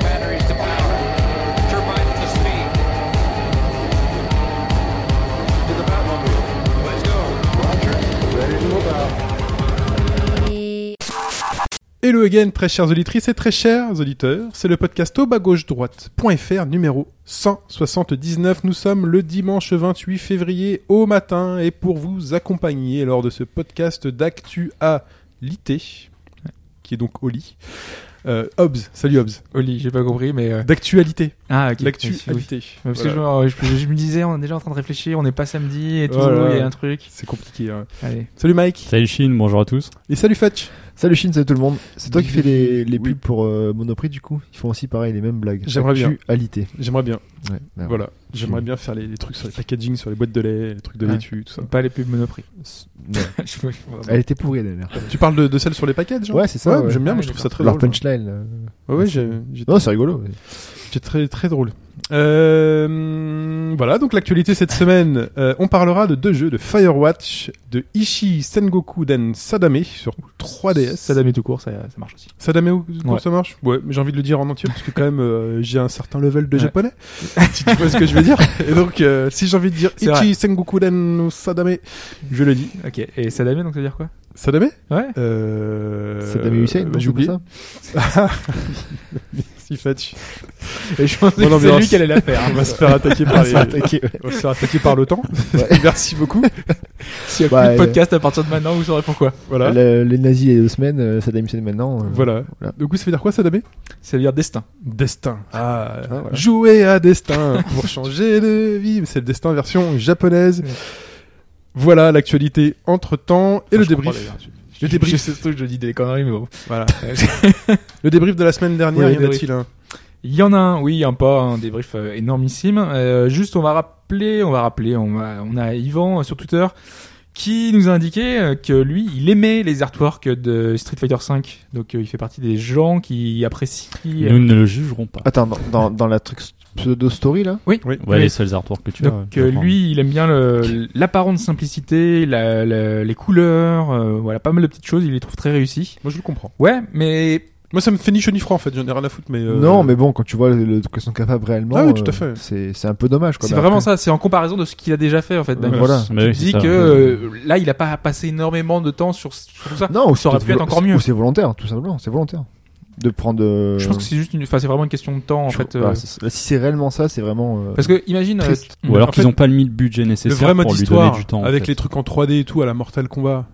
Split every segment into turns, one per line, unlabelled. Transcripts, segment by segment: batteries to power. Turbines to speed. To the Batmobile. Let's go.
Hello again, très chères auditrices et très chers auditeurs. C'est le podcast au bas gauche droite.fr numéro 179. Nous sommes le dimanche 28 février au matin et pour vous accompagner lors de ce podcast d'actualité, qui est donc au lit. Euh, Hobbs, salut Hobbs.
Oli, j'ai pas compris, mais. euh,
D'actualité.
Ah, ok. Merci, oui.
L'actualité.
Parce
Voilà.
que genre, je, je me disais, on est déjà en train de réfléchir, on n'est pas samedi et tout,
Voilà.
il y a un truc.
C'est compliqué. hein.
Allez.
Salut Mike.
Salut Chine, bonjour à tous.
Et salut Fetch.
Salut Chine, salut tout le monde. C'est toi qui fais les, les
Oui.
pubs pour euh, Monoprix du coup Ils font aussi pareil, les mêmes blagues.
J'aimerais bien.
Actualité.
J'aimerais bien.
Ouais,
Ah,
merde.
Voilà. J'aimerais bien faire les, les trucs sur les packaging, sur les boîtes de lait, les trucs de
Ouais.
laitue, tout ça.
Pas les pubs Monoprix.
Non.
Je vois-
Elle était pourrie, elle a l'air.
Tu parles de, de celles sur les packages hein
Ouais, c'est ça. ouais.
j'aime bien,
Ah,
moi je trouve ça très
Leur
drôle.
punchline. euh.
Ouais, ouais, j'ai- j'ai-
Non, c'est rigolo.
C'est très très drôle. Euh, voilà, donc l'actualité cette semaine, euh, on parlera de deux jeux de Firewatch, de Ishii Sengoku Den Sadame sur 3DS.
Sadam est tout court, ça, ça marche aussi.
Sadame, ou- comment
Ouais.
ça marche Ouais, mais j'ai envie de le dire en entier parce que quand même euh, j'ai un certain level de
Ouais.
japonais. si tu vois ce que je veux dire. Et donc euh, si j'ai envie de dire
C'est vrai.
Ishii Sengoku Den Sadame, je le dis.
Ok. Et Sadamé, donc ça veut dire quoi
Sadame
Ouais.
euh...
C'est Damien Hussein,
bah,
non, c'est
j'ai
pas
oublié.
ça
Si Fetch,
Et je pensais
Bonne
que c'est
ambiance.
lui qui allait la faire.
on va se faire attaquer par
Ah, c'est
les...
attaqué, ouais.
On va se faire attaquer par l'OTAN.
Ouais.
Merci beaucoup.
S'il y a
Bah,
plus
euh,
de podcast à partir de maintenant, vous saurez pourquoi.
Voilà.
Le- les nazis il y a deux semaines, euh, Saddam Hussein maintenant. euh,
hein. Voilà.
Voilà.
Du coup, ça veut dire quoi, Sadame
Ça veut dire destin.
Destin. Ah,
Ah, voilà.
jouer à destin pour changer de vie. Mais C'est le destin version japonaise.
Ouais.
Voilà l'actualité entre temps et le débrief.
Le
débrief.
débrief, c'est ce truc, je dis des conneries, mais bon.
Voilà. le débrief de la semaine dernière,
Ouais,
y en
débrief.
a-t-il un
Il y en a un, oui, il y a un pas, un débrief euh, énormissime. Euh, juste, on va rappeler, on va rappeler, on, va, on a Yvan euh, sur Twitter qui nous a indiqué euh, que lui, il aimait les artworks de Street Fighter V. Donc, euh, il fait partie des gens qui apprécient. euh,
Nous ne le jugerons pas.
Attends, dans, dans, dans la truc pseudo story là
Oui.
Oui.
Ouais,
Oui.
les seuls artworks que tu as.
Donc, euh, lui, il aime bien le- l'apparente simplicité, la- la- les couleurs, euh, voilà, pas mal de petites choses. Il les trouve très réussies.
Moi, je le comprends.
Ouais, mais
Moi, ça me fait ni chaud ni froid, en fait. J'en ai rien à foutre, mais. euh,
Non, mais bon, quand tu vois le, le, que sont capables réellement,
Ah oui, tout à
euh,
fait.
c'est c'est un peu dommage. quoi.
c'est
Mais
vraiment
après-
ça. C'est en comparaison de ce qu'il a déjà fait, en fait.
Ouais,
Daniel.
Voilà.
Mais
Tu te dis que euh, là, il a pas passé énormément de temps sur, sur tout ça.
Non, ou
Ça aurait
c'est
pu être
volo-
encore mieux.
Ou c'est volontaire, tout simplement. C'est volontaire. De prendre. euh,
Je pense que c'est juste une, enfin, c'est vraiment une question de temps en
je-
fait. euh,
voilà, c'est- si c'est réellement ça, c'est vraiment. euh,
parce que imagine, euh,
Triste.
t-
Ou alors
en
qu'ils
fait,
n'ont pas mis le budget
Le
nécessaire
vrai mode
pour lui donner
histoire,
du temps. en
avec
fait.
les trucs en 3D et tout, à la Mortal Kombat,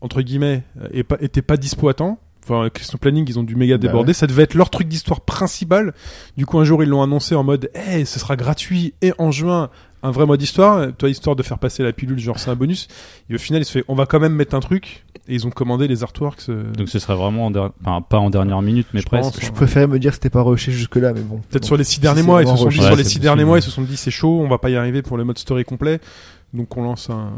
entre guillemets, et pas, était pas dispo à temps. Enfin, question planning, ils ont dû méga
Bah
déborder.
ouais.
Ça devait être leur truc d'histoire principale. Du coup, un jour, ils l'ont annoncé en mode, eh, ce sera gratuit et en juin, un vrai mode histoire. Euh, Toi, histoire de faire passer la pilule, genre c'est un bonus. Et au final, ils se fait, on va quand même mettre un truc. Et ils ont commandé les artworks. euh,
Donc ce serait vraiment en der- enfin, pas en dernière minute, mais
Je
presque.
pense.
Je préférais me dire que c'était pas rushé jusque-là, mais bon.
Peut-être
Bon.
sur les six
si
derniers
c'est
mois, ils se
vraiment
sont dit
rushé.
sur
Ouais,
les
c'est
six derniers
possible.
mois, ils se sont dit c'est chaud, on va pas y arriver pour le mode story complet. Donc on lance un,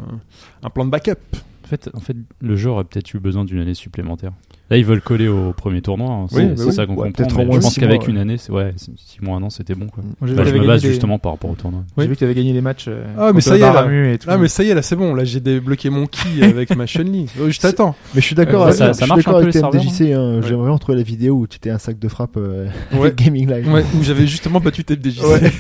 un plan de backup.
En fait, en fait, le jeu aurait peut-être eu besoin d'une année supplémentaire. Là, ils veulent coller au premier tournoi. hein. C'est
Oui, bah
c'est
oui.
ça qu'on
Ouais, peut-être
comprend.
au
mais
moins
je pense
six
qu'avec
mois,
une année, c'est ouais, c'est- six mois, un an, c'était bon. Quoi.
Mm.
j'ai-
Bah, je
j'avais
me
gagné
base
des-
justement par rapport au tournoi.
J'ai vu que tu avais gagné les matchs. euh,
Ah, mais
contre
ça y est, là.
Baramu et tout.
Ah mais ça y est là c'est bon là j'ai débloqué mon ki avec ma Chun-Li. Euh, Je t'attends.
Mais je suis d'accord
Euh,
avec,
ça-
je
ça
suis
marche
d'accord
un peu
avec
les serveurs,
TMDJC. hein.
Ouais.
J'aimerais bien retrouver la vidéo où tu étais un sac de frappe euh,
Ouais.
avec Gaming Live.
Ouais, où j'avais justement battu TFDJ.
Ouais.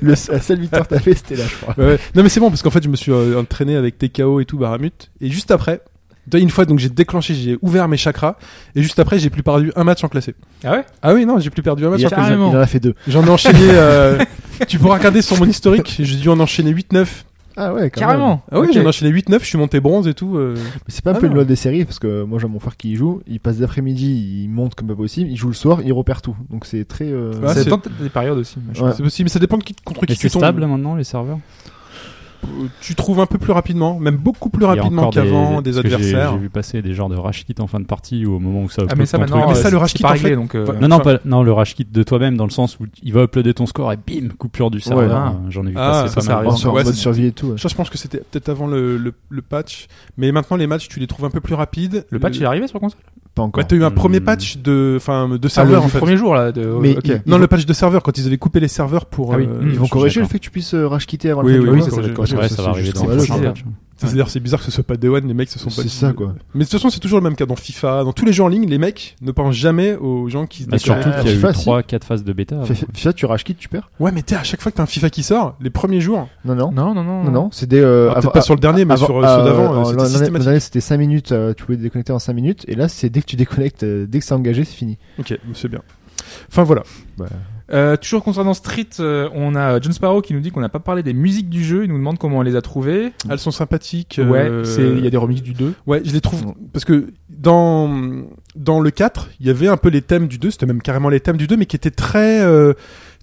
Le, la seule victoire que t'as fait, c'était là, je crois.
Ouais, ouais. Non mais c'est bon parce qu'en fait je me suis euh, entraîné avec TKO et tout Baramut et juste après de- une fois donc j'ai déclenché j'ai ouvert mes chakras et juste après j'ai plus perdu un match en classé.
Ah ouais
Ah oui non j'ai plus perdu un match.
Il,
en
a-
classé.
Carrément.
il en a fait deux.
J'en ai enchaîné. euh, tu pourras regarder sur mon historique j'ai dû en enchaîner 8-9.
Ah ouais, quand même.
carrément.
Ah oui
Ok.
j'en ai enchaîné 8-9 je suis monté bronze et tout. euh.
Mais c'est pas un
Ah
peu
non.
une loi des séries parce que moi j'ai mon frère qui y joue. Il passe l'après-midi, il monte comme pas possible, il joue le soir, il repère tout. Donc c'est très. euh,
Ah,
Bah, C'est
c'est-
peut-être des périodes aussi. mais je-
Ouais.
C'est possible mais ça dépend de qui, contre
Et
qui
c'est hein,
tu tombes. Euh,
stable là, maintenant les serveurs
tu trouves un peu plus rapidement, même beaucoup plus
Il y a
rapidement
encore
qu'avant des,
parce que j'ai-
adversaires.
J'ai vu passer des genres de rush kit en fin de partie ou au moment où ça
Ah mais
upload
ça
ton
maintenant,
truc.
mais ça,
euh,
le
c'est
rush kit,
pas
en
réglé,
fait-
donc. euh,
Enfin,
Non, non, pas, non, le rush kit de toi-même dans le sens où il va uploader ton score et bim, coupure du serveur.
Ouais.
Euh, J'en ai vu
Ah,
passer
ça, ça
pas mal.
arrive.
En sur- en
Ouais,
mode
c'est-
survie et tout. euh, ouais.
Ça, je pense que c'était peut-être avant le, le- le patch, mais maintenant les matchs, tu les trouves un peu plus rapides.
Le patch il est arrivé sur console
Pas
Ouais,
encore.
t'as eu un
Hmm.
premier patch de, enfin, de
Euh, Ah, le
serveur en fait.
premier jour là. de-
Mais
ok.
il-
Non, le patch de serveur quand ils avaient coupé les serveurs pour.
Ah oui.
euh,
Mmh.
Ils vont
je suis
corriger le
d'accord.
fait que tu puisses euh, rush quitter avant
Oui,
la fin
oui,
du
oui,
jeu.
ça va être
corrigé.
Ouais, ça va arriver dans
c'est
le
pas
prochain
logique.
patch.
C'est- C'est-à-dire, c'est bizarre que ce soit pas Day One, les mecs se sont pas
C'est
dit-
ça quoi.
Mais de toute façon, c'est toujours le même cas dans FIFA. Dans tous les jeux en ligne, les mecs ne pensent jamais aux gens qui se
Bah,
déclarent.
surtout qu'il y a eu
FIFA,
3-4 phases de bêta.
Ah,
avant.
Ça, tu rush quittes, tu perds
Ouais, mais t'es à chaque fois que t'as un FIFA qui sort, les premiers jours,
Non, non.
Non, non, non.
Non, non, c'est des. euh,
Alors,
avant-
peut-être Ah, pas sur le dernier, mais
avant-
sur euh,
euh,
ceux d'avant, euh,
en-
c'était
l'année-
systématique.
l'année, C'était 5 minutes, euh, tu pouvais te déconnecter en 5 minutes, et là c'est dès que tu déconnectes, euh, dès que c'est engagé, c'est fini.
Ok, c'est bien. Enfin voilà.
Euh, toujours concernant Street, euh, on a John Sparrow qui nous dit qu'on n'a pas parlé des musiques du jeu. Il nous demande comment on les a trouvées.
Elles sont sympathiques.
Ouais,
euh,
c'est- il y a des remixes du 2.
Ouais, je les trouve.
Mm.
Parce que dans, dans le 4, il y avait un peu les thèmes du 2, c'était même carrément les thèmes du 2, mais qui étaient très. euh,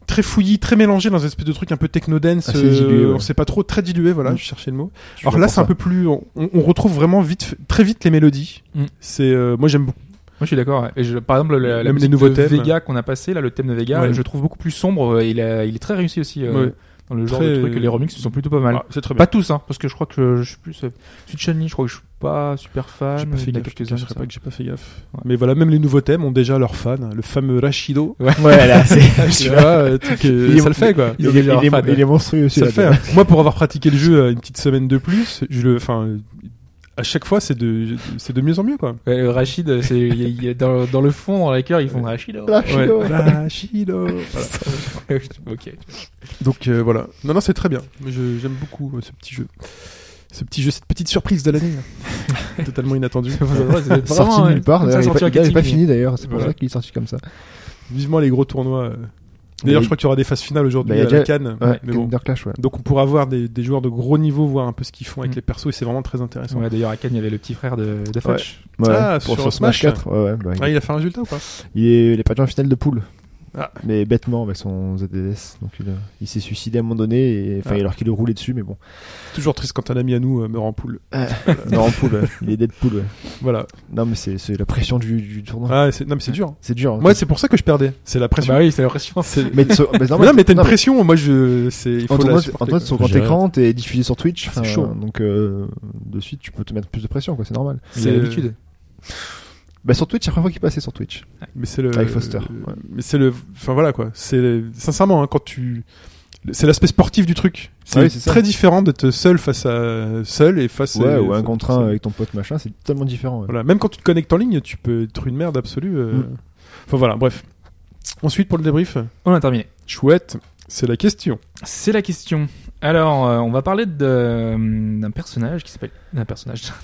très fouillis, très mélangés dans un espèce de truc un peu techno-dance, euh,
Assez dilué, ouais.
on sait pas trop, très dilué, voilà,
Mm.
je cherchais le mot.
Je suis
Alors
là
là,
pour
c'est un
ça.
peu plus, on, on retrouve vraiment vite, très vite les mélodies.
Mm.
C'est, euh, moi j'aime beaucoup.
Moi, je suis d'accord. ouais. Et je- par exemple, la, la
Même les
musique
nouveaux
de
thèmes.
Vega qu'on a passé, là, le thème de Vega,
Ouais.
je le trouve beaucoup plus sombre. euh, Il, est- il est très réussi aussi euh,
Ouais.
dans le genre
Très-
de truc. Et les remixes sont plutôt pas mal.
Ah, c'est très bien.
Pas tous, hein, parce que je crois que je suis plus. euh, Celui de Chun-Li, je crois que je suis pas super fan.
J'ai pas fait
Il y en a
gaffe, je te
quelques-uns,
cacherai
ça.
pas que j'ai pas fait gaffe. Mais voilà, même les nouveaux thèmes ont déjà leurs fans, le fameux Rashido.
Ouais, là, c'est.
tu vois, euh, truc, euh,
Il est-
ça le fait quoi.
Il,
ont
est,
déjà
il
leur
est-
fan,
il est monstrueux aussi.
Ça le
là,
fait. hein. Moi, pour avoir pratiqué le jeu euh, une petite semaine de plus, je le, enfin, euh, à chaque fois, c'est de, c'est de mieux en mieux quoi.
Ouais, le Rachid, euh, c'est, il y a- il y a dans, dans le fond, dans les cœurs, ils font Rachid. oh.
Là, je suis là, ouais.
Rashido. Voilà.
ok.
Donc euh, voilà. Non, non, c'est très bien. Mais je- J'aime beaucoup euh, ce petit jeu. Ce petit jeu, cette petite surprise de l'année, là. totalement inattendue.
C'est
Sorti
vraiment,
nulle part,
ça,
d'ailleurs, il est
sorti
pas-
en
il est pas
catimini.
fini d'ailleurs, c'est pour
Voilà.
ça qu'il est sorti comme ça.
Vivement les gros tournois. euh. D'ailleurs,
Oui.
je crois qu'il y aura des phases finales aujourd'hui
Bah, il y a
à la
déjà-
Cannes.
Ouais,
mais bon.
Thunder Clash, ouais.
Donc on pourra voir des, des joueurs de gros niveau, voir un peu ce qu'ils font avec
Mm.
les persos et c'est vraiment très intéressant.
Ouais, d'ailleurs, à Cannes, il y avait le petit frère de, de Fetch.
Ah,
Ouais, pour
sur
sur Smash
Smash,
4, ouais, ouais, bah,
Ah, il a fait un résultat ou pas
Il est, il est parti en finale de poule.
Ah.
Mais bêtement avec son ZDS. Donc il, a- il s'est suicidé à un moment donné, et, enfin,
Ah.
alors qu'il est roulé dessus, mais bon.
Toujours triste quand un ami à nous euh, meurt en poule.
non, en poule, ouais. il est dead poule. Ouais.
Voilà.
Non, mais c'est c'est la pression du, du tournoi.
Ah, c'est- non mais c'est dur.
C'est dur. hein.
Moi c'est pour ça que je perdais. Ah C'est la pression.
Bah oui, c'est l'impression. C'est...
mais de se- mais non,
Mais non mais t'as une
non,
pression. Moi je c'est il
En
faut la
tournoi, en tournoi,
supporter, quoi. Ah,
sur grand
J'ai-
écran, t'es diffusé sur Twitch.
C'est
enfin,
chaud.
Donc, euh, de suite, tu peux te mettre plus de pression, quoi, c'est normal.
C'est l'habitude.
Bah, sur Twitch, c'est la première fois qu'il passait sur Twitch.
Mais c'est le
Avec Foster, ouais.
Mais c'est le enfin voilà quoi. C'est sincèrement hein, quand tu c'est l'aspect sportif du truc. C'est
Ah oui, c'est ça.
très différent d'être seul face à seul et face
Ouais,
à-
ou un contre un
c'est-
avec ton pote, machin, c'est totalement différent. ouais.
Voilà, même quand tu te connectes en ligne, tu peux être une merde absolue. euh.
Mm.
Enfin voilà, bref. Ensuite pour le débrief,
On a terminé.
chouette, c'est la question.
C'est la question. Alors, euh, on va parler de- d'un personnage qui s'appelle. D'un personnage.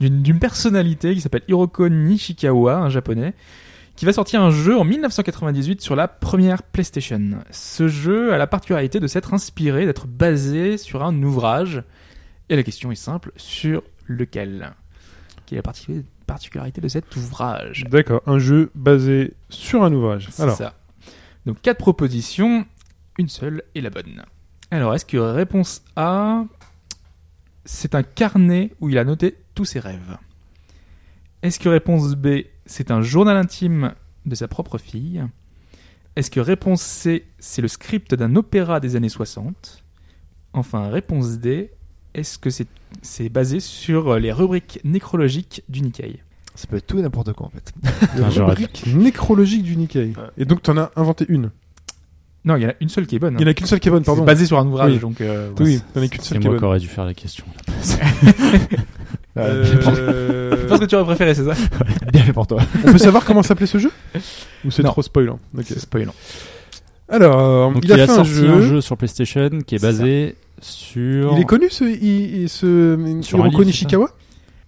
d'une d'une personnalité qui s'appelle Hiroko Nishikawa, un japonais, qui va sortir un jeu en 1998 sur la première PlayStation. Ce jeu a la particularité de s'être inspiré, d'être basé sur un ouvrage. Et la question est simple sur lequel Quelle est la particuli- particularité de cet ouvrage
D'accord, un jeu basé sur un ouvrage.
C'est
Alors,
ça. Donc quatre propositions, une seule est la bonne. Alors est-ce que réponse A, c'est un carnet où il a noté tous ses rêves Est-ce que réponse B, c'est un journal intime de sa propre fille Est-ce que réponse C, c'est le script d'un opéra des années 60 Enfin, réponse D, est-ce que c'est c'est basé sur euh, les rubriques nécrologiques du Nikkei
Ça peut être tout et n'importe quoi, en fait.
Putain, j'aurais-
nécrologique du Nikkei. Et donc t'en as inventé une.
Non, il y en a une seule qui est bonne. hein.
Il n'y en a qu'une seule qui est bonne, pardon.
C'est basé sur un ouvrage,
Oui.
donc... euh,
Oui, il n'y en a qu'une
C'est
seule qui est
moi qui
bonne.
aurais dû faire la question.
Euh,
Je pense que tu aurais préféré, c'est ça
Bien fait pour toi.
On peut savoir comment s'appelait ce jeu Ou c'est
Non.
trop spoil hein Ok.
C'est spoilant.
Alors,
Donc,
il, a, fait un
sorti
jeu.
un jeu sur PlayStation qui est
C'est
basé sur.
Il est connu ce, il- il- ce
Sur un
Hiroko
livre, c'est
Nishikawa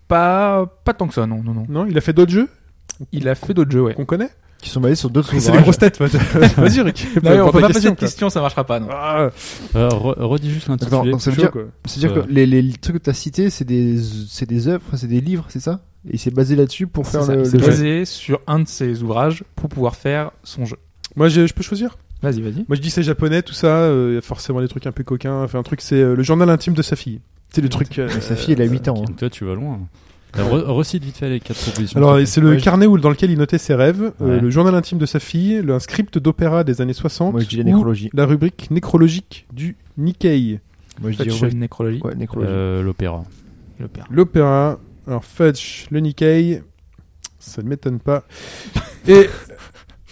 Pas, pas tant que ça, non, non, non.
Non, il a fait d'autres jeux
Il a fait d'autres jeux, ouais.
qu'on connaît
Qui sont basés sur d'autres
C'est les
ouvrages.
grosses têtes. vas-y. Vas-y, Rick.
Non, mais on
Prends
peut
ta
pas poser de
quoi.
questions, ça marchera pas, non.
Ah,
Euh, re- redis juste
Attends,
l'intitulé.
donc ça veut
chaud,
dire,
quoi.
c'est-à-dire que les, les trucs que t'as cités, c'est des, c'est des œuvres, c'est des livres, c'est ça Et il s'est basé là-dessus pour
C'est
faire
ça,
le,
c'est
le jeu.
basé sur un de ses ouvrages pour pouvoir faire son jeu.
Moi, j'ai- je peux choisir
Vas-y, vas-y.
Moi je dis c'est japonais, tout ça, euh, y a forcément des trucs un peu coquins. Enfin, un truc, c'est euh, le journal intime de sa fille. C'est le truc. euh,
Mais sa fille, elle a 8 ans. hein.
Donc toi, tu vas loin. Alors, re- Recite vite fait les quatre propositions.
Alors, c'est le
Ouais, je-
carnet où, dans lequel il notait ses rêves, euh,
Ouais.
le journal intime de sa fille, le, un script d'opéra des années 60,
Moi, je dis la
ou
nécrologie.
la rubrique nécrologique du Nikkei.
Moi, je dis
Fetch,
ouais,
nécrologie.
ouais, nécrologie.
Euh, l'opéra.
Le père.
L'opéra, alors Fudge, le Nikkei, ça ne m'étonne pas. Et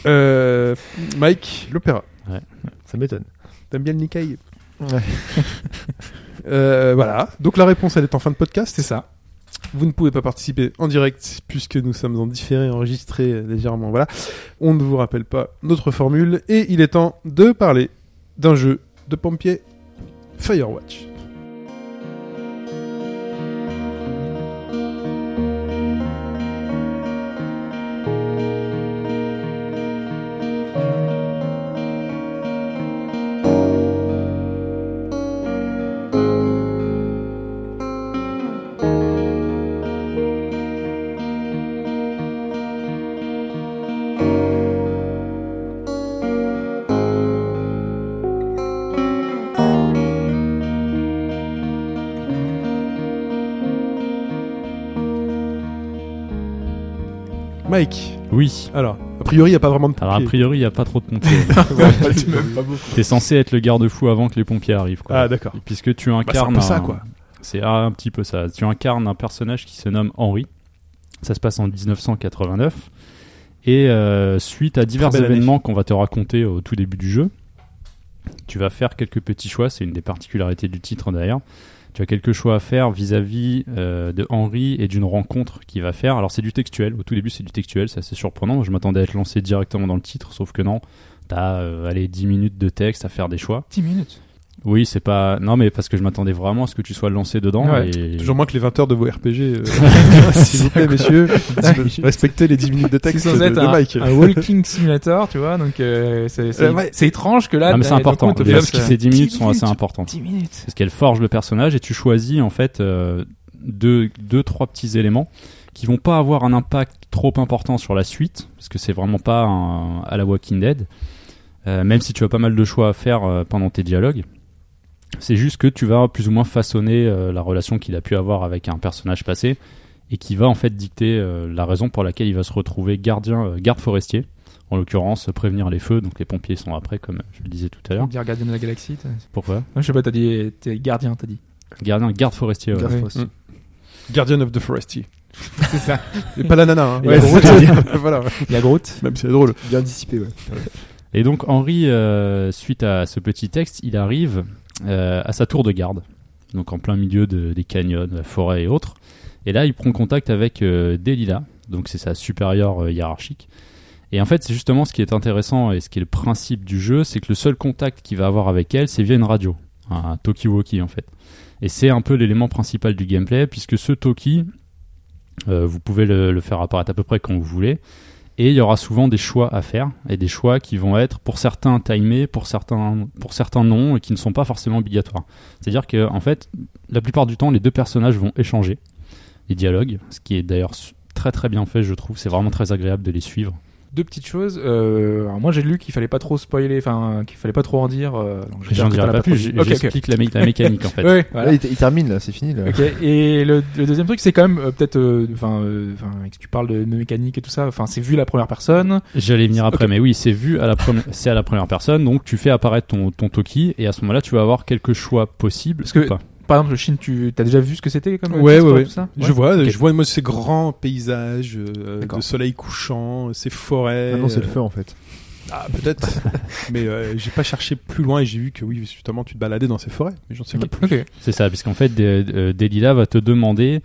euh, Mike, l'opéra.
Ça m'étonne.
T'aimes bien le Nikkei
Ouais.
Euh, Voilà, donc la réponse elle est en fin de podcast,
C'est
c'est ça.
ça.
Vous ne pouvez pas participer en direct puisque nous sommes en différé, enregistré euh, légèrement. Voilà, on ne vous rappelle pas notre formule et il est temps de parler d'un jeu de pompiers Firewatch. Mike,
Oui.
alors, a priori il n'y a pas vraiment de pompiers.
Alors, a priori, il n'y a pas trop de pompiers. T'es censé être le garde-fou avant que les pompiers arrivent. Quoi.
Ah d'accord.
Puisque tu
Bah, c'est un
incarnes.
peu ça quoi.
C'est ah, un petit peu ça. Tu incarnes un personnage qui se nomme Henri. Ça se passe en 1989. Et euh, suite à divers
belle année.
événements qu'on va te raconter au tout début du jeu, tu vas faire quelques petits choix. C'est une des particularités du titre d'ailleurs. Tu as quelques choix à faire vis-à-vis euh, de Henri et d'une rencontre qu'il va faire. Alors c'est du textuel. Au tout début c'est du textuel. C'est assez surprenant. Moi, Je m'attendais à être lancé directement dans le titre. Sauf que non. T'as euh, allez, 10 minutes de texte à faire des choix.
10 minutes.
Oui, c'est pas. Non, mais parce que je m'attendais vraiment à ce que tu sois lancé dedans.
Ouais.
et-
Toujours moins que les 20 heures de vos RPG. euh, S'il vous plaît, messieurs, respectez les 10 minutes de
C'est
texte de,
censé être
de
un,
Mike.
un walking simulator, tu vois, donc euh, c'est c'est-
Euh, ouais.
c'est étrange que là.
Ah, mais c'est
t'as-
important.
donc, on te
Les-
fasse, euh,
Ces 10 minutes
10
sont assez
minutes.
importantes.
10 minutes.
Parce qu'elles forgent le personnage et tu choisis en fait euh, deux, deux, trois petits éléments qui vont pas avoir un impact trop important sur la suite, parce que c'est vraiment pas un- à la Walking Dead, Euh, même si tu as pas mal de choix à faire euh, pendant tes dialogues. C'est juste que tu vas plus ou moins façonner euh, la relation qu'il a pu avoir avec un personnage passé et qui va en fait dicter euh, la raison pour laquelle il va se retrouver gardien, euh, garde forestier. En l'occurrence, prévenir les feux, donc les pompiers sont après, comme je le disais tout à l'heure.
Dire Gardien de la Galaxie. t'as- Non,
Pourquoi
je sais pas, t'as dit euh, t'es gardien, t'as dit.
Gardien, garde forestier. ouais.
Garde
oui.
forestier.
Guardian of the Forestier.
C'est ça.
Et pas la nana. Hein.
Ouais,
Gros,
c'est
voilà.
La grotte.
Même si c'est drôle.
Bien dissipé, ouais.
Et donc Henri, euh, suite à ce petit texte, il arrive euh, à sa tour de garde, donc en plein milieu de- des canyons, de la forêt et autres. Et là, il prend contact avec euh, Delilah, donc c'est sa supérieure euh, hiérarchique. Et en fait, c'est justement ce qui est intéressant et ce qui est le principe du jeu, c'est que le seul contact qu'il va avoir avec elle, c'est via une radio, un talkie-walkie en fait. Et c'est un peu l'élément principal du gameplay, puisque ce talkie, euh, vous pouvez le- le faire apparaître à peu près quand vous voulez. Et il y aura souvent des choix à faire, et des choix qui vont être pour certains timés, pour certains, pour certains non, et qui ne sont pas forcément obligatoires. C'est-à-dire que, en fait, la plupart du temps, les deux personnages vont échanger les dialogues, ce qui est d'ailleurs su- très très bien fait, je trouve. C'est vraiment très agréable de les suivre.
Deux petites choses. euh, alors moi, j'ai lu qu'il fallait pas trop spoiler, enfin qu'il fallait pas trop en dire. euh, donc
J'en dirai pas plus, j-
Ok, ok.
j'explique la, mé- la mécanique en fait.
Ouais, voilà.
Là, il, t- il termine, là, c'est fini. Là.
Ok. Et le, le deuxième truc, c'est quand même euh, peut-être, euh, enfin, euh, enfin, que tu parles de mécanique et tout ça. Enfin, c'est vu la première personne.
J'allais venir après,
Ok.
mais oui, c'est vu à la première, c'est à la première personne, donc tu fais apparaître ton, ton Toki, et à ce moment-là, tu vas avoir quelques choix possibles.
Parce que-
ou pas.
Par exemple, le Chine, tu as déjà vu ce que c'était comme euh,
Ouais,
titre,
ouais, ouais.
tout ça
Je vois,
Ok.
je vois moi, ces grands paysages euh,
D'accord.
de soleil couchant, ces forêts.
Ah non, c'est le
euh,
feu, en fait.
Ah, peut-être. mais euh, j'ai pas cherché plus loin et j'ai vu que oui, justement, tu te baladais dans ces forêts. Mais j'en sais pas plus.
Ok.
C'est ça, puisqu'en fait, des- euh, Delilah va te demander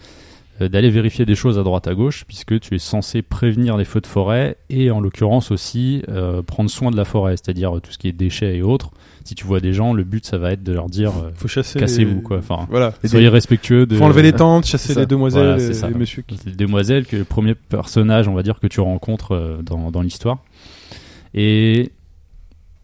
euh, d'aller vérifier des choses à droite à gauche, puisque tu es censé prévenir les feux de forêt et en l'occurrence aussi euh, prendre soin de la forêt, c'est-à-dire euh, tout ce qui est déchets et autres. Si tu vois des gens, le but ça va être de leur dire euh,
Faut chasser.
cassez-vous,
les-
quoi. Enfin,
Voilà.
Et
soyez respectueux de.
Faut enlever les tentes, chasser
C'est ça.
les demoiselles
Voilà, c'est
et
ça.
les messieurs qui.
C'est Demoiselle, que le premier personnage, on va dire, que tu rencontres euh, dans, dans l'histoire. Et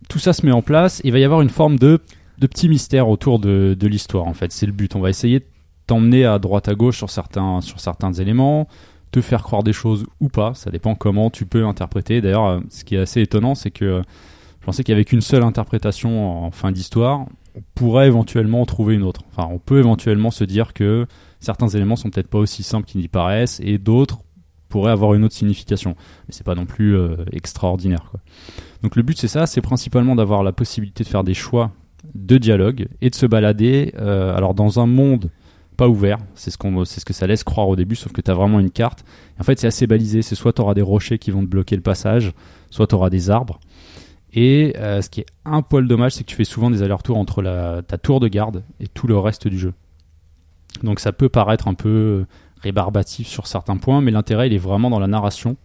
tout ça se met en place. Il va y avoir une forme de, de petit mystère autour de, de l'histoire, en fait. C'est le but. On va essayer de t'emmener à droite à gauche sur certains, sur certains éléments, te faire croire des choses ou pas. Ça dépend comment tu peux interpréter. D'ailleurs, euh, ce qui est assez étonnant, c'est que euh, Je pensais qu'il n'y avait qu'une seule interprétation en fin d'histoire. On pourrait éventuellement en trouver une autre. Enfin, on peut éventuellement se dire que certains éléments sont peut-être pas aussi simples qu'ils n'y paraissent et d'autres pourraient avoir une autre signification. Mais c'est pas non plus euh, extraordinaire. Quoi. Donc le but c'est ça, c'est principalement d'avoir la possibilité de faire des choix de dialogue et de se balader. euh, alors dans un monde pas ouvert, c'est ce, qu'on, c'est ce que ça laisse croire au début, sauf que tu as vraiment une carte. Et en fait c'est assez balisé, c'est soit tu auras des rochers qui vont te bloquer le passage, soit tu auras des arbres. Et euh, ce qui est un poil dommage, c'est que tu fais souvent des allers-retours entre la, ta tour de garde et tout le reste du jeu. Donc ça peut paraître un peu euh, rébarbatif sur certains points, mais l'intérêt il est vraiment dans la narration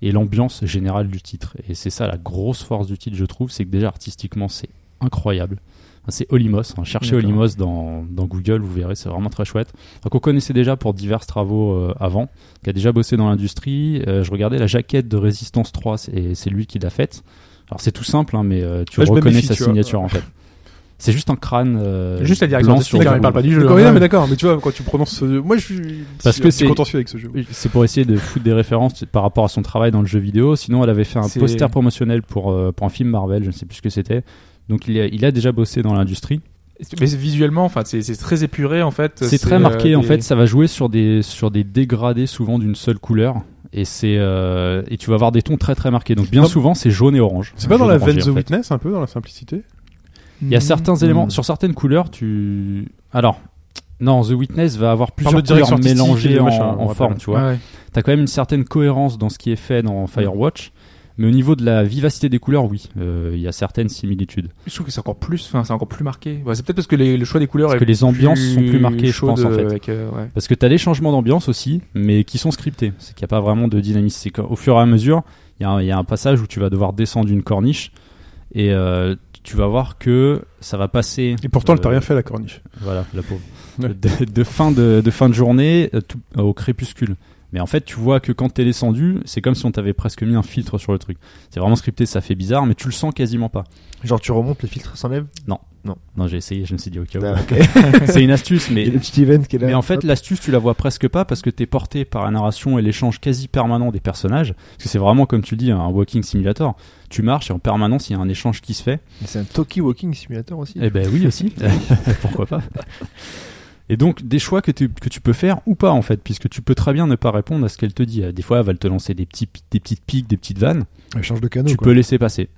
et l'ambiance générale du titre. Et c'est ça la grosse force du titre, je trouve, c'est que déjà artistiquement c'est incroyable. Enfin, C'est Olimos, hein. cherchez
D'accord.
Olimos dans, dans Google, vous verrez, c'est vraiment très chouette. Donc on connaissait déjà pour divers travaux euh, avant, qui a déjà bossé dans l'industrie. Euh, je regardais la jaquette de Résistance 3, c'est- et c'est lui qui l'a faite. Alors c'est tout simple, hein, mais euh, tu
Ouais, je me
reconnais
méfie,
sa
tu vois.
signature en fait. C'est juste un crâne. euh,
Juste la direction
blanc
artistique,
sur
hein,
bleu.
il parle pas du jeu.
D'accord, mais
hein.
non, mais d'accord, mais tu vois, quand tu prononces ce... Moi, je suis
Parce
je suis
que
un petit
c'est-
contentieux avec ce jeu.
C'est pour essayer de foutre des références par rapport à son travail dans le jeu vidéo. Sinon, elle avait fait un
C'est-
poster promotionnel pour, euh, pour un film Marvel, je ne sais plus ce que c'était. Donc, il a, il a déjà bossé dans l'industrie.
Mais c'est visuellement, enfin, c'est c'est très épuré en fait.
C'est très marqué,
euh,
en
des-
fait. Ça va jouer sur des, sur des dégradés souvent d'une seule couleur. Et, c'est euh, et tu vas avoir des tons très très marqués. Donc, bien
Non.
souvent, c'est jaune et orange.
C'est pas dans
Jaune
la
orangé,
veine The
en fait.
Witness, un peu, dans la simplicité
Il y
Mhm.
a certains
Hmm.
Mm.
éléments, sur certaines couleurs, tu. Alors, non, The Witness va avoir
de
plusieurs
direction
couleurs
artistique et
mélangées
de
en,
machin, on
en
va
forme,
pas-
tu vois.
Ouais, ouais.
T'as quand même une certaine cohérence dans ce qui est fait dans Firewatch, mais au niveau de la vivacité des couleurs, oui, Euh, il y a certaines similitudes.
Je trouve que c'est encore plus, enfin, c'est encore plus marqué. Ouais, c'est peut-être parce que les- le choix des couleurs.
Parce
est
que les ambiances sont plus marquées, je
chaude,
pense, en fait. Bah,
avec, euh, ouais.
Parce que t'as des changements d'ambiance aussi, mais qui sont scriptés. C'est qu'il n'y a pas vraiment de dynamisme. C'est qu'au fur et à mesure, il y, a un- il y a un passage où tu vas devoir descendre une corniche et euh, tu vas voir que ça va passer.
Et pourtant, elle t'a
euh,
rien fait, la corniche.
Voilà, la pauvre.
Ouais.
De, de fin de, de fin de journée euh, tout- euh, au crépuscule. Mais en fait, tu vois que quand t'es descendu, c'est comme si on t'avait presque mis un filtre sur le truc. C'est vraiment scripté, ça fait bizarre, mais tu le sens quasiment pas.
Genre, tu remontes, les filtres s'enlèvent.
Non, j'ai essayé, je me suis dit, ok,
Ah, ok.
c'est une astuce, mais,
Il y a le petit event qui est là.
mais en fait,
Hop.
l'astuce, tu la vois presque pas parce que t'es porté par la narration et l'échange quasi permanent des personnages. Parce que c'est vraiment, comme tu le dis, un walking simulator. Tu marches et en permanence, il y a un échange qui se fait.
Mais c'est un Toki Walking Simulator aussi.
Eh ben oui aussi, pourquoi pas. Et donc des choix que tu, que tu peux faire ou pas en fait, puisque tu peux très bien ne pas répondre à ce qu'elle te dit. Des fois, elle va te lancer des, petits, pi- des petites piques, des petites vannes,
Elle change de canot.
tu
quoi.
peux laisser passer.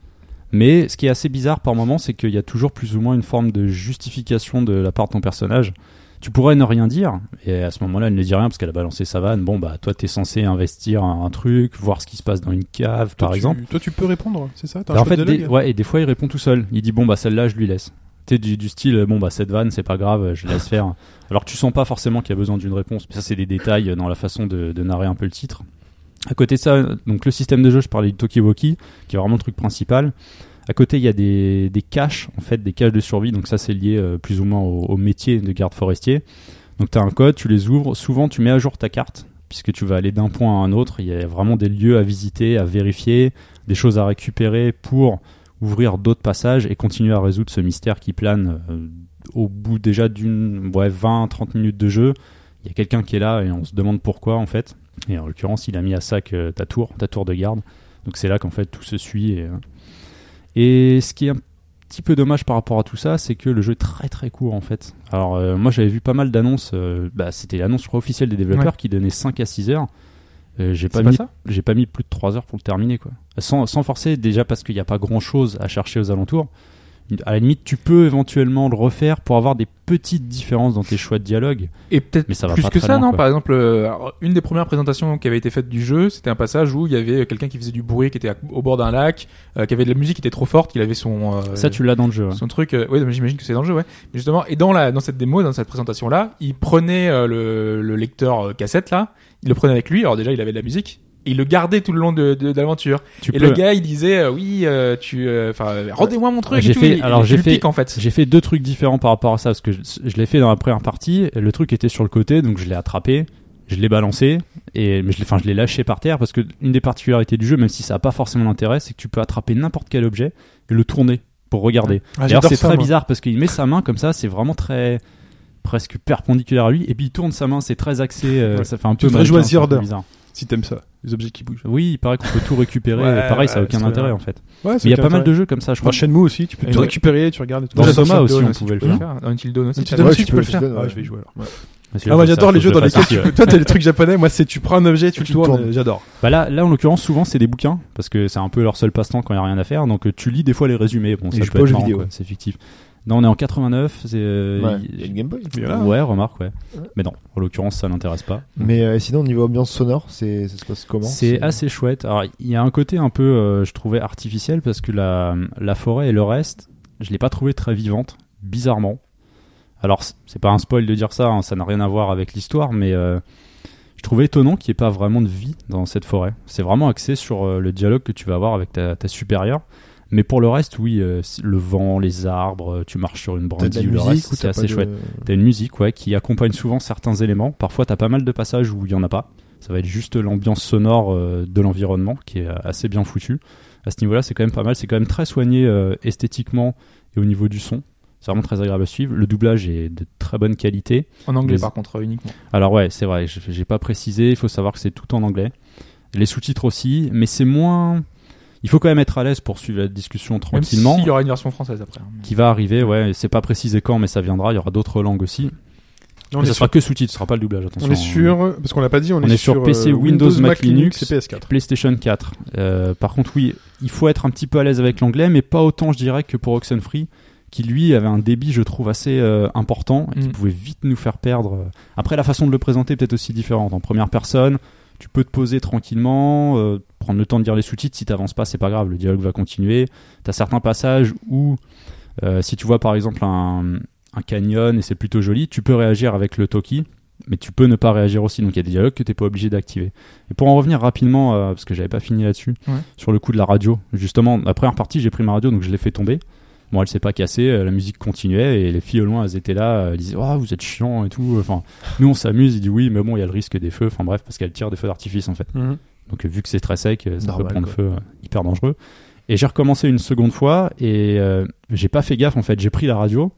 Mais ce qui est assez bizarre par moment, c'est qu'il y a toujours plus ou moins une forme de justification de la part de ton personnage. Tu pourrais ne rien dire, et à ce moment-là, elle ne dit rien parce qu'elle a balancé sa vanne. Bon, bah, toi, t'es censé investir un, un truc, voir ce qui se passe dans une cave,
Toi,
par
tu-
exemple.
Toi, tu peux répondre, c'est ça T'as un
Bah, en
choix
fait,
de
des,
dialogue
ouais, et des fois, il répond tout seul. Il dit bon bah celle-là, je lui laisse. T'es du, du style euh, bon bah cette vanne, c'est pas grave, euh, je laisse faire. Alors que tu sens pas forcément qu'il y a besoin d'une réponse. Mais ça, c'est des détails euh, dans la façon de, de narrer un peu le titre. À côté de ça, euh, donc le système de jeu, je parlais du Tokiwoki, qui est vraiment le truc principal. À côté, il y a des, des caches, en fait, des caches de survie. Donc ça, c'est lié euh, plus ou moins au, au métier de garde forestier. Donc tu as un code, tu les ouvres. Souvent, tu mets à jour ta carte, puisque tu vas aller d'un point à un autre. Il y a vraiment des lieux à visiter, à vérifier, des choses à récupérer pour ouvrir d'autres passages et continuer à résoudre ce mystère qui plane euh, au bout déjà d'une ouais, 20-30 minutes de jeu. Il y a quelqu'un qui est là et on se demande pourquoi en fait. Et en l'occurrence, il a mis à sac euh, ta tour, ta tour de garde. Donc c'est là qu'en fait tout se suit. Et, euh, et ce qui est un petit peu dommage par rapport à tout ça, c'est que le jeu est très très court en fait. Alors euh, moi j'avais vu pas mal d'annonces, euh, bah, c'était l'annonce je crois, officielle des développeurs qui donnait 5 à 6 heures. Euh, j'ai pas
C'est
mis
pas ça
j'ai pas mis plus de 3 heures pour le terminer quoi. Sans, sans forcer déjà parce qu'il n'y a pas grand chose à chercher aux alentours. À la limite, tu peux éventuellement le refaire pour avoir des petites différences dans tes choix de dialogue.
Et peut-être
Mais ça va
plus
pas
que
très
ça,
loin,
non
quoi.
Par exemple, euh, alors, une des premières présentations qui avait été faite du jeu, c'était un passage où il y avait quelqu'un qui faisait du bruit, qui était à- au bord d'un lac, euh, qui avait de la musique qui était trop forte, qu'il avait son euh,
Ça, tu l'as dans le jeu. hein. ouais.
son truc. euh, oui, mais j'imagine que c'est dans le jeu, ouais. Mais justement, et dans la dans cette démo, dans cette présentation là, il prenait euh, le, le lecteur euh, cassette là, il le prenait avec lui. Alors déjà, il avait de la musique. Et il le gardait tout le long de, de, de l'aventure.
Tu
Et
peux-
le gars, il disait euh, oui, euh, tu, euh, enfin, euh, rendez-moi mon truc.
J'ai
et tout.
fait-
Il-
alors,
il
j'ai
le
fait-
pique, en fait.
J'ai fait deux trucs différents par rapport à ça parce que je, je l'ai fait dans la première partie. Le truc était sur le côté, donc je l'ai attrapé, je l'ai balancé, et mais je l'ai, enfin, je l'ai lâché par terre parce que une des particularités du jeu, même si ça n'a pas forcément d'intérêt, c'est que tu peux attraper n'importe quel objet et le tourner pour regarder.
Ah,
D'ailleurs,
j'adore
c'est
ça,
très
moi.
bizarre parce qu'il met sa main comme ça, c'est vraiment très presque perpendiculaire à lui, et puis il tourne sa main, c'est très axé, euh,
Ouais.
ça fait un
Tu
peu.
devrais
américain,
jouer à
c'est un peu
Zirder.
bizarre.
si t'aimes ça, les objets qui bougent.
Oui, il paraît qu'on peut tout récupérer. euh,
Ouais,
pareil, ça a
ouais, c'est
aucun
très
intérêt
bien.
en fait.
Ouais,
Mais il y a pas mal de jeux comme ça, je
Dans
crois.
Shenmue aussi, tu peux
Et
tout
ouais.
récupérer, tu regardes et tout.
Dans
J'adore
Soma
ça.
aussi,
Dawn
on
aussi,
pouvait le
tu peux
faire.
Hum Dans Until Dawn aussi.
Until
t'as-
Dawn
Ouais,
aussi,
tu
tu
peux-
peux le
tu
faire.
peux le faire.
Ah, je vais y jouer alors.
Parce que
Ah, moi
ça,
j'adore
faut
les
que
jeux
je
dans
le
lesquels
fasse
tu
aussi,
peux.
ouais.
Toi, t'as les trucs japonais, moi c'est tu prends un objet, tu
Et
le
tu
tournes,
tournes.
euh, j'adore.
Bah là, là, en l'occurrence, souvent, c'est des bouquins, parce que c'est un peu leur seul passe-temps quand il n'y a rien à faire. Donc, euh, tu lis des fois les résumés. Bon,
Et
ça
je joue
peut
pas aux
être
jeux
marrant,
vidéo,
quoi,
ouais.
c'est fictif. Non, on est en 89. c'est, euh,
Ouais,
il-
j'ai une Game Boy.
Mais voilà.
Ouais, remarque, ouais.
Ah.
Ouais.
Mais non, en l'occurrence, ça l'intéresse pas.
Mais euh, sinon, au niveau ambiance sonore, c'est ça se passe comment
C'est assez chouette. Alors, il y a un côté un peu, euh, je trouvais, artificiel parce que la, la forêt et le reste, je l'ai pas trouvé très vivante, bizarrement. Alors, c- c'est pas un spoil de dire ça, hein, ça n'a rien à voir avec l'histoire, mais euh, je trouvais étonnant qu'il n'y ait pas vraiment de vie dans cette forêt. C'est vraiment axé sur euh, le dialogue que tu vas avoir avec ta, ta supérieure. Mais pour le reste, oui, euh, c- le vent, les arbres, euh, tu marches sur une
T'as de la
brindille ou le
musique
reste,
ou
c'est
t'as pas
assez
de-
chouette. T'as une musique ouais, qui accompagne souvent certains éléments. Parfois, t'as pas mal de passages où il y en a pas. Ça va être juste l'ambiance sonore euh, de l'environnement qui est euh, assez bien foutue. À ce niveau-là, c'est quand même pas mal. C'est quand même très soigné euh, esthétiquement et au niveau du son. C'est vraiment très agréable à suivre. Le doublage est de très bonne qualité.
En anglais,
Des-
par contre, uniquement.
Alors ouais, c'est vrai, j'ai j'ai pas précisé, il faut savoir que c'est tout en anglais. Les sous-titres aussi, mais c'est moins... Il faut quand même être à l'aise pour suivre la discussion
Même
tranquillement.
s'il y aura une version française après. hein, mais-
Qui va arriver, ouais, c'est pas précisé quand, mais ça viendra, il y aura d'autres langues aussi.
On
mais
est
ça
sur-
sera que sous-titres, ce sera pas le doublage, attention.
on est sur, parce qu'on l'a pas dit, on
On est sur
sur
PC,
euh,
Windows, Mac, Linux
et PS4.
PlayStation 4. Euh, par contre, oui, il faut être un petit peu à l'aise avec l'anglais, mais pas autant, je dirais, que pour Oxenfree, qui lui avait un débit, je trouve, assez euh, important et qui
Mm.
pouvait vite nous faire perdre. euh, Après, la façon de le présenter est peut-être aussi différente. En première personne, tu peux te poser tranquillement, euh, prendre le temps de lire les sous-titres. Si t'avances pas, c'est pas grave, le dialogue va continuer. T'as certains passages où, euh, si tu vois par exemple un, un canyon et c'est plutôt joli, tu peux réagir avec le Toki, mais tu peux ne pas réagir aussi. Donc il y a des dialogues que t'es pas obligé d'activer. Et pour en revenir rapidement, euh, parce que j'avais pas fini là-dessus,
Ouais.
sur le coup de la radio, justement, la première partie, j'ai pris ma radio, donc je l'ai fait tomber. Bon, elle s'est pas cassée, euh, la musique continuait et les filles au loin, elles étaient là, euh, elles disaient Ah, vous êtes chiant et tout. Enfin, nous on s'amuse, il dit Oui, mais bon, il y a le risque des feux. Enfin bref, parce qu'elle tire des feux d'artifice en fait.
Mhm.
Donc euh, vu que c'est très sec, euh, ça
Normal,
peut prendre
quoi.
feu, euh, hyper dangereux. Et j'ai recommencé une seconde fois et euh, j'ai pas fait gaffe en fait. J'ai pris la radio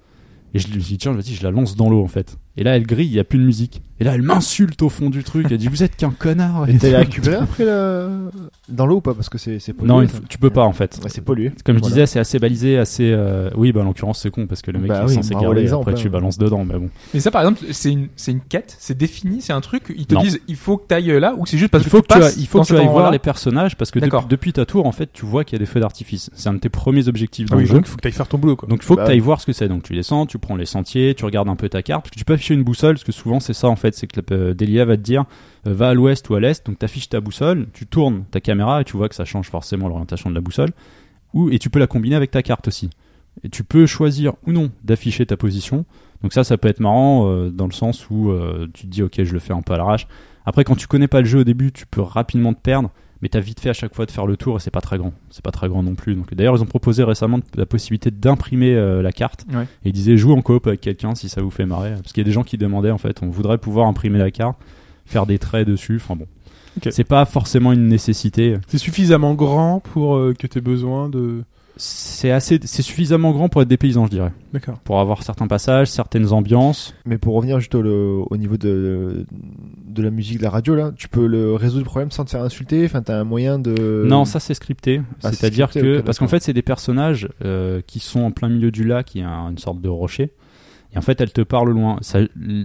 et je lui ai dit tiens, vas-y, je la lance dans l'eau en fait. Et là elle grille, il y a plus de musique. Et là elle m'insulte au fond du truc. Elle dit vous êtes qu'un connard.
Et t'as récupéré après la... dans l'eau ou pas Parce que c'est c'est pollué.
non, une
ça.
fois- tu peux pas en fait.
Ouais, c'est pollué.
Comme je
Voilà.
disais, c'est assez balisé, assez. euh, Oui, bah en l'occurrence c'est con parce que le mec
Bah
est
oui,
censé
bah,
garder.
relaxant,
Après
pas,
tu
ouais.
balances dedans, mais bon.
Mais ça, par exemple, c'est une, c'est une quête, c'est défini, c'est un truc. Ils te
Non.
disent, il faut que t'ailles euh, là, ou c'est juste parce
il faut
que,
que,
tu
tu,
passes
a- il faut
dans
que tu
cet
ailles voir
endroit-là.
les personnages parce que depuis,
D'accord.
depuis ta tour en fait tu vois qu'il y a des feux d'artifice. C'est un de tes premiers objectifs dans
Ah oui,
le jeu.
donc il faut que t'ailles faire ton boulot, quoi.
Donc il faut
Bah
que tu ailles
oui.
voir ce que c'est. Donc tu descends, tu prends les sentiers, tu regardes un peu ta carte, parce que tu peux afficher une boussole, parce que souvent c'est ça en fait, c'est que la- euh, Delia va te dire euh, va à l'ouest ou à l'est, donc tu affiches ta boussole, tu tournes ta caméra et tu vois que ça change forcément l'orientation de la boussole, ou, et tu peux la combiner avec ta carte aussi. Et tu peux choisir ou non d'afficher ta position. Donc ça, ça peut être marrant euh, dans le sens où euh, tu te dis ok je le fais un peu à l'arrache. Après quand tu connais pas le jeu au début, tu peux rapidement te perdre. Mais t'as vite fait à chaque fois de faire le tour et c'est pas très grand. C'est pas très grand non plus. Donc d'ailleurs ils ont proposé récemment la possibilité d'imprimer euh, la carte.
Ouais.
Et ils disaient joue en coop avec quelqu'un si ça vous fait marrer. Parce qu'il y a des gens qui demandaient en fait on voudrait pouvoir imprimer la carte, faire des traits dessus. Enfin bon,
Ok.
c'est pas forcément une nécessité.
C'est suffisamment grand pour euh, que t'aies besoin de.
C'est assez, c'est suffisamment grand pour être des paysans je dirais,
D'accord.
pour avoir certains passages, certaines ambiances.
Mais pour revenir juste au, le- au niveau de, de la musique, de la radio, là, tu peux le résoudre le problème sans te faire insulter. Enfin, t'as un moyen de.
Non, ça c'est scripté.
Ah, c'est
C'est-à-dire
scripté,
que.
ok,
parce qu'en
d'accord.
fait, c'est des personnages euh, qui sont en plein milieu du lac, il y a une sorte de rocher. Et en fait, elle te parle au loin. Ça-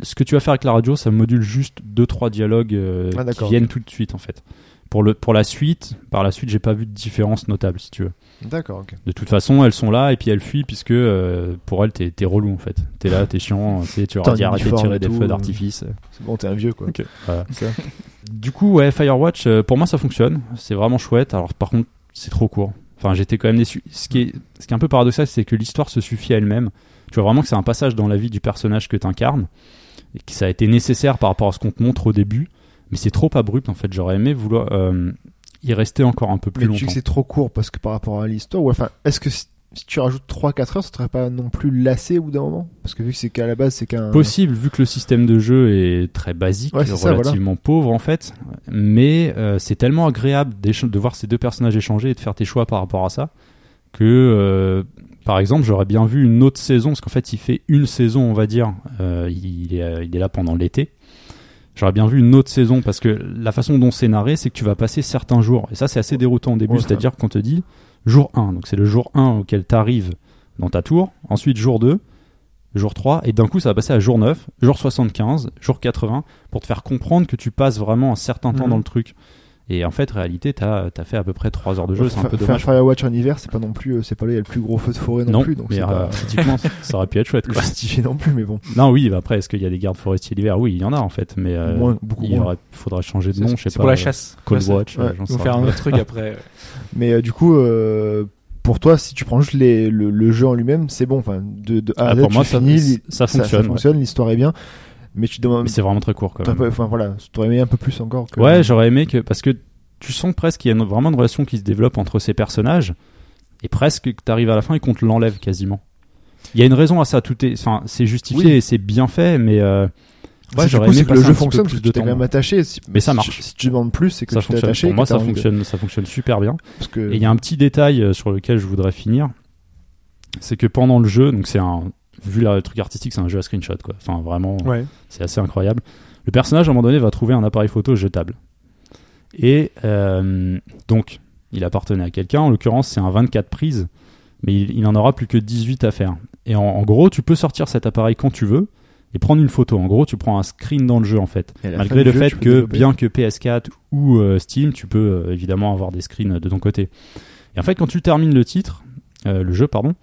ce que tu vas faire avec la radio, ça module juste deux trois dialogues euh,
Ah,
qui
d'accord,
viennent tout de suite, en fait. Pour, le, pour la suite, par la suite, j'ai pas vu de différence notable, si tu veux.
D'accord, ok.
De toute façon, elles sont là et puis elles fuient, puisque euh, pour elles, t'es t'es relou, en fait. T'es là, t'es chiant, tu sais, tu leur
T'es en
dis arrêtez de
uniforme
tirer
et
des
tout. euh.
feux d'artifice.
C'est bon, t'es un vieux, quoi.
Ok.
Voilà.
Ça.
Du coup, ouais, Firewatch, euh, pour moi, ça fonctionne. C'est vraiment chouette. Alors, par contre, c'est trop court. Enfin, j'étais quand même déçu. Ce qui est, ce qui est un peu paradoxal, c'est que l'histoire se suffit à elle-même. Tu vois vraiment que c'est un passage dans la vie du personnage que t'incarnes et que ça a été nécessaire par rapport à ce qu'on te montre au début. Mais c'est trop abrupt, en fait. J'aurais aimé vouloir euh, y rester encore un peu plus
Mais tu dis
longtemps.
que c'est trop court parce que par rapport à l'histoire, ou enfin, est-ce que si si tu rajoutes 3-4 heures, ça te serait pas non plus lassé au bout d'un moment Parce que vu que c'est qu'à la base, c'est qu'un.
Possible, vu que le système de jeu est très basique,
Euh, Ouais, c'est ça,
relativement pauvre en fait, mais euh, c'est tellement agréable d'écha- de voir ces deux personnages échanger et de faire tes choix par rapport à ça, que euh, par exemple j'aurais bien vu une autre saison, parce qu'en fait il fait une saison on va dire, Euh, il, est, euh, il est là pendant l'été, J'aurais bien vu une autre saison parce que la façon dont c'est narré, c'est que tu vas passer certains jours. Et ça, c'est assez déroutant au début,
Ouais,
c'est-à-dire qu'on te dit jour 1. Donc c'est le jour 1 auquel tu arrives dans ta tour. Ensuite, jour 2, jour 3. Et d'un coup, ça va passer à jour 9, jour 75, jour 80 pour te faire comprendre que tu passes vraiment un certain temps
Mhm.
dans le truc. Et en fait, réalité, t'as as fait à peu près 3 heures de jeu. C'est un
Fa-
peu
faire
dommage.
Firewatch en hiver, c'est pas non plus, euh, c'est pas là il y a le plus gros feu de forêt non,
Non,
plus, donc
mais
c'est
euh,
pas
typiquement, ça aurait pu être chouette. quoi.
justifié non plus, mais bon,
Non, oui, bah après, est-ce qu'il y a des gardes forestiers l'hiver Oui, il y en a en fait, mais euh,
moins, beaucoup
il
moins.
aurait- faudra changer de nom, je sais
C'est
pas.
pour la chasse. Ah
Cold
Ouais, ça-
Watch, euh,
ouais,
j'en
Ils vont
sais
faire un
rien.
autre truc après. ouais.
Mais euh, du coup, euh, pour toi, si tu prends juste les, le, le jeu en lui-même, c'est bon. Enfin, de, de A à
Ah,
Z,
pour
tu
moi, ça,
finis,
ça
li- ça- ça
fonctionne. ouais.
fonctionne, l'histoire est bien. Mais tu demandes.
Mais c'est vraiment très court quand
t'as
même.
pas- Enfin voilà, t'aurais aimé un peu plus encore. que-
Ouais, j'aurais aimé que. Parce que tu sens presque qu'il y a une- vraiment une relation qui se développe entre ces personnages, et presque que t'arrives à la fin et qu'on te l'enlève quasiment. Il y a une raison à ça, tout est. Enfin, c'est justifié
Oui.
et c'est bien fait, mais. euh,
C'est
ouais,
du
j'aurais
coup,
aimé
c'est que le
passer un
jeu
petit peu
fonctionne
plus
parce que
de
tu t'es
temps.
quand même attaché. Si-
Mais ça
si-
marche.
Si tu demandes plus, c'est que
ça
tu t'es
fonctionne.
attaché.
Pour
que
moi,
t'as
ça
envie de-
fonctionne, ça fonctionne super bien.
Parce que
Et il y a un petit détail euh, sur lequel je voudrais finir, c'est que pendant le jeu, donc c'est un vu la- le truc artistique, c'est un jeu à screenshot quoi. Enfin vraiment,
Ouais.
c'est assez incroyable. Le personnage à un moment donné va trouver un appareil photo jetable. Et euh, donc, il appartenait à quelqu'un. En l'occurrence, c'est un 24 prises, mais il, il en aura plus que 18 à faire. Et en, en gros, tu peux sortir cet appareil quand tu veux et prendre une photo. En gros, tu prends un screen dans le jeu en fait.
et à la
Malgré
fin
le
du jeu,
fait
tu peux
que,
développer.
bien que PS4 ou euh, Steam, tu peux euh, évidemment avoir des screens de ton côté. Et en fait, quand tu termines le titre, euh, le jeu, pardon,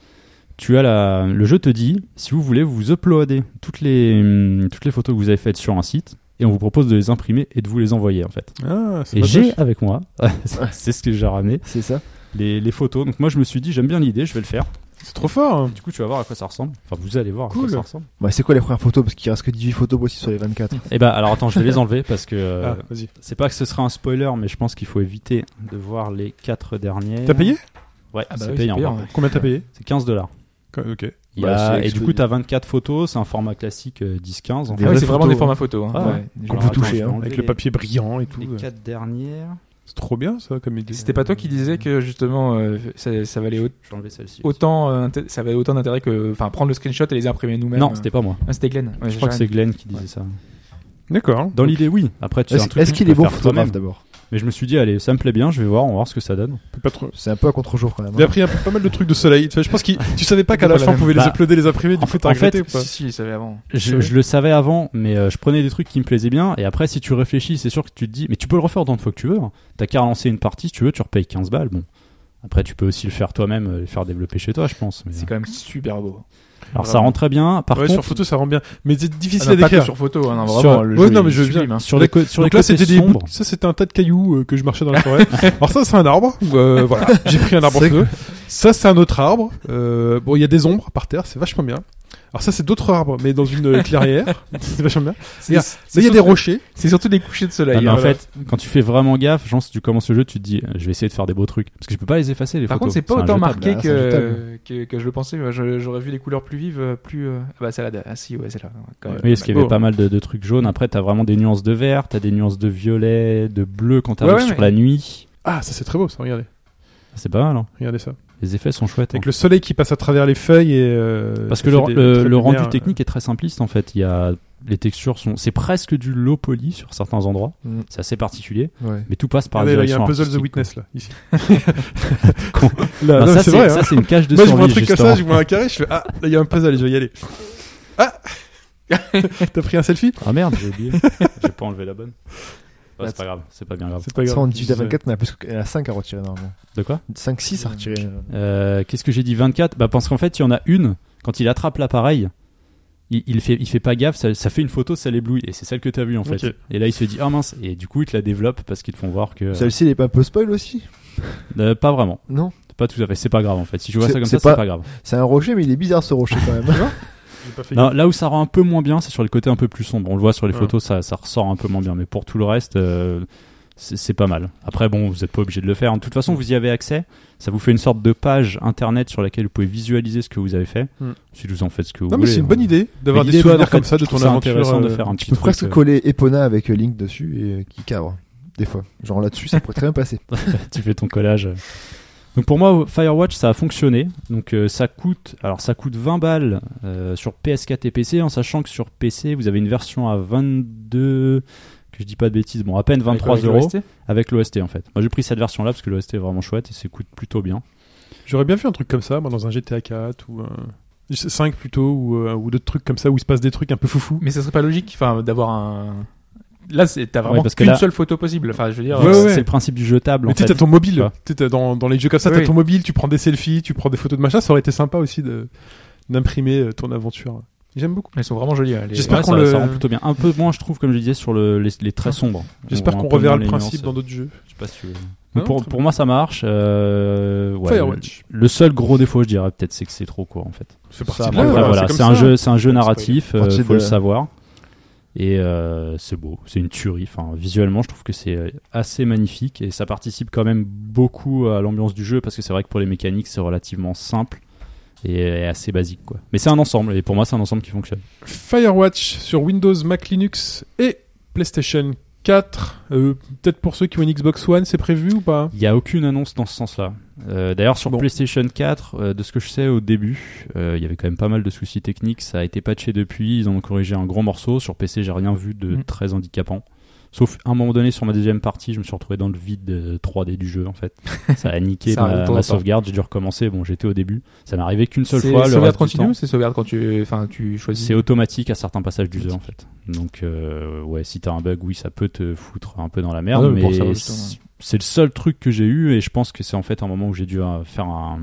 tu as la, le jeu te dit, si vous voulez, vous uploadez toutes les, hum, toutes les photos que vous avez faites sur un site et on vous propose de les imprimer et de vous les envoyer en fait.
Ah, c'est
Et
pas
j'ai
moche.
avec moi, c'est ce que j'ai ramené,
c'est ça.
les, les photos. Donc moi, je me suis dit, j'aime bien l'idée, je vais le faire.
C'est trop fort. hein.
Du coup, tu vas voir à quoi ça ressemble. Enfin, vous allez voir à quoi
Cool.
ça ressemble.
Bah, c'est quoi les premières photos Parce qu'il reste que 18 photos aussi sur les 24.
Et bah, alors attends, je vais les enlever parce que. euh,
Ah, vas-y.
C'est pas que ce sera un spoiler, mais je pense qu'il faut éviter de voir les quatre derniers.
T'as payé
Ouais,
Ah bah
c'est
oui, c'est
payant.
payant,
par
ouais.
contre.
Combien t'as payé
C'est 15 dollars.
Qu- Ok.
Il
Bah,
y a-
c'est
Et du
expo-
coup, t'as 24 photos, c'est un format classique euh, 10-15. En
Des
fait.
Ah
vraies
oui, c'est vraiment
photos,
des formats photos. hein.
Ah ouais.
Ouais.
Qu'on
Alors,
peut
attends,
toucher.
je vais
hein.
enlever
Avec
les-
le papier brillant et tout.
Les quatre dernières.
C'est trop bien ça comme idée.
C'était pas toi qui disais que justement euh, ça, ça valait au-
Je vais enlever celle-ci.
autant euh, inté- ça valait autant d'intérêt que enfin prendre le screenshot et les imprimer nous-mêmes.
Non, c'était pas moi.
Ah, c'était Glenn. Ouais,
Je crois que
Sharon.
c'est Glenn qui disait ça.
D'accord.
Dans l'idée, oui. Après, tu sais un
Est-ce
truc
est-ce
que
qu'il
tu
est
peux
bon
faire toi-même.
photographe d'abord
Mais je me suis dit, allez, ça me plaît bien, je vais voir, on va voir ce que ça donne.
Peut Pas trop.
C'est un peu à contre-jour quand même. hein.
Il a pris un peu- pas mal de trucs de soleil. Tu vois, je pense que tu savais pas qu'à la
Voilà.
fin on pouvait les
Bah,
uploader, les imprimer. Du
en
coup,
fait-
t'as
en fait,
regretté ou pas
Si, si, il savait avant.
Je, je le savais avant, mais euh, je prenais des trucs qui me plaisaient bien. Et après, si tu réfléchis, c'est sûr que tu te dis, mais tu peux le refaire autant de fois que tu veux. hein. T'as qu'à lancer une partie, si tu veux, tu repayes 15 balles. Bon, après, tu peux aussi le faire toi-même, euh, le faire développer chez toi, je pense. mais,
C'est
euh,
quand même super beau. Ah,
Alors, ça
vraiment.
rend très bien. Par
Ouais,
contre,
sur photo ça rend bien. Mais c'est difficile
Ah
à
non, pas que
décrire.
sur photo, hein, non,
Sur-
vraiment. le
Ouais,
jeu
non,
est
mais je veux
sublime, hein.
sur les, co- sur les
Donc là,
côtés
c'était des
sombres,
bouts- ça, c'était un tas de cailloux euh, que je marchais dans la forêt. Alors ça, c'est un arbre. Euh, voilà, j'ai pris un arbre en
C'est-
feu. Ça, c'est un autre arbre. Euh, bon, il y a des ombres par terre, c'est vachement bien. Alors ça, c'est d'autres arbres, mais dans une euh, clairière, c'est vachement bien.
C'est-
Là,
c'est
il y a des
surtout-
rochers.
C'est surtout des couchers de soleil.
Ah, mais en
hein, voilà.
fait, quand tu fais vraiment gaffe, genre si tu commences le jeu, tu te dis, euh, je vais essayer de faire des beaux trucs. Parce que tu peux pas les effacer, les
Par
photos.
contre, c'est pas autant
injetable.
marqué
bah, c'est
que,
injetable.
que, que je le pensais. Moi, je- J'aurais vu les couleurs plus vives, euh, plus. euh, Ah bah, celle-là. Ah si, ouais, celle-là. quand même.
Oui, parce qu'il y
Beau.
avait pas mal de, de trucs jaunes. Après, t'as vraiment des nuances de vert, t'as des nuances de violet, de bleu quand t'arrives
Ouais, ouais,
sur
mais-
la nuit.
Ah, ça, c'est très beau, ça. Regardez,
C'est pas mal, hein.
regardez ça.
Les effets sont chouettes. hein.
Avec le soleil qui passe à travers les feuilles et. euh,
Parce
ça
que
fait
le,
des
le-
traits de
le rendu
lumière, euh,
technique est très simpliste en fait. Il y a les textures sont, c'est presque du low poly sur certains endroits.
Mm.
C'est assez particulier,
Ouais.
mais tout passe par. la
Regardez, là, Ah il y a
direction
un puzzle The
artistique,
Witness là, ici.
quoi.
Là, non,
Bah, ça
c'est
c'est
vrai. hein.
ça, c'est une cage de
Moi, je
survie.
vois un truc comme
justement.
ça, je vois un carré, je fais ah, là, il y a un puzzle, allez, je vais y aller. Ah, t'as pris un selfie
Ah merde, j'ai oublié. j'ai pas enlevé la bonne. Ouais, c'est pas grave, c'est pas bien grave.
C'est pas grave.
Ça, en 18 à
Je-
24, on a plus que 5 à retirer normalement.
De quoi
5, 6 à retirer.
Euh, Qu'est-ce que j'ai dit 24 Bah parce qu'en fait, il y en a une. Quand il attrape l'appareil, il, il fait, il fait pas gaffe. Ça, ça fait une photo, ça l'éblouit, et c'est celle que t'as vue en fait.
Ok.
Et là, il se dit ah mince. Et du coup, ils te la développent parce qu'ils te font voir que
Celle-ci, elle est pas un peu spoil aussi
Euh, pas vraiment,
Non
pas tout à fait. C'est pas grave en fait. Si tu vois
C'est-
ça comme
c'est
ça, c'est
pas-
pas grave.
C'est un rocher, mais il est bizarre ce rocher quand même.
J'ai pas fait
Non, là où ça rend un peu moins bien, c'est sur les côtés un peu plus sombres. On le voit sur les
Ouais.
photos, ça, ça ressort un peu moins bien. Mais pour tout le reste, euh, c'est c'est pas mal. Après, bon, vous n'êtes pas obligé de le faire. De toute
Mm.
façon, vous y avez accès. Ça vous fait une sorte de page internet sur laquelle vous pouvez visualiser ce que vous avez fait.
Mm.
Si vous en faites ce que vous
Non, mais
voulez. hein.
c'est une bonne idée d'avoir
Mais
des
l'idée,
souvenirs
ouais, en fait,
comme ça de
je trouve
ton
ça
aventure.
intéressant de
euh,
faire un
Tu
petit
peux
truc.
presque
euh,
coller Epona avec euh, Link dessus et euh, qui cabre. Des fois. Genre là-dessus, ça pourrait très bien passer.
tu fais ton collage. Donc pour moi, Firewatch, ça a fonctionné. Donc euh, ça coûte, alors ça coûte 20 balles euh, sur PS4 et PC, en sachant que sur PC, vous avez une version à 22, que je dis pas de bêtises, bon, à peine 23
Avec le
euros
OST.
avec l'OST en fait. Moi, j'ai pris cette version-là parce que l'OST est vraiment chouette et ça coûte plutôt bien.
J'aurais bien vu un truc comme ça, moi, dans un GTA 4 ou un 5 plutôt, ou, euh, ou d'autres trucs comme ça où il se passe des trucs un peu foufou.
Mais ça serait pas logique, enfin, d'avoir un. Là, c'est- t'as vraiment
Ouais, parce que
qu'une
là-
seule photo possible. Enfin, je veux dire.
Ouais,
C'est-
euh,
ouais.
C'est le principe du jetable
Mais
en
tu sais,
fait.
t'as ton
tu
mobile.
vois.
Tu sais, t'as Dans, dans les jeux comme ça, t'as
Oui.
ton mobile, tu prends des selfies, tu prends des photos de machin. Ça aurait été sympa aussi de- d'imprimer euh, ton aventure. J'aime beaucoup.
Elles sont vraiment jolies. hein, les-
J'espère
Ouais,
qu'on
ça,
le-
ça rend plutôt bien. Un peu moins, je trouve, comme je disais, sur le- les, les traits sombres.
J'espère
On voit
qu'on
un peu
reverra
moins
le
les
principe dans
nuances.
d'autres jeux.
Je sais pas si tu veux.
Non,
pour,
très
pour moi, ça marche. euh, ouais,
Firewatch.
le, le seul gros défaut, je dirais, peut-être, c'est que c'est trop court en fait.
C'est
Ah,
parti de
bah,
là,
Après,
voilà,
voilà,
comme
c'est
ça.
un jeu, c'est un jeu narratif, euh,
Partie
faut
de-
le savoir. Et euh, c'est beau, c'est une tuerie. Enfin, visuellement, je trouve que c'est euh, assez magnifique et ça participe quand même beaucoup à l'ambiance du jeu parce que c'est vrai que pour les mécaniques, c'est relativement simple et euh, assez basique quoi. Mais c'est un ensemble et pour moi, c'est un ensemble qui fonctionne.
Firewatch sur Windows, Mac, Linux et PlayStation 4. Euh, Peut-être pour ceux qui ont une Xbox One, c'est prévu ou pas
Il n'y a aucune annonce dans ce sens-là. Euh, D'ailleurs, sur
Bon.
PlayStation 4, euh, de ce que je sais au début, euh, il y avait quand même pas mal de soucis techniques. Ça a été patché depuis. Ils en ont corrigé un gros morceau. Sur PC, j'ai rien vu de
Mm.
très handicapant. Sauf à un moment donné, sur ma deuxième partie, je me suis retrouvé dans le vide euh, 3D du jeu, en fait. Ça a niqué
Ça arrive de
ma,
temps en
ma
temps.
sauvegarde. J'ai dû recommencer. Bon, j'étais au début. Ça m'arrivait qu'une seule
C'est
fois. Le
sauvegarde
reste du
continue
temps,
ou c'est sauvegarde quand tu, enfin, tu choisis
c'est automatique à certains passages du jeu, en fait. Donc, euh, ouais, si t'as un bug, oui, ça peut te foutre un peu dans la merde.
Ah non, mais
mais
pour ça, justement,
c'est- c'est le seul truc que j'ai eu et je pense que c'est en fait un moment où j'ai dû euh, faire un.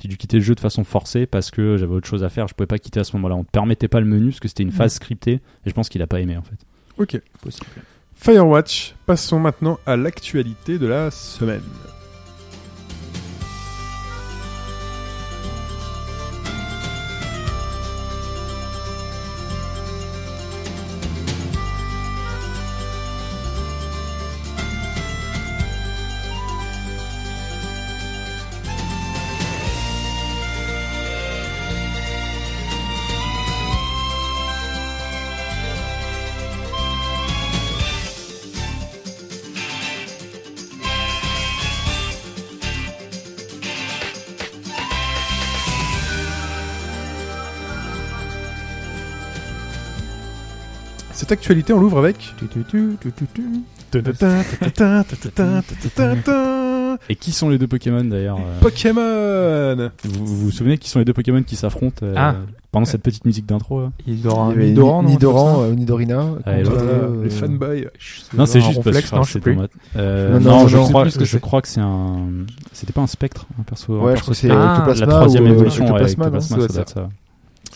J'ai dû quitter le jeu de façon forcée parce que j'avais autre chose à faire. Je pouvais pas quitter à ce moment-là. On te permettait pas le menu parce que c'était une phase scriptée et je pense qu'il a pas aimé en fait.
Ok.
Possible.
Firewatch, passons maintenant à l'actualité de la semaine. Cette actualité, on l'ouvre avec.
Tu, tu, tu, tu, tu, tu.
Et qui sont les deux Pokémon d'ailleurs euh,
Pokémon
vous, vous vous souvenez qui sont les deux Pokémon qui s'affrontent euh,
Ah.
pendant cette petite musique d'intro là
Il doit avoir
Il y
un
avait
Nidoran, non, un truc
Nidoran,
comme
euh, Nidorina.
Ah, et
Oh
contre,
là là,
euh,
Les fanboys.
ça.
Non, c'est
Il doit avoir un réflexe,
juste parce que je crois
non,
que
je sais
c'était
plus.
en mode- Euh,
Non,
non,
non,
je,
non.
Je sais
crois,
plus ce que
je
c'est.
crois que c'est un. C'était pas un spectre, un perso. un
Ouais, je
perso
crois que c'est
spectre.
Ah,
Ectoplasma
la troisième
ou, euh,
évolution ouais,
Ectoplasma, non
Ectoplasma,
non
ça doit être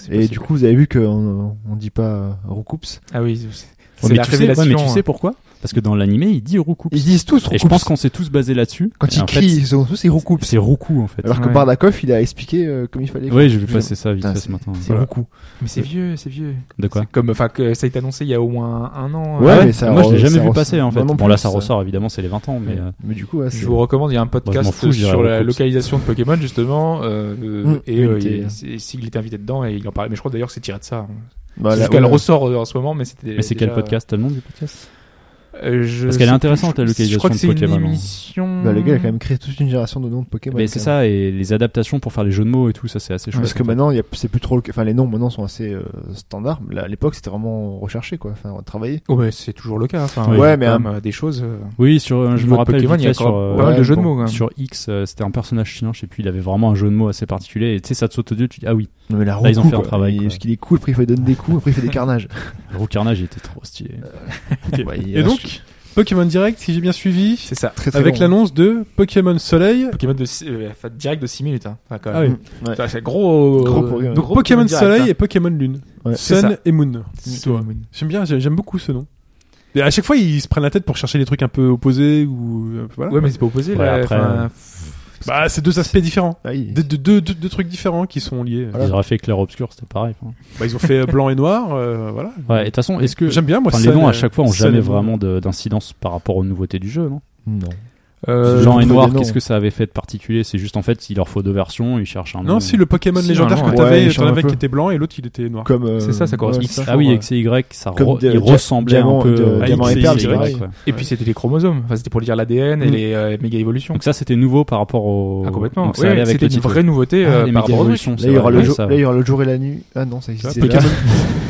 ça.
Et du coup, vous avez vu qu'on on dit pas euh, Roucoups.
Ah oui, c'est- c'est
Ouais, mais
la
tu sais- ouais, mais
révélation.
tu sais pourquoi Parce que dans l'animé, il dit Roucou.
Ils disent tous
Et je pense
Roucoups.
qu'on s'est tous basés là-dessus.
Quand
Et
ils
en fait,
crient, ils sont tous, c'est Roucoups.
c'est Roucou en fait.
Alors que
Ouais.
Bardakoff, il a expliqué euh, comme il fallait. quoi.
Oui, j'ai vu passer ça vite
Putain,
fait ce matin.
C'est
Voilà.
Roucou.
Mais c'est vieux, c'est vieux.
De quoi
C'est Comme, enfin, que ça a été annoncé il y a au moins un an.
Ouais,
euh,
mais ça
Moi, je l'ai
re-
jamais
ça
vu
re-
passer en fait.
moi non
Bon, là,
plus,
ça
ça.
ressort évidemment, c'est les 20 ans, mais. euh,
Mais du coup, ouais,
Je
c'est-
vous recommande, il y a un podcast
m'en fous, je dirais
sur la
beaucoup.
localisation de Pokémon justement, euh,
Mm.
et euh,
Il était-
il- c'est- Sigl était invité dedans et il en parlait. Mais je crois d'ailleurs que c'est tiré de ça. hein.
Bah, là,
c'est juste qu'elle
ouais.
ressort euh, en ce moment, mais c'était.
Mais c'est quel
déjà-
podcast T'as le nom du podcast
Euh, je
Parce qu'elle est
sais plus,
intéressante, la
je-
localisation
Je crois que
de
c'est une
Pokémon, hein.
émission.
Bah, le gars, il a quand même créé toute une génération de noms de Pokémon.
Mais c'est
quand
ça, et les adaptations pour faire les jeux de mots et tout, ça, c'est assez
même.
chouette.
Parce que maintenant, il y a- c'est plus trop le... Enfin, les noms maintenant sont assez euh, standards. mais là, à l'époque, c'était vraiment recherché, quoi. Enfin, travaillé.
Ouais, Oh, c'est toujours le cas. Enfin,
Ouais,
il y a
mais,
quand même, euh, des choses. euh,
Oui, sur, euh,
au
je
niveau
me
de
rappelle
Pokémon,
vite
il y a
fait sur,
encore
euh,
pas mal
ouais,
de jeux de
bon,
mots. quand même.
sur X, euh, c'était un personnage chien, je sais plus, il avait vraiment un jeu de mots assez particulier. Et tu sais, ça te saute aux yeux, tu dis, ah oui,
Non, mais la
Là, ils ont
Roucou,
fait un
quoi.
travail,
Il-
quoi.
Parce qu'il est cool, après, il fait donne des coups, après, il fait des carnages.
Gros Carnage, il était trop stylé.
Ouais, il
Et
reste
donc, Pokémon Direct, si j'ai bien suivi,
C'est ça.
très, très
avec
bon.
l'annonce de Pokémon Soleil.
Pokémon de six- euh, enfin, direct de 6 minutes. Hein. Enfin, quand
Ah
même.
oui.
Ouais.
Ça, C'est gros. euh,
Gros Pokémon.
Donc
gros
Pokémon
direct,
Soleil
hein.
et Pokémon Lune.
Ouais.
C'est
Sun
ça.
et Moon.
C'est-
Toi. J'aime bien, j'ai- j'aime beaucoup ce nom. Et à chaque fois, ils se prennent la tête pour chercher des trucs un peu opposés ou euh, voilà.
Ouais, mais c'est pas opposé.
Ouais,
là,
après,
enfin,
euh,
Bah, c'est deux aspects différents.
Ah, il-
Deux de, de- de- de trucs différents qui sont liés.
Ils auraient fait clair-obscur, c'était pareil. enfin.
Bah, ils ont fait blanc et noir, euh, voilà.
Ouais, et de toute façon, est-ce que.
J'aime bien, moi,
Enfin, les
Sun,
noms à
euh,
chaque fois ont
Sun
jamais
et Moon.
vraiment de- d'incidence par rapport aux nouveautés du jeu, non
Non.
Euh,
je
Blanc et
trouve
noir,
des noms.
qu'est-ce que ça avait fait de particulier C'est juste en fait, il leur faut deux versions, ils cherchent un
Non,
nom.
si le Pokémon
Si,
légendaire
normalement,
que t'avais,
ouais, il
t'en
change un
avais
peu.
qui était blanc et l'autre il était noir.
Comme, euh,
C'est ça, ça correspond.
c'est
Ah oui,
ouais.
avec ses Y, ça
Comme
re-
des-
il ressemblait
diamant-
un peu.
de-
au-
diamant et
XY,
perle,
ouais.
j'imagine.
Ouais.
Et puis c'était les chromosomes. Enfin, c'était pour lire l'ADN et
Mm.
les euh, méga évolutions.
Donc ça, c'était nouveau par rapport au.
Ah, complètement.
Donc ça
Ouais,
allait avec
c'était
le
une
titre.
vraie nouveauté
Ah,
euh,
les
par rapport au
méga-évolutions,
Là
c'est
il, y aura
vrai,
le
ouais,
jour,
ça.
là, il y aura le jour et la nuit. Ah non, ça
Tu vois,
existe.
Pokémon,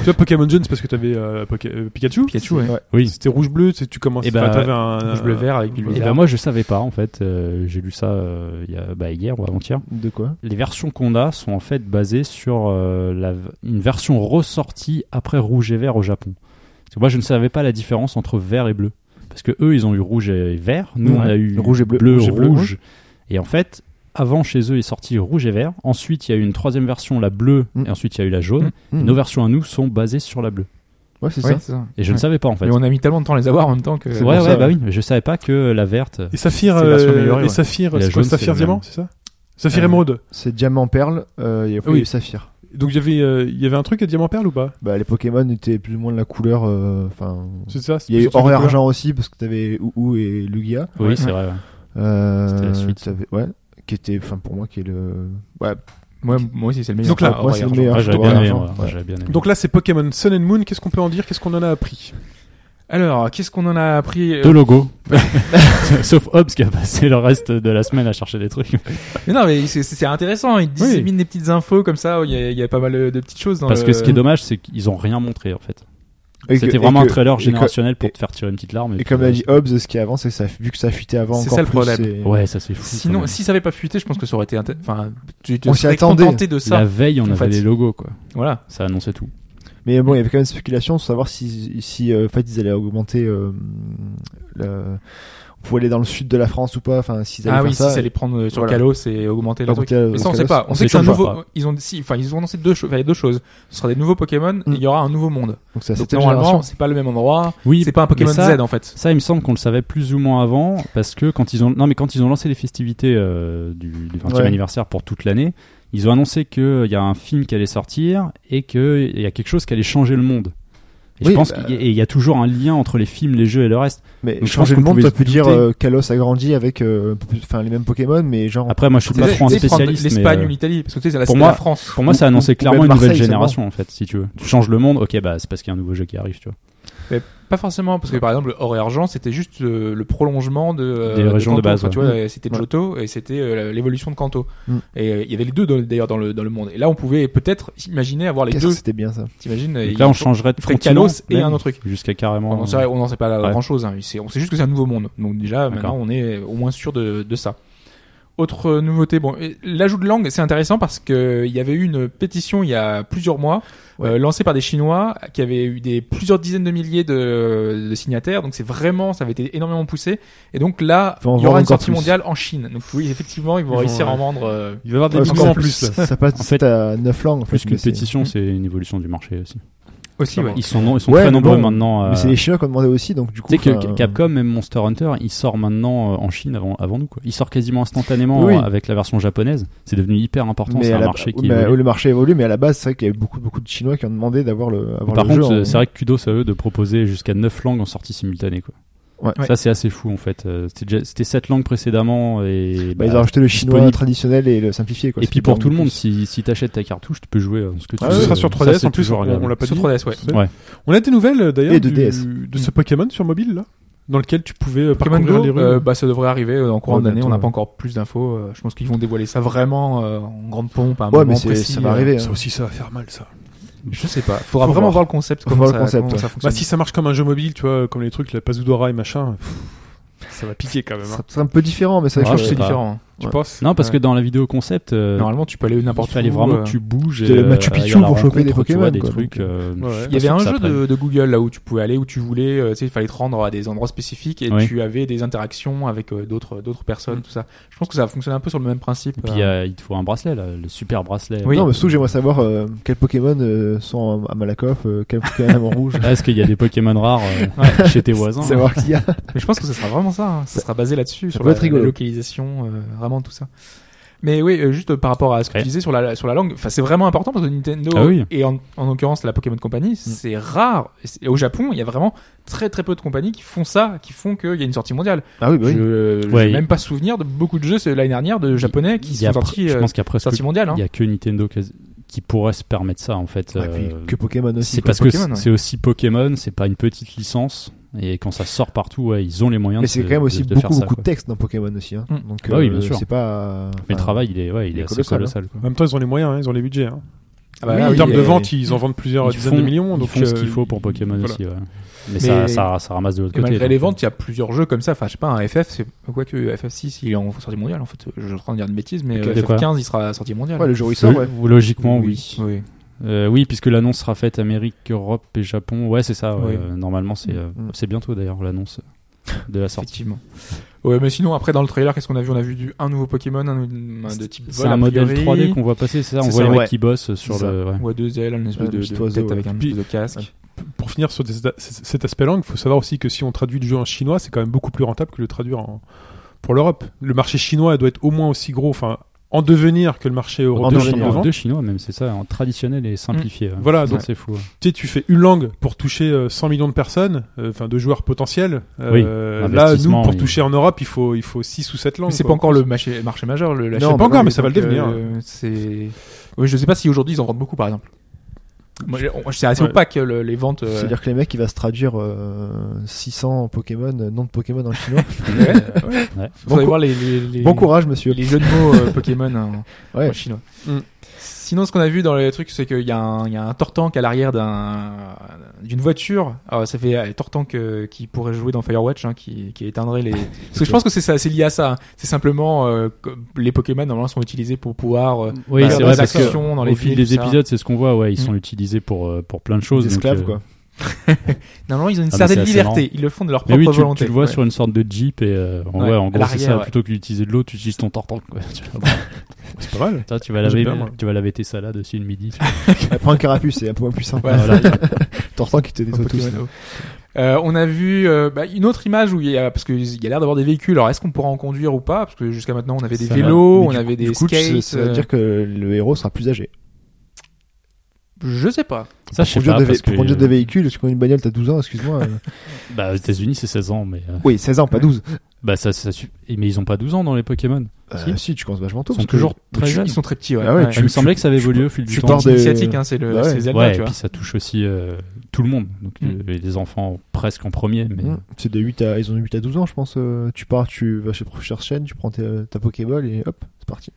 tu vois, Pokémon Jaune, c'est parce que t'avais euh, Poké- euh, Pikachu.
Pikachu, ouais.
Oui.
C'était rouge-bleu, tu sais, tu commences.
Eh ben,
enfin, t'avais un.
Rouge bleu
un-
vert avec du
Et
bizarre.
ben moi je savais pas en fait, Euh, j'ai lu ça euh, il y a- bah, hier ou avant-hier.
De quoi
Les versions qu'on a sont en fait basées sur euh, la, une version ressortie après rouge et vert au Japon. Parce que moi je ne savais pas la différence entre vert et bleu. Parce que eux ils ont eu rouge et vert, nous on
Ouais.
a eu
Rouge et bleu.
bleu,
Rouge et bleu,
rouge. Et en fait, avant chez eux est sorti rouge et vert. Ensuite il y a eu une troisième version, la bleue,
Mm.
et ensuite il y a eu la jaune.
Mm.
Et nos versions à nous sont basées sur la bleue.
Ouais, c'est
Ouais,
ça.
c'est ça.
Et je ne
Ouais.
savais pas en fait.
Mais on a mis tellement de temps à les avoir en même temps que.
Ouais, ouais,
ça,
bah
ouais.
oui, je savais pas que la verte.
Et Saphir.
C'est la version
euh,
améliorée,
Et
ouais.
Saphir,
Et la
c'est quoi
jaune, c'est
Saphir
le
Diamant,
même.
c'est ça Saphir
Euh,
Émeraude.
C'est diamant perle. Euh, et après,
Oui.
il y a eu saphir.
Donc j'avais, euh, il y avait un truc à Diamant Perle ou pas
Bah, les Pokémon étaient plus ou moins de la couleur. euh, Enfin.
C'est ça c'est
il y a eu
plus un truc
or et
de couleur.
argent aussi parce que t'avais ou et Lugia.
Oui,
Ouais.
c'est vrai. ouais.
Euh,
C'était la suite.
t'avais- Ouais. Qui était, enfin pour moi, qui est le. Ouais,
Moi, moi aussi, c'est le meilleur.
Donc là,
Ah,
moi,
regarde,
c'est le meilleur.
Moi,
Ah,
j'avais
je
bien,
vois,
aimé,
l'argent,
moi,
ouais.
j'avais bien aimé.
Donc là, c'est Pokémon Sun and Moon. Qu'est-ce qu'on peut en dire Qu'est-ce qu'on en a appris
Alors, qu'est-ce qu'on en a appris euh,
deux logos. Sauf Hobbs qui a passé le reste de la semaine à chercher des trucs.
mais Non, mais c'est- c'est c'est intéressant. Ils disséminent des petites infos comme ça. Il y a, il y a pas mal de petites choses dans
Parce
le-
que ce qui est dommage, c'est qu'ils ont rien montré en fait.
Et que-
C'était
et
vraiment un
que-
trailer
et que-
générationnel pour
et-
te faire tirer une petite larme.
Et comme l'a dit Hobbs, ce qui avance, c'est que ça, vu que ça fuitait avant
C'est
encore
ça le
plus,
problème.
c'est-
Ouais, ça c'est fou. quand
Sinon,
même.
si ça avait pas fuité, je pense que ça aurait été. inté- Enfin, tu te
On s'y
serais
attendait.
contenté de ça.
la veille, on
en
avait
fait.
les logos quoi.
Voilà.
Ça annonçait tout.
Mais bon, il y avait quand même une spéculation sur savoir si, si euh, en fait, ils allaient augmenter. euh, le... On pouvait aller dans le sud de la France ou pas. Enfin, s'ils allaient
Ah
faire
oui, si
ça.
ça allait prendre sur
Voilà.
Kalos et augmenter le truc.
Augmenter euh, le-
Mais ça, on
le
sait
Kalos.
pas. On
Euh, On
sait que
sait
c'est un
toujours
nouveau.
pas.
Ils ont, si, enfin, ils ont annoncé deux choses. Enfin, il y a deux choses. Ce sera des nouveaux Pokémon.
Mm.
et Il y aura un nouveau monde.
Bah,
Donc ça,
Donc
c'était
normalement, c'est pas le même endroit.
Oui,
C'est pas un Pokémon
mais ça-
Z en fait.
Ça, il me semble qu'on le savait plus ou moins avant, parce que quand ils ont, non, mais quand ils ont lancé les festivités euh, du, du 20e
Ouais.
anniversaire pour toute l'année, ils ont annoncé qu'il y a un film qui allait sortir et qu'il y a quelque chose qui allait changer le monde. Et
Oui,
je pense
bah,
qu'il y, a- et il y a toujours un lien entre les films, les jeux et le reste.
Mais
Donc, je pense
changer
qu'on
le monde,
pouvait
ça
se
peut dire
douter.
euh, Kalos a grandi avec, euh, plus- enfin, les mêmes Pokémon, mais genre.
Après, moi, je suis pas
C'est-
trop un
c'est prendre
spécialiste, mais
L'Espagne
euh,
ou l'Italie, parce que tu sais, c'est
pour
la-
moi-
la France.
pour moi, ça annonçait
Ou-
clairement
ou
une
même
nouvelle
Marseille
génération, en fait, si tu veux. Tu changes le monde, ok, bah, c'est parce qu'il y a un nouveau jeu qui arrive, tu vois.
Pas forcément, parce que par exemple, Or et Argent, c'était juste euh, le prolongement de, euh,
Des régions de
Kanto,
base,
quoi, tu
ouais. Mm.
vois, euh, c'était Johto et c'était euh, l'évolution de Kanto.
Mm.
Et euh, il y avait les deux dans- d'ailleurs dans le, dans le monde. Et là, on pouvait peut-être imaginer avoir les
Qu'est-ce
deux.
que c'était bien ça
T'imagines euh,
Donc
il-
là, on changerait de
il ferait
continent,
Kalos et
même,
un autre truc.
Jusqu'à carrément.
On n'en sait, on n'en sait pas
Ouais.
grand chose. On sait juste que c'est un nouveau monde. Donc déjà, maintenant, on est au moins sûr de, de ça. Autre euh, nouveauté, bon, et l'ajout de langue, c'est intéressant parce que il y avait eu une pétition il y a plusieurs mois euh, lancée par des Chinois qui avaient eu des plusieurs dizaines de milliers de, de signataires. Donc c'est vraiment, ça avait été énormément poussé. Et donc là,
Faut en
il y
vendre
aura une sortie
encore plus.
mondiale en Chine. Donc oui, effectivement, ils vont
Ils vont,
réussir à en
ouais.
vendre. euh,
Il va y avoir des
Ouais,
bigs
encore
en plus.
Ça passe
En fait,
à 9 langues. en fait,
Plus
mais
qu'une
c'est- Hmm.
pétition, c'est une évolution du marché aussi.
aussi, ouais.
Ils sont, no- ils sont
Ouais,
très
mais
nombreux
bon,
maintenant. à-
Mais c'est les Chinois qui ont demandé aussi, donc du coup.
euh, Tu sais que
enfin,
Capcom, même Monster Hunter, il sort maintenant euh, en Chine avant, avant nous. Quoi. Il sort quasiment instantanément
Oui.
euh, avec la version japonaise. C'est devenu hyper important.
Mais
C'est
à
un
la- bah
marché qui
mais,
évolue.
Le marché évolue, mais à la base, c'est vrai qu'il y avait beaucoup, beaucoup de Chinois qui ont demandé d'avoir le. avoir
Par
le jeu
contre,
en-
euh, c'est vrai que kudos à eux de proposer jusqu'à 9 langues en sortie simultanée. Quoi.
Ouais.
Ouais.
Ça, c'est assez fou en fait. Euh, C'était déjà- c'était 7 langues précédemment. Et,
Bah,
bah,
ils ont acheté le chinois
disponible.
traditionnel et le simplifié. Quoi.
et
C'est
puis pour
dingue,
tout le
en
monde,
plus.
si, si t'achètes ta cartouche, tu peux jouer euh, ce que tu
Ah,
veux.
ce sera sur
Ça,
3DS
c'est
en plus,
toujours
on,
agréable.
on l'a pas
Sur
dit.
3DS, ouais.
Ouais.
On a des nouvelles euh, d'ailleurs
Et de
du-
DS.
de ce Pokémon sur mobile là, dans lequel tu pouvais euh,
Pokémon
parcourir
Go,
les rues.
euh, bah, ça devrait arriver euh, en courant
Ouais,
d'année.
bientôt,
On n'a
ouais.
pas encore plus d'infos. euh, Je pense qu'ils vont dévoiler ça vraiment euh, en grande pompe à un
Ouais,
moment
mais c'est-
précis.
ça va
euh,
arriver.
Ça
hein.
aussi, ça va faire mal ça.
Je sais pas. Faudra
Faut
vraiment
voir.
voir le concept.
Faut
comment
voir le
ça-
concept,
comment
ouais.
ça
Bah
fonctionne.
si ça marche comme un jeu mobile, tu vois, comme les trucs, la Pazudora et machin, pff, ça va piquer quand même. hein.
Ça- C'est un peu différent, mais c'est
Ouais,
vrai
je
que
pense que c'est
Ah, pas.
différent. hein.
Tu
Ouais.
penses
Non, parce
Ouais.
que dans la vidéo concept, euh,
Normalement, tu peux aller n'importe
il
où.
fallait vraiment
euh,
que tu bouges.
C'était
et,
le Machu
euh,
Picchu
il y a la
pour choper des
rencontre, tu vois,
Pokémon,
des
quoi,
trucs.
donc,
euh,
Ouais, ouais.
Il y avait
sûr
un
que ça
jeu de, de Google là où tu pouvais aller où tu voulais. euh, tu sais, il fallait te rendre à des endroits spécifiques et
Oui. Mm.
tu avais des interactions avec euh, d'autres d'autres personnes, tout ça. Je pense que ça va fonctionner un peu sur le même principe.
Puis
euh,
il y a- il te faut un bracelet, là, le super bracelet.
Oui.
Non, mais surtout, j'aimerais savoir euh, quels Pokémon euh, sont à Malakoff, euh, quels Pokémon en rouge.
Ah, Est-ce qu'il y a des Pokémon rares euh, chez tes voisins hein
savoir qui y a.
Mais je pense que ce sera vraiment ça. hein. Ça sera basé là-dessus, sur
peut
la,
être rigolo.
la localisation, euh, vraiment tout ça. Mais oui, euh, juste par rapport à ce que
Ouais.
tu disais sur la, sur la langue, enfin, c'est vraiment important parce que Nintendo
Ah oui. Mm.
et en, en l'occurrence la Pokémon Company, c'est rare. Et c'est- et au Japon, il y a vraiment très très peu de compagnies qui font ça, qui font qu'il y a une sortie mondiale.
Ah oui, bah oui.
Je n'ai
Ouais, il-
même pas souvenir de beaucoup de jeux c'est l'année dernière de japonais qui
Il y a
sont
pr-
sortis,
je
euh,
pense qu'il y a presque
sortis mondiales. hein.
il y a que Nintendo quasi- qui pourrait se permettre ça en fait.
Ouais, puis
Euh,
que Pokémon aussi.
c'est
quoi.
parce que
Pokémon, ouais.
c'est aussi Pokémon, c'est pas une petite licence. Et quand ça sort partout, ouais, ils ont les moyens
Mais
Hein, de
c'est
se-
quand même aussi
de- de faire
beaucoup,
ça,
beaucoup
quoi.
de textes dans Pokémon aussi. Hein.
Mm.
Donc,
Bah oui,
euh,
bien sûr.
c'est pas. enfin,
Mais le travail, il est, ouais, il
il
est
est
assez
colossal,
colossal. quoi.
En même temps, ils ont les moyens, hein, ils ont les budgets. hein.
Ah bah
Oui,
là,
en
oui,
termes de
et-
vente, ils en vendent plusieurs
euh, Ils
dizaines
font-
de millions.
ils
donc
font ce
euh,
qu'il faut pour Pokémon
voilà.
aussi. ouais. Mais, ça,
Mais-
ça, ça ramasse de l'autre
Et
côté.
malgré
donc.
les ventes, il y a plusieurs jeux comme ça. Enfin, je sais pas, un FF, c'est quoi que FF6, il est en sortie mondiale en fait. Je suis en train de dire une bêtise, mais
Ok,
euh,
de quoi
FF15, il sera sorti mondial.
Ouais, le jour où il sort, ouais.
Euh, Logiquement, oui. Euh, Oui,
oui.
puisque l'annonce sera faite Amérique, Europe et Japon. Ouais, c'est ça. ouais.
Oui.
Euh, normalement, c'est euh,
Mm.
c'est bientôt d'ailleurs l'annonce de la sortie.
Effectivement. Ouais, mais sinon, après, dans le trailer, qu'est-ce qu'on a vu On a vu du, un nouveau Pokémon, un, un de type
C'est
vol,
un
a
modèle
priori,
3D qu'on voit passer, c'est ça
C'est
On voit
ça,
les
ouais.
mecs qui bossent sur
C'est ça.
le. ouais.
Ouais, deux ailes, une
Euh,
espèce
Un
de,
petit
de
oiseau,
tête
ouais.
avec un
Puis-
espèce de casque.
Pour finir sur des- cet aspect langue, il faut savoir aussi que si on traduit le jeu en chinois, c'est quand même beaucoup plus rentable que le traduire en... pour l'Europe. Le marché chinois doit être au moins aussi gros, enfin, en devenir que le marché
En
européen
deux
devenir,
de
chinois,
vente.
deux chinois même, c'est ça, en traditionnel et simplifié. hein. ouais.
Voilà,
Ça,
donc-
c'est fou. ouais.
hein.
Tu sais, tu fais une langue pour toucher euh, 100 millions de personnes, euh, enfin de joueurs potentiels. Euh,
Oui,
là, nous,
l'investissement,
pour
il-
toucher en Europe, il faut, il faut 6 ou 7 langues.
Mais c'est pas
quoi.
encore le marché, marché majeur, le la
Non,
Chine.
pas encore, mais ça va le
Donc,
devenir.
euh, c'est. Oui, je sais pas si aujourd'hui ils en vendent beaucoup, par exemple. Moi, j'ai- on- c'est assez
Ouais.
opaque le- les ventes. euh,
C'est-à-dire que les mecs, il va se traduire euh, 600 Pokémon, euh, noms de Pokémon en chinois.
Ouais, ouais.
Ouais.
Faudrait
Bon
voir les, les, les-
bon courage, monsieur.
les jeux de mots euh, Pokémon en,
Ouais.
en chinois.
Mm.
Sinon, ce qu'on a vu dans les trucs, c'est qu'il y, a un- il y a un Tortank à l'arrière d'un- d'une voiture. Alors, ça fait euh, Tortank euh, qui pourrait jouer dans Firewatch, hein, qui, qui éteindrait les. Parce que je pense que c'est ça, c'est lié à ça. hein. C'est simplement euh, que les Pokémon normalement sont utilisés pour pouvoir euh,
Oui,
faire
c'est
des
vrai parce que.
actions dans les
Au fil
villes,
des
tout ça.
épisodes, c'est ce qu'on voit. Ouais, ils
Mm.
sont utilisés pour euh, pour plein de choses.
Des
donc,
esclaves,
euh,
quoi.
Normalement, ils ont une
Ah, mais c'est
certaine
assez
liberté. Ils le font de leur
Mais
propre
oui, tu, tu
volonté.
le vois
Ouais.
sur une sorte de jeep et euh, en,
Ouais,
ouais, en
à
gros c'est
l'arrière,
ça.
ouais.
Plutôt que d'utiliser de l'eau, tu utilises ton tortank. Quoi. Tu vois.
C'est pas mal.
Putain, tu vas
J'aime
laver,
bien, moi.
tu vas laver tes salades aussi le midi. euh,
Ouais, Prends un carapuce, c'est un peu moins puissant.
Ouais,
Voilà. T'entends qu'il te
Pas
nettoie tous.
Pokémon, oh. Euh, on a vu euh, bah, une autre image où il y a parce qu'il y a l'air d'avoir des véhicules. Alors est-ce qu'on pourra en conduire ou pas Parce que jusqu'à maintenant on avait des
Ça va.
vélos,
Mais
Oh, on
du
avait
coup-
des
du coup,
skates.
Ça veut
euh,
dire que le héros sera plus âgé.
euh, Je sais pas.
Ça, je sais
Conduire
pas
des vé-
parce
Pour
que
conduire des véhicules, tu conduis une bagnole, t'as 12 ans, excuse-moi. euh.
bah, aux États-Unis c'est 16 ans, mais euh,
Oui, 16 ans, pas 12.
bah ça, ça suff- et- mais ils ont pas 12 ans dans les Pokémon.
Euh, Si, tu commences vachement tôt.
Ils sont
parce que-
toujours très
Ils-
jeunes.
Ils sont très petits. Ouais.
Ah ouais,
Ouais.
Il me semblait que ça avait évolué au fil du
tu
temps.
pars
C'est
des-
initiatique, hein, c'est le
Bah ouais.
c'est Zelda,
Ouais,
tu
et
vois.
puis ça touche aussi euh, tout le monde, donc
Mm.
euh, les enfants presque en premier, mais
Mmh. C'est de 8 à... Ils ont 8 à 12 ans, je pense. euh, Tu pars, tu vas chez Prochaine Chaîne, tu prends ta, ta Pokéball et hop, c'est parti.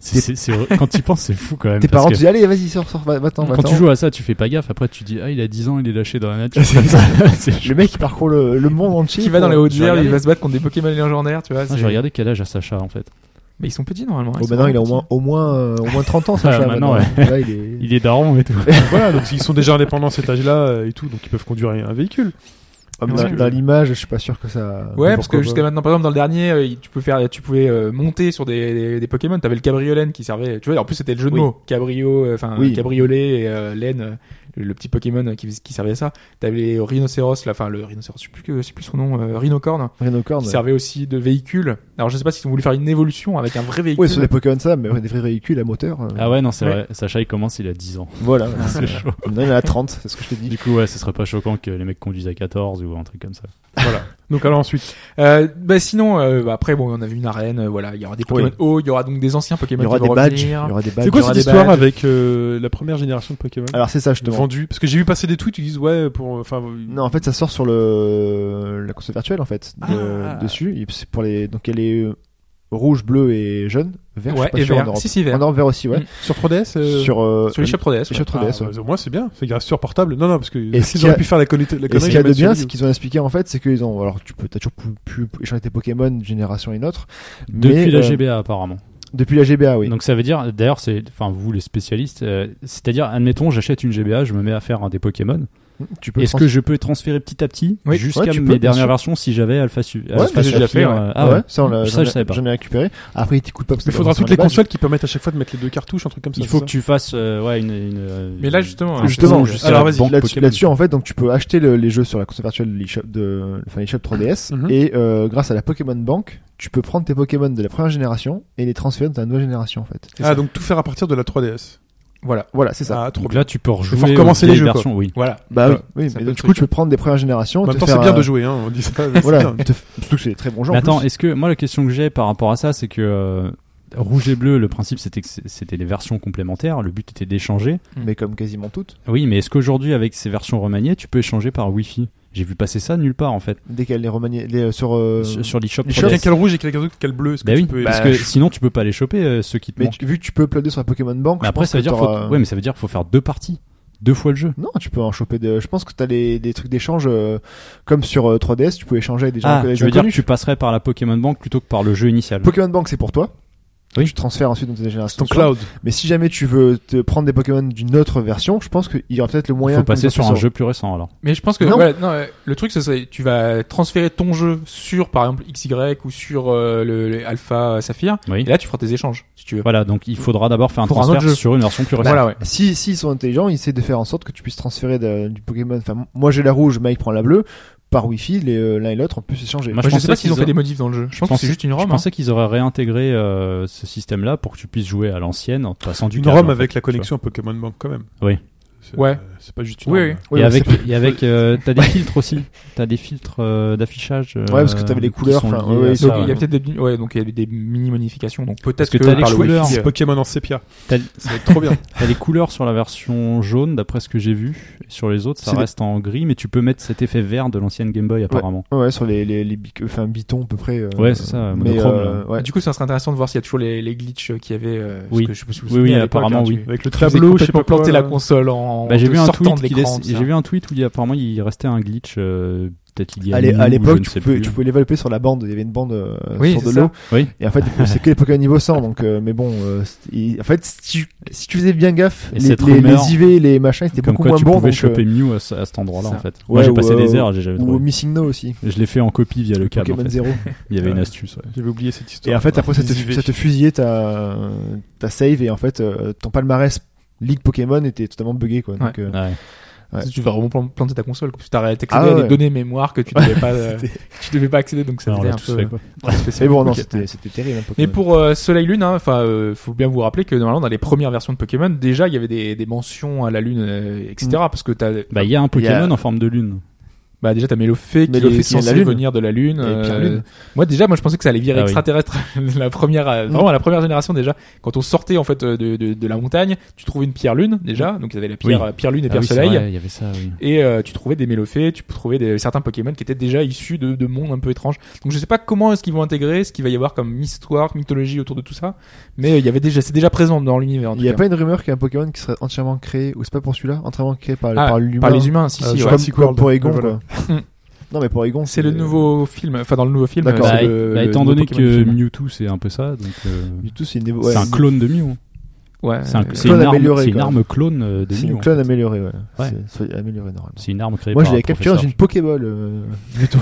c'est- c'est- c'est- quand tu penses c'est fou quand même.
Tes
parce
parents, Ah,
que
tu dis allez, vas-y, sors, sors, va- va-t'en, va-t'en.
quand tu joues à ça, tu fais pas gaffe. Après tu dis ah il a 10 ans, il est lâché dans la nature. C'est-
Le mec, il parcourt le, le monde entier.
Qui va dans les hautes
je
airs, il
regardais.
va se battre contre des Pokémon légendaires, tu vois.
Ah,
c'est-
J'ai regardé quel âge a Sacha en fait.
Mais ils sont petits normalement.
Bon,
ils sont
maintenant, Oh, bah il a au
vraiment
moins, au moins, euh, au moins 30 ans, Sacha.
Ah, maintenant,
Là, il est.
Il est daron et tout.
voilà, donc ils sont déjà indépendants à cet âge-là euh, et tout, donc ils peuvent conduire un véhicule.
Ah, mais
Parce
dans
que-
dans l'image, je suis pas sûr que ça.
petits. Ouais, parce
Pourquoi pas.
que jusqu'à maintenant, par exemple, dans le dernier, euh, il- tu peux faire, tu pouvais euh, monter sur des, des, des Pokémon. T'avais le cabriolet qui servait. Tu vois, en plus c'était le jeu de
Oui.
mots, cabrio, euh, enfin
Oui.
cabriolet et euh, laine, euh, le, le petit Pokémon euh, qui, qui servait à ça. T'avais les rhinocéros, là, enfin le rhinocéros, je sais plus, que- je sais plus son nom, euh, rhinocorne,
Rhinocorn.
qui servait aussi de véhicule. Alors je sais pas s'ils ont voulu faire une évolution avec un vrai véhicule.
Oui, sur des Pokémon, ça, mais ouais, des vrais véhicules à moteur. euh,
Ah ouais non c'est
Ouais.
vrai. Sacha il commence il a 10 ans.
Voilà. c'est chaud. Maintenant, il en a 30, c'est ce que je te dis.
Du coup ouais ce serait pas choquant que les mecs conduisent à 14 ou un truc comme ça.
Donc alors ensuite,
Euh, bah sinon, euh, bah, après bon, on a vu une arène, euh, voilà, il y aura des Pokémon
Oui.
hauts, il y aura donc des anciens Pokémon
Il y aura
qui
des
vont
badges. Bah, Il y
revenir.
aura des badges. Ah,
c'est quoi
il y
cette
aura des
histoire euh
badges.
avec euh, la première génération de Pokémon
Alors, c'est ça, justement.
Vendu Parce que j'ai vu passer des tweets qui disent ouais pour euh, enfin
Non, en fait, ça sort sur le la console virtuelle en fait de-
Ah.
dessus. Et c'est pour les donc elle est euh, rouge, bleu et jaune, vert. je
Ouais,
suis pas
et
sûr en
vert.
Europe.
Si, si, vert.
En Europe, vert aussi, ouais.
sur 3DS euh,
Sur euh,
Sur les Shop 3DS.
les
ouais.
Shop 3DS.
Ah,
ouais.
bah, au moins c'est bien, c'est grâce sur portable. Non non parce que
Et ce
ils
qu'il y
auraient
a-
pu faire la connerie- la
Et ce
connerie.
qu'il y a de
mettre sur
bien,
Wii U.
c'est qu'ils ont expliqué en fait, c'est qu'ils ont alors tu peux t'as toujours pu, pu échanger tes Pokémon d'une génération à une autre.
Depuis
mais,
la
euh,
GBA apparemment.
Depuis la GBA, oui.
Donc ça veut dire, d'ailleurs, c'est, enfin vous les spécialistes, euh, c'est-à-dire, admettons, j'achète une GBA, je me mets à faire un des Pokémon.
Tu peux
Est-ce que je peux transférer petit à petit
Oui.
jusqu'à
Ouais, tu peux,
mes
bien
dernières
sûr.
versions si j'avais Alpha Su
Ouais,
Alpha
j'ai
déjà
Saphir,
fait, ouais.
euh, Ah ouais.
ça, on l'a-
Ça,
j'en ai-
je savais pas.
J'en ai récupéré. Après, il t'écoute pas parce que
Il
t'as
faudra
lancé
toutes
dans
les
bases.
consoles qui permettent à chaque fois de mettre les deux cartouches, un truc comme ça.
Il faut que tu fasses euh, ouais une, une, euh,
Mais là, justement,
un
Justement, justement.
pont jusqu'à la
Alors, vas-y,
banque
Là-dessus,
Pokémon.
là-dessus, en fait, donc tu peux acheter le- les jeux sur la console virtuelle de l'eShop de, enfin, l'eShop 3DS,
Mhm.
et euh, grâce à la Pokémon Bank, tu peux prendre tes Pokémon de la première génération et les transférer dans ta nouvelle génération, en fait.
Ah, donc tout faire à partir de la 3DS. Voilà.
Voilà, c'est ça.
Ah, trop
Donc
bien.
là, tu peux rejouer
faut recommencer
aux
les
vieilles
jeux, quoi.
versions, oui.
Voilà.
bah oui,
Voilà.
oui,
C'est un
mais
peu
donc,
le
du coup,
truc.
tu peux prendre des premières générations.
En
te
même temps,
faire
c'est bien
un-
de jouer, hein, on dit ça. mais c'est
Voilà,
bien.
te f- surtout que c'est très bon jeu.
Mais
en
attends,
plus.
est-ce que moi la question que j'ai par rapport à ça, c'est que euh, rouge et bleu, le principe c'était que c- c'était des versions complémentaires, le but était d'échanger.
mais comme quasiment toutes,
Oui, mais est-ce qu'aujourd'hui avec ces versions remaniées, tu peux échanger par Wi-Fi J'ai vu passer ça nulle part en fait
dès qu'elle est remaniée, les- sur, euh,
sur, sur l'eShop.
les
Je sais
3DS.
bien quel rouge et quel, quel bleu. Est-ce que
Bah
tu
oui,
peux-
parce
Bah,
que
je-
sinon tu peux pas les choper euh, ceux qui te
mais
manquent.
tu- vu que tu peux uploader sur la Pokémon Bank,
Mais
je
après
pense
ça veut
que
dire faut...
t'auras-
ouais, mais ça veut dire faut faire deux parties, deux fois le jeu.
Non, tu peux en choper de. Je pense que t'as les, des trucs d'échange euh, comme sur euh, 3DS, tu peux échanger avec des gens.
Ah,
avec des
tu veux dire que
inconnus.
tu passerais par la Pokémon Bank plutôt que par le jeu initial.
Pokémon Bank, c'est pour toi.
Mm. Oui.
Tu transfères ensuite dans tes générations.
Ton
suivantes.
cloud.
Mais si jamais tu veux te prendre des Pokémon d'une autre version, je pense qu'il y aura peut-être le moyen.
faut
qu'on
passer
fasse
sur un jeu plus récent alors.
Mais je pense que
Non.
voilà, non, euh, le truc, ce serait tu vas transférer ton jeu sur par exemple XY ou sur euh, le, le Alpha Saphir.
Oui.
Et là, tu feras tes échanges si tu veux.
Voilà, donc il faudra d'abord faire un
Pour un
transfert
autre jeu.
sur une version plus récente.
Voilà, ouais.
Si s'ils sont intelligents, ils essaient de faire en sorte que tu puisses transférer de- du Pokémon. Enfin, moi j'ai la rouge, Mike prend la bleue. Par Wi-Fi, les, euh, l'un et l'autre, on peut s'échanger.
Moi,
Moi, je
pensais
sais pas s'ils ont
qu'ils
fait
ont-
des modifs dans le jeu. Je, pense que c'est
pensais-
juste une ROM.
Je
hein.
pensais qu'ils auraient réintégré euh, ce système-là pour que tu puisses jouer à l'ancienne en te passant du
Une
câble,
ROM
en fait,
avec la
tu vois.
connexion à Pokémon Bank quand même.
Oui.
C'est- euh,
Ouais.
C'est pas juste une
Oui,
ROM.
oui.
Oui,
et
mais
avec,
c'est-
et avec euh, t'as des filtres aussi. T'as des filtres euh, d'affichage. euh,
Ouais, parce que t'avais les
qui
couleurs,
sont
enfin,
liés
ouais,
à
ouais,
ça,
Donc, il y a
ouais.
peut-être des, ouais, donc il y a des mini modifications. Donc peut-être
Parce que
que,
t'as les
par le
couleurs.
Wi-Fi,
C'est
euh,
Pokémon en sépia.
T'as-
Ça va être trop bien.
T'as les couleurs sur la version jaune, d'après ce que j'ai vu. Et sur les autres, ça
C'est des-
reste en gris, mais tu peux mettre cet effet vert de l'ancienne Game Boy apparemment.
Ouais, sur les, les, les bic- enfin, bitons à peu près. euh,
Ouais, c'est ça,
mais,
monochrome,
euh, ouais.
Du coup, ça serait intéressant de voir s'il y a toujours les, les glitches euh, qu'il y avait. euh, parce
Oui.
que je sais pas si vous vous
Oui, oui,
souvenez, à l'époque,
apparemment,
hein, tu-
oui.
Avec le
Tu avais
tableau, je sais
complètement
pas
planté
quoi.
la console en
Bah, j'ai
te
vu un
sortant
tweet
de
qui
l'écran.
laisse- j'ai vu un tweet où il apparemment il restait un glitch euh, peut-être lié à
À l'é-
Mew
à
ou je
l'époque,
ne
tu
sais
pouvais,
plus.
tu pouvais développer sur la bande. Il y avait une bande euh,
Oui,
sur de
c'est ça.
l'eau.
Oui.
Et en fait, c'est que les Pokémon niveau 100. Donc, euh, mais bon, euh, c'était- il- en fait, si tu, si tu faisais bien gaffe,
Et
les,
cette
les,
rumeur-
les IV, les machins, c'était
Comme
beaucoup
quoi
moins
tu
bon.
pouvais
donc, euh,
choper Mew à, ce- à cet endroit-là
ça.
en fait. Moi j'ai
ou,
passé
euh,
des heures, j'ai jamais
ou
trouvé.
Missing No aussi.
Je l'ai fait en copie via le câble. en
Pokémon
fait.
Zéro.
Il y avait une
Ouais.
astuce. ouais.
J'avais oublié cette histoire.
Et en fait, après, ça te,
Les IV.
ça te fusillait ta, ta save et en fait, euh, ton palmarès Ligue Pokémon était totalement buggé quoi. Donc, euh,
Ouais.
Ouais.
Tu vas vraiment plan- planter ta console, parce que tu as accédé
Ah
à des
ouais.
données mémoire que tu devais pas, euh,
c'était-
tu devais pas accéder, donc ça
Alors, on
faisait
l'a
un
tous
peu
fait, quoi.
spécial.
mais bon, non,
Ok.
c'était c'était terrible. hein,
Mais
Pokémon.
pour euh, Soleil Lune, hein, enfin, euh, faut bien vous rappeler que normalement dans les premières versions de Pokémon, déjà il y avait des, des mentions à la Lune, euh, etc. Parce que t'as,
Bah, il y a un
Il y a-
Pokémon en forme de lune.
bah déjà t'as Mélofée qui
Mélofée
est
qui vient de la
censé
Lune.
venir de la Lune. euh,
Et Pierre Lune.
moi déjà, moi je pensais que ça allait virer
Ah oui. Mm.
extraterrestre la première, euh, vraiment la première génération déjà. Quand on sortait en fait euh, de, de, de la montagne, tu trouvais une Pierre Lune déjà, donc ils avaient la Pierre, euh,
Oui.
Pierre Lune et
Ah
Pierre
oui, c'est
Soleil.
vrai, il y avait ça, oui.
et euh, tu trouvais des Mélophées, tu trouvais des, certains Pokémon qui étaient déjà issus de, de mondes un peu étranges. Donc je sais pas comment est-ce qu'ils vont intégrer, ce qu'il va y avoir comme histoire, mythologie autour de tout ça, mais euh, il y avait déjà, c'est déjà présent dans l'univers. en
il
tout
n'y a
cas.
pas une rumeur qu'il y a un Pokémon qui serait entièrement créé, ou c'est pas pour celui-là, entièrement créé par,
Ah,
par l'humain.
par les humains, si
Euh,
si.
je
ouais.
crois-
comme,
Jurassic
comme
World.
pour Egon,
Ouais, voilà.
quoi. non, mais pour Egon,
C'est le nouveau film, enfin dans le nouveau film. euh,
D'accord.
c'est
Bah,
le-
bah,
le
étant
nouveau
donné
Pokémon
que
film.
Mewtwo c'est un peu ça, donc euh,
Du tout, c'est une évo- ouais,
c'est un clone de Mew.
ouais,
C'est un-
euh,
c'est
clone
une, arme,
amélioré,
c'est une
quoi.
arme clone euh, de
C'est
Mew.
une
en
clone
fait.
améliorée, ouais.
Ouais.
C'est- soit améliorée normalement.
C'est une arme créée
Moi, je
par un
l'avais capturé dans une
professeur.
Pokéball, euh, du tout.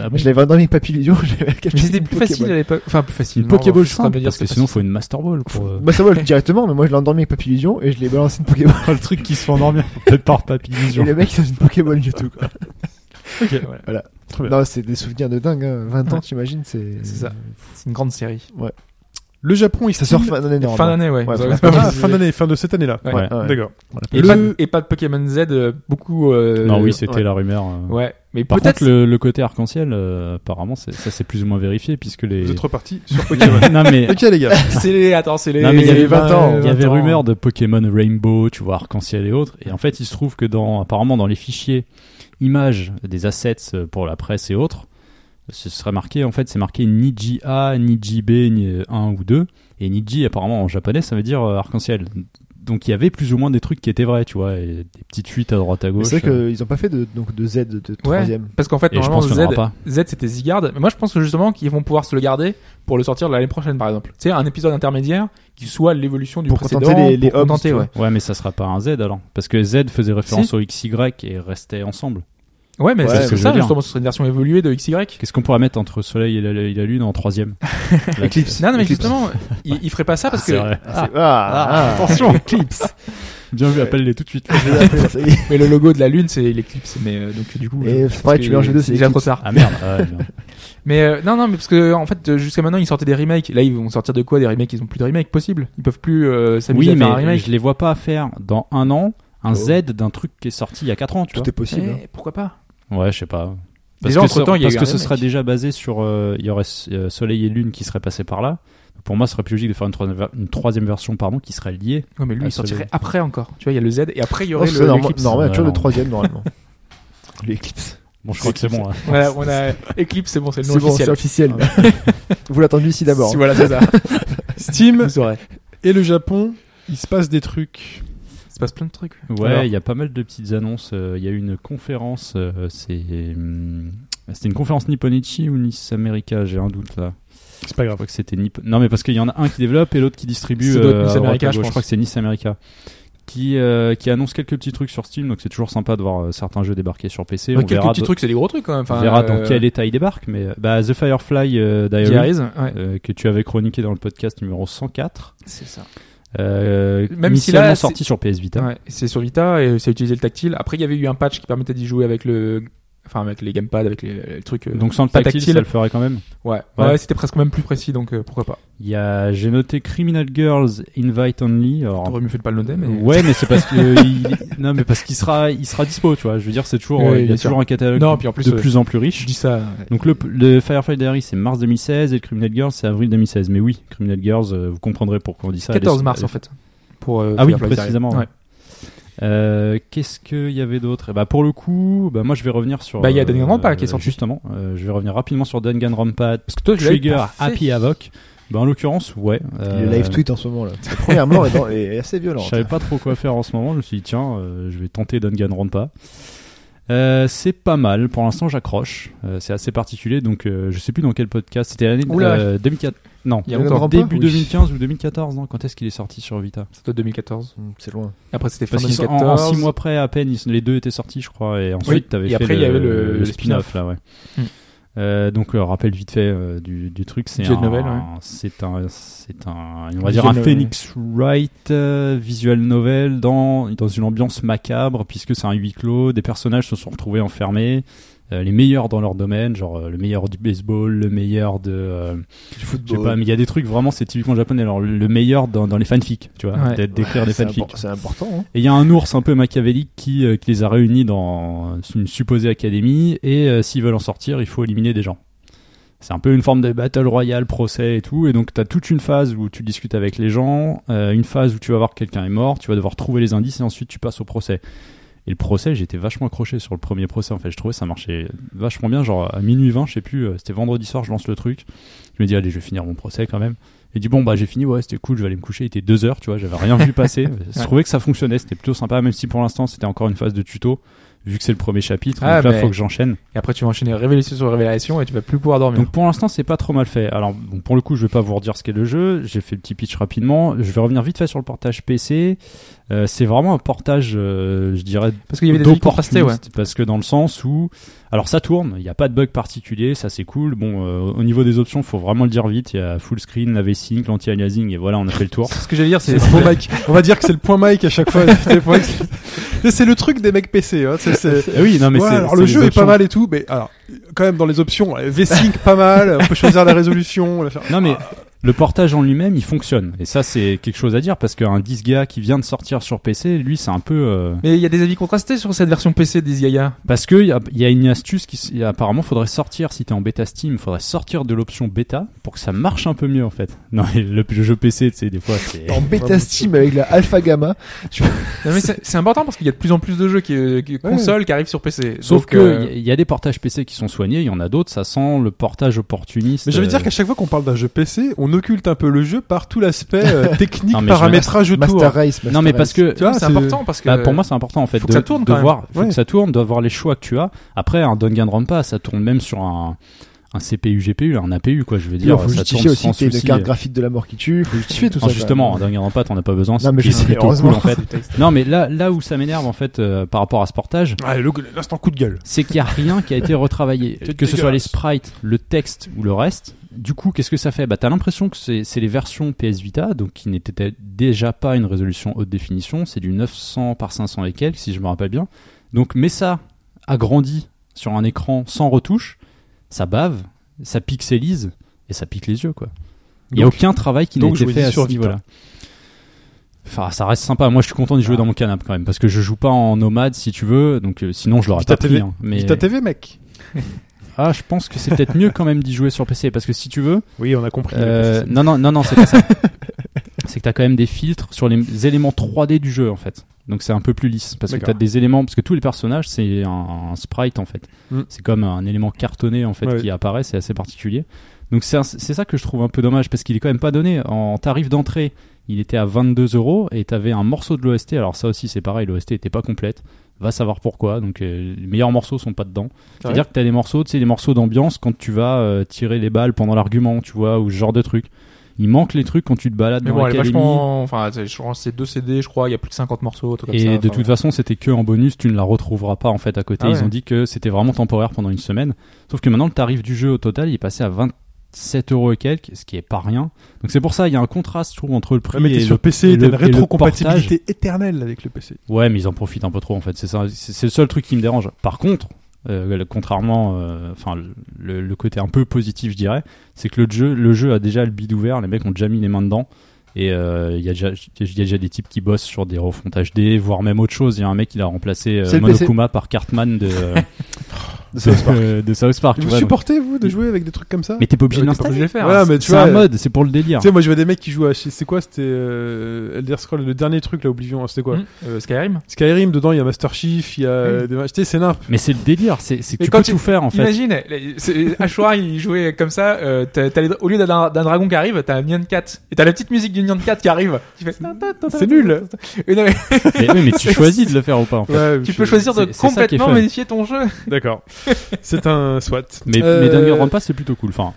Ah bon
Je l'avais dans mes papillons, j'avais capturé.
Mais c'était
une
plus
Pokéball.
facile à l'époque. Enfin, plus facile.
Une
non,
Pokéball
je saurais
simple,
bien dire
parce
ce
que
c'est
sinon
facile.
faut une Master Ball pour... euh,
Bah, ça va directement, mais moi, je l'ai endormi avec papillusion et je l'ai balancé une Pokéball.
le truc qui se fait endormir par
Et
papillon.
le mec, c'est une Pokéball du tout, quoi.
Ok, voilà.
Ouais.
Non, c'est des souvenirs de dingue, hein. 20 ans,
Ouais.
t'imagines, c'est.
C'est ça. C'est une grande série.
Le Japon, il
Ça sort
style-
fin d'année,
Fin
normalement.
d'année, ouais.
Ouais,
Vous
fin
avez-
Ah, fin d'année, fin de cette année-là.
Ouais.
Ouais.
Ouais.
D'accord.
Et,
Le-
pas, de- et pas de Pokémon Z, euh, beaucoup. euh,
Non oui c'était
ouais.
la rumeur. euh.
Ouais, mais
Par
peut-être.
contre le, le côté arc-en-ciel euh, apparemment c'est- ça c'est plus ou moins vérifié puisque les...
Vous êtes repartis sur Pokémon.
non mais
ok, les gars.
C'est les, attends, c'est les.
Non, mais il y avait
20 ans.
Il y avait rumeur de Pokémon Rainbow, tu vois, Arc-en-Ciel et autres. Et en fait, il se trouve que dans, apparemment, dans les fichiers images des assets euh, pour la presse et autres, ce serait marqué, en fait, c'est marqué Niji A, Niji B, ni- euh, 1 ou 2. Et Niji, apparemment, en japonais, ça veut dire euh, arc-en-ciel. donc il y avait plus ou moins des trucs qui étaient vrais, tu vois, et des petites fuites à droite à
Mais
gauche.
C'est
euh,
vrai qu'ils n'ont pas fait de, donc de Z, de troisième.
Parce qu'en fait,
Et je
normalement,
pense qu'il y en
Z,
aura
Z c'était Zigard. Mais moi, je pense que justement qu'ils vont pouvoir se le garder pour le sortir l'année prochaine, par exemple. Tu sais, un épisode intermédiaire qui soit l'évolution du
Pour
précédent.
contenter les- les
pour
Hobbs,
contenter,
tu vois.
ouais.
Ouais, mais ça sera pas un Z alors, parce que Z faisait référence au XY et restait ensemble.
Ouais, mais
Ouais,
c'est-
c'est ce
c'est
que je
ça,
veux dire.
justement, ce serait une version évoluée de XY.
Qu'est-ce qu'on pourrait mettre entre Soleil et la, et la Lune en troisième Là,
Eclipse.
Non, non, mais
Eclipse.
justement, il, il ferait pas ça parce
C'est
que.
vrai.
Ah, ah,
attention, Eclipse. Bien vu,
Ouais.
appelle-les tout de suite.
Je l'ai appelé, ça y est.
Mais le logo de la lune, c'est l'éclipse. Mais euh, donc, du coup.
Et c'est pareil, tu mélanges les deux,
c'est
c'est
déjà trop
Eclipse.
tard.
Ah merde. ah ouais, merde.
Mais euh, non, non, mais parce que en fait, euh, jusqu'à maintenant, ils sortaient des remakes. Là, ils vont sortir de quoi Des remakes Ils ont plus de remakes possible. Ils peuvent plus euh, s'amuser
oui,
à faire un
mais
remake.
je les vois pas faire dans un an un
Oh.
Z d'un truc qui est sorti il y a 4 ans, tu
Tout est possible. hein.
Eh, pourvois. Pourquoi pas
vois. Ouais, je sais pas. Parce
Déjà,
que,
entre-temps,
ça-
il y a
parce
eu
que
un
ce serait
remake.
déjà basé sur. euh, Il y aurait euh, Soleil et Lune qui seraient passés par là. Pour moi, ce serait plus logique de faire une troisième, ver- une troisième version pardon, qui serait liée.
Ouais, mais lui,
Ah, Oh,
il
c'est
sortirait
le-
après encore. Tu vois, il y a le Z et après, il y
Non,
aurait
c'est
le
normal-
l'éclipse.
normal, tu vois,
Ouais,
le
non.
troisième, normalement. L'éclipse.
Bon, je crois que c'est bon. hein.
Voilà, on a Eclipse, c'est bon, c'est le nom
C'est bon, c'est
officiel. Ah,
officiel. Vous l'attendu ici d'abord. hein.
Si, voilà, c'est ça.
Steam
Vous aurez.
et le Japon, il se passe des trucs.
Il se passe plein de trucs.
Alors.
Ouais, il y a pas mal de petites annonces. euh, Il y a eu une conférence. euh, c'est hum, c'était une conférence Nipponichi ou Nice America, j'ai un doute là.
C'est pas
Je
grave.
crois que c'était Nipp- Non, mais parce qu'il y en a un qui développe et l'autre qui distribue.
C'est l'autre
euh,
Nice
à droite,
America,
à
je
gauche.
pense.
crois que c'est Nice America. Qui, euh, qui annonce quelques petits trucs sur Steam, donc c'est toujours sympa de voir euh, certains jeux débarquer sur PC. on
Quelques
verra,
petits
do-
trucs, c'est des gros trucs quand même. Enfin,
on verra dans
euh,
quel état ils débarquent. Mais euh, bah, The Firefly euh, Diaries,
Diaries, ouais.
euh, que tu avais chroniqué dans le podcast numéro 104,
C'est ça.
euh,
Même si
initialement
là,
sorti sur PS Vita.
Ouais, c'est sur Vita et ça utilisait le tactile. Après, il y avait eu un patch qui permettait d'y jouer avec le. Enfin, avec les gamepads, avec les, les trucs. euh,
Donc sans le
pas
tactile,
tactile.
ça le ferait quand même.
ouais. Ouais,
ouais.
c'était presque même plus précis, donc euh, pourquoi pas.
Il y a, j'ai noté Criminal Girls Invite Only. Alors,
On aurait mieux fait de pas le noter, mais.
Ouais, mais c'est parce que euh, il- non, mais parce qu'il sera, il sera dispo, tu vois. Je veux dire, c'est toujours,
Oui,
euh, il y
bien
a
sûr.
toujours un catalogue
Non, puis en plus,
de
euh,
plus en plus riche.
Je dis ça. euh,
Donc le, le Firefly Diaries c'est mars 2016 et le Criminal Girls c'est avril 2016. Mais oui, Criminal Girls, euh, vous comprendrez pourquoi on dit ça.
14
Elle est-
mars
elle-
en fait. Pour, euh,
Ah oui,
Firefly Diaries.
précisément. ouais.
Ouais.
Euh, Qu'est-ce qu'il y avait d'autre Et bah pour le coup, bah moi je vais revenir sur.
Bah, il y a
euh,
Danganronpa qui est sorti.
Justement, euh, je vais revenir rapidement sur Danganronpa,
Parce que toi, tu l'as eu
Trigger,
parfait.
Happy Havoc. Bah en l'occurrence, ouais.
Il
euh,
est live tweet en ce moment là. La première mort est, dans- est assez
Je
violente. hein.
savais pas trop quoi faire en ce moment. Je me suis dit, tiens, euh, je vais tenter Danganronpa. Euh, c'est pas mal. Pour l'instant, j'accroche. Euh, c'est assez particulier. Donc, euh, je sais plus dans quel podcast. C'était l'année
Oula.
euh, 2004. Non,
Il y a longtemps.
Danganronpa
début
Oui.
2015 ou 2014. Non, quand est-ce qu'il est sorti sur Vita
C'était 2014.
Hum, C'est loin.
Après, c'était fin
Parce qu'ils sont- en-
2014.
en 6 mois près à peine, ils- les deux étaient sortis, je crois. Et ensuite,
Oui.
t'avais
Et
fait
après,
le,
il y avait le- le
spin-off là, ouais.
Hmm.
Euh, donc euh, rappel vite fait euh, du, du truc, c'est
Visual
un,
novel, ouais.
c'est un, c'est un, on
Visual
va dire un
novel.
Phoenix Wright euh, visual novel dans dans une ambiance macabre puisque c'est un huis clos, des personnages se sont retrouvés enfermés, euh, les meilleurs dans leur domaine, genre euh, le meilleur du baseball, le meilleur de euh,
Du
je sais pas,
football.
mais il y a des trucs vraiment c'est typiquement japonais. Alors le meilleur dans, dans les fanfics, tu vois,
Ouais.
d'être- d'écrire
Ouais,
des
c'est
fanfics.
impor- C'est important. hein.
Et il y a un ours un peu machiavélique qui, euh, qui les a réunis dans une supposée académie et euh, s'ils veulent en sortir, il faut éliminer des gens. C'est un peu une forme de battle royale, procès et tout. Et donc tu as toute une phase où tu discutes avec les gens, euh, une phase où tu vas voir que quelqu'un est mort, tu vas devoir trouver les indices et ensuite tu passes au procès. Et le procès, j'étais vachement accroché sur le premier procès en fait. Je trouvais ça marchait vachement bien. Genre à minuit 20, je sais plus, euh, c'était vendredi soir, je lance le truc. Je me dis, allez, je vais finir mon procès quand même. Il dit, bon, bah j'ai fini, ouais, c'était cool, je vais aller me coucher. Il était deux heures, tu vois, j'avais rien vu passer. Je
Ouais.
trouvais que ça fonctionnait, c'était plutôt sympa, même si pour l'instant c'était encore une phase de tuto, vu que c'est le premier chapitre.
Ah,
donc là,
mais-
faut que j'enchaîne.
Et après, tu vas enchaîner révélation sur révélation et tu vas plus pouvoir dormir.
Donc pour l'instant, c'est pas trop mal fait. Alors bon, pour le coup, je vais pas vous redire ce qu'est le jeu. J'ai fait le petit pitch rapidement. Je vais revenir vite fait sur le portage PC. Euh, c'est vraiment un portage, euh, je dirais,
Parce qu'il y avait des trucs contrastés, ouais.
d'opportuniste, Parce que dans le sens où, alors ça tourne, il n'y a pas de bug particulier, ça c'est cool. Bon, euh, au niveau des options, faut vraiment le dire vite. Il y a full screen, la V-Sync, l'anti-aliasing, et voilà, on a fait le tour.
Ce que j'allais dire, c'est.
C'est le point Mike. On va dire que c'est le point Mike à chaque fois. C'est le point- Et c'est le truc des mecs PC. Hein. C'est- c'est-
Eh oui, non mais
Ouais,
c'est.
alors
c'est
le
les
jeu est
options.
pas mal et tout, mais alors quand même dans les options, euh, V-Sync pas mal, on peut choisir la résolution. la faire-
Non mais le portage en lui-même, il fonctionne. Et ça, c'est quelque chose à dire parce qu'un 10 gars qui vient de sortir sur PC, lui, c'est un peu euh,
Mais il y a des avis contrastés sur cette version PC des Gaia.
parce que il y a, il y a une astuce qui s- il y a- apparemment faudrait sortir si t'es en bêta Steam, faudrait sortir de l'option bêta pour que ça marche un peu mieux en fait. Non, mais le jeu PC, tu sais, des fois, c'est
En bêta Steam avec la Alpha Gamma.
Non, mais c'est c'est important parce qu'il y a de plus en plus de jeux qui, euh, qui- consoles qui arrivent sur PC.
Sauf
Donc,
que
euh,
il y, a- y a des portages PC qui sont soignés, il y en a d'autres, ça sent le portage opportuniste.
Mais j'allais
euh,
dire qu'à chaque fois qu'on parle d'un jeu PC, on occulte un peu le jeu par tout l'aspect euh, technique,
Non, mais je-
paramétrage autour.
Master Race. Master
Non, mais parce
Race.
que
Tu vois,
c'est important parce que
Bah, pour moi, c'est important en fait
faut
de,
que ça tourne,
de
quand même.
voir, faut
Ouais.
que ça tourne, de voir les choix que tu as. Après, un Danganronpa, ça tourne même sur un, un CPU, GPU, un APU, quoi. Je veux
Il
dire,
faut
ça
justifier
tourne
aussi
sans
que t'aies une
souci.
carte graphique de la mort qui tue. faut justifier tout
Non,
ça.
justement, un Danganronpa, t'en as pas besoin.
Non, mais
c'est-
je sais,
c'est plutôt
heureusement.
cool en fait. Non, mais là, là où ça m'énerve en fait euh, par rapport à ce portage,
Ah, le- là, c'est un coup de gueule.
c'est qu'il n'y a rien qui a été retravaillé.
C'est
que ce soit les
dégueulasse.
sprites, le texte ou le reste. Du coup, qu'est-ce que ça fait Bah, t'as l'impression que c'est c'est les versions PS Vita, donc qui n'étaient déjà pas une résolution haute définition. C'est du 900 par 500 et quelques, si je me rappelle bien. Donc, mais ça, agrandi sur un écran sans retouche, ça bave, ça pixélise et ça pique les yeux, quoi. Il n'y a
Donc-
aucun travail qui n'a
donc
été
jouez-y
fait à
sur
ce niveau-là. Enfin, ça reste sympa. Moi, je suis content d'y
Ah.
jouer dans mon canapé quand même, parce que je joue pas en nomade, si tu veux. Donc, euh, sinon, je l'aurais
Vita
pas pris.
TV.
hein. mais
Vita TV, mec.
ah, je pense que c'est peut-être mieux quand même d'y jouer sur PC, parce que si tu veux,
Oui, on a compris.
euh, non, non, non, non, c'est pas ça. c'est que t'as quand même des filtres sur les éléments 3D du jeu en fait. Donc c'est un peu plus lisse parce que
D'accord.
t'as des éléments parce que tous les personnages c'est un, un sprite en fait.
Mm.
C'est comme un élément cartonné en fait
Ouais.
qui apparaît, c'est assez particulier. Donc c'est un- c'est ça que je trouve un peu dommage parce qu'il est quand même pas donné en tarif d'entrée. Il était à 22 euros et t'avais un morceau de l'OST. Alors ça aussi c'est pareil, l'OST était pas complète. Va savoir pourquoi. Donc euh, les meilleurs morceaux sont pas dedans. C'est-à-dire que t'as des morceaux, tu sais, des morceaux d'ambiance quand tu vas euh, tirer les balles pendant l'argument, tu vois, ou ce genre de truc. Il manque les trucs quand tu te balades
Mais
dans
bon, elle est
l'académie.
vachement. Enfin, c'est- je crois que c'est deux CD, je crois. Il y a plus de 50 morceaux. tout comme
Et
ça,
de
enfin,
toute façon, c'était que en bonus, tu ne la retrouveras pas en fait à côté.
Ah ouais.
Ils ont dit que c'était vraiment temporaire pendant une semaine. Sauf que maintenant, le tarif du jeu au total, il est passé à 27 euros et quelques, ce qui est pas rien. Donc c'est pour ça, il y a un contraste, je trouve, entre le prix
mais
et
t'es sur
le
PC, t'as
le-
une
et le
rétrocompatibilité éternelle avec le PC.
Ouais, mais ils en profitent un peu trop en fait. C'est ça, c'est c'est le seul truc qui me dérange. Par contre, euh, le- contrairement, euh, enfin le, le côté un peu positif, je dirais, c'est que le jeu, le jeu a déjà le bid ouvert. Les mecs ont déjà mis les mains dedans. Et euh, il y, a déjà- il y a déjà des types qui bossent sur des refontes HD, voire même autre chose. Il y a un mec qui a remplacé euh,
C'est le PC.
Monokuma par Cartman de,
De South Park.
de- de South Park. tu
Vous
vois, donc.
supportez, vous, de jouer avec des trucs comme ça
Mais t'es pas obligé de
T'es pas obligé de
l'installer.
les faire.
Voilà,
hein.
mais tu
C'est
vois,
un mode, c'est pour le délire.
Tu sais, moi je vois des mecs qui jouent à. C'est quoi C'était euh, Elder Scrolls, le dernier truc là, Oblivion, c'était quoi
Hmm.
Hum, euh, Skyrim.
Skyrim, dedans il y a Master Chief, il y a. euh, des- Tu sais, c'est nimp.
Mais c'est le délire, c'est c'est que
Mais
tu
quand
peux
tu-
tout faire en fait.
Imagine, les- c'est- Ashura il jouait comme ça. euh, t'as- t'as les dra- au lieu d'un d'un dragon qui arrive, t'as un Nyan Cat. Et t'as la petite musique du Nyan Cat qui arrive. Tu fais.
C'est nul.
Et non, mais
Mais, oui, mais tu choisis de le faire ou pas en fait.
Ouais,
tu
je-
peux choisir de
c'est- c'est ça qui est
complètement
fun.
modifier ton jeu.
D'accord. c'est un SWAT.
Mais,
Euh,
mais Danganronpa, c'est plutôt cool. Enfin,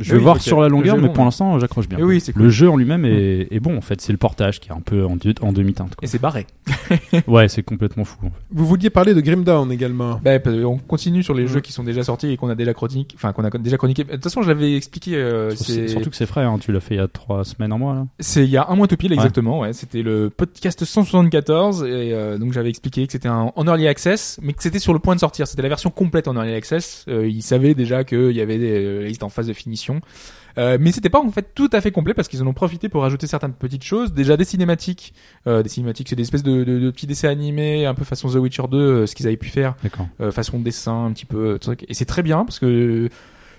je vais
oui,
voir
ok.
sur la longueur,
Le jeu
mais
est
pour
bon.
l'instant, j'accroche bien.
Et
quoi.
oui, c'est cool.
Le jeu en lui-même est, est bon, en fait. C'est le portage qui est un peu en, de- en demi-teinte.
Et
quoi.
c'est barré.
Ouais, c'est complètement fou. en fait.
Vous vouliez parler de Grim Dawn également.
Bah, parce que on continue sur les
Mm.
jeux qui sont déjà sortis et qu'on a déjà chronique, enfin qu'on a déjà chroniqué. De toute façon, je l'avais expliqué. euh, c'est
Surtout- Surtout que c'est frais, hein. tu l'as fait il y a trois semaines en mois. Là.
c'est il y a un mois tout pile
Ouais.
exactement. Ouais, c'était le podcast 174 et euh, donc j'avais expliqué que c'était un en early access, mais que c'était sur le point de sortir. C'était la version complète en early access. Euh, ils savaient déjà qu'il y avait des euh, listes en phase de finition. Euh, mais c'était pas en fait tout à fait complet parce qu'ils en ont profité pour ajouter certaines petites choses. Déjà des cinématiques, euh, des cinématiques, c'est des espèces de, de- de petits dessins animés, un peu façon The Witcher 2, euh, ce qu'ils avaient pu faire
D'accord.
euh, façon dessin un petit peu euh, truc et c'est très bien parce que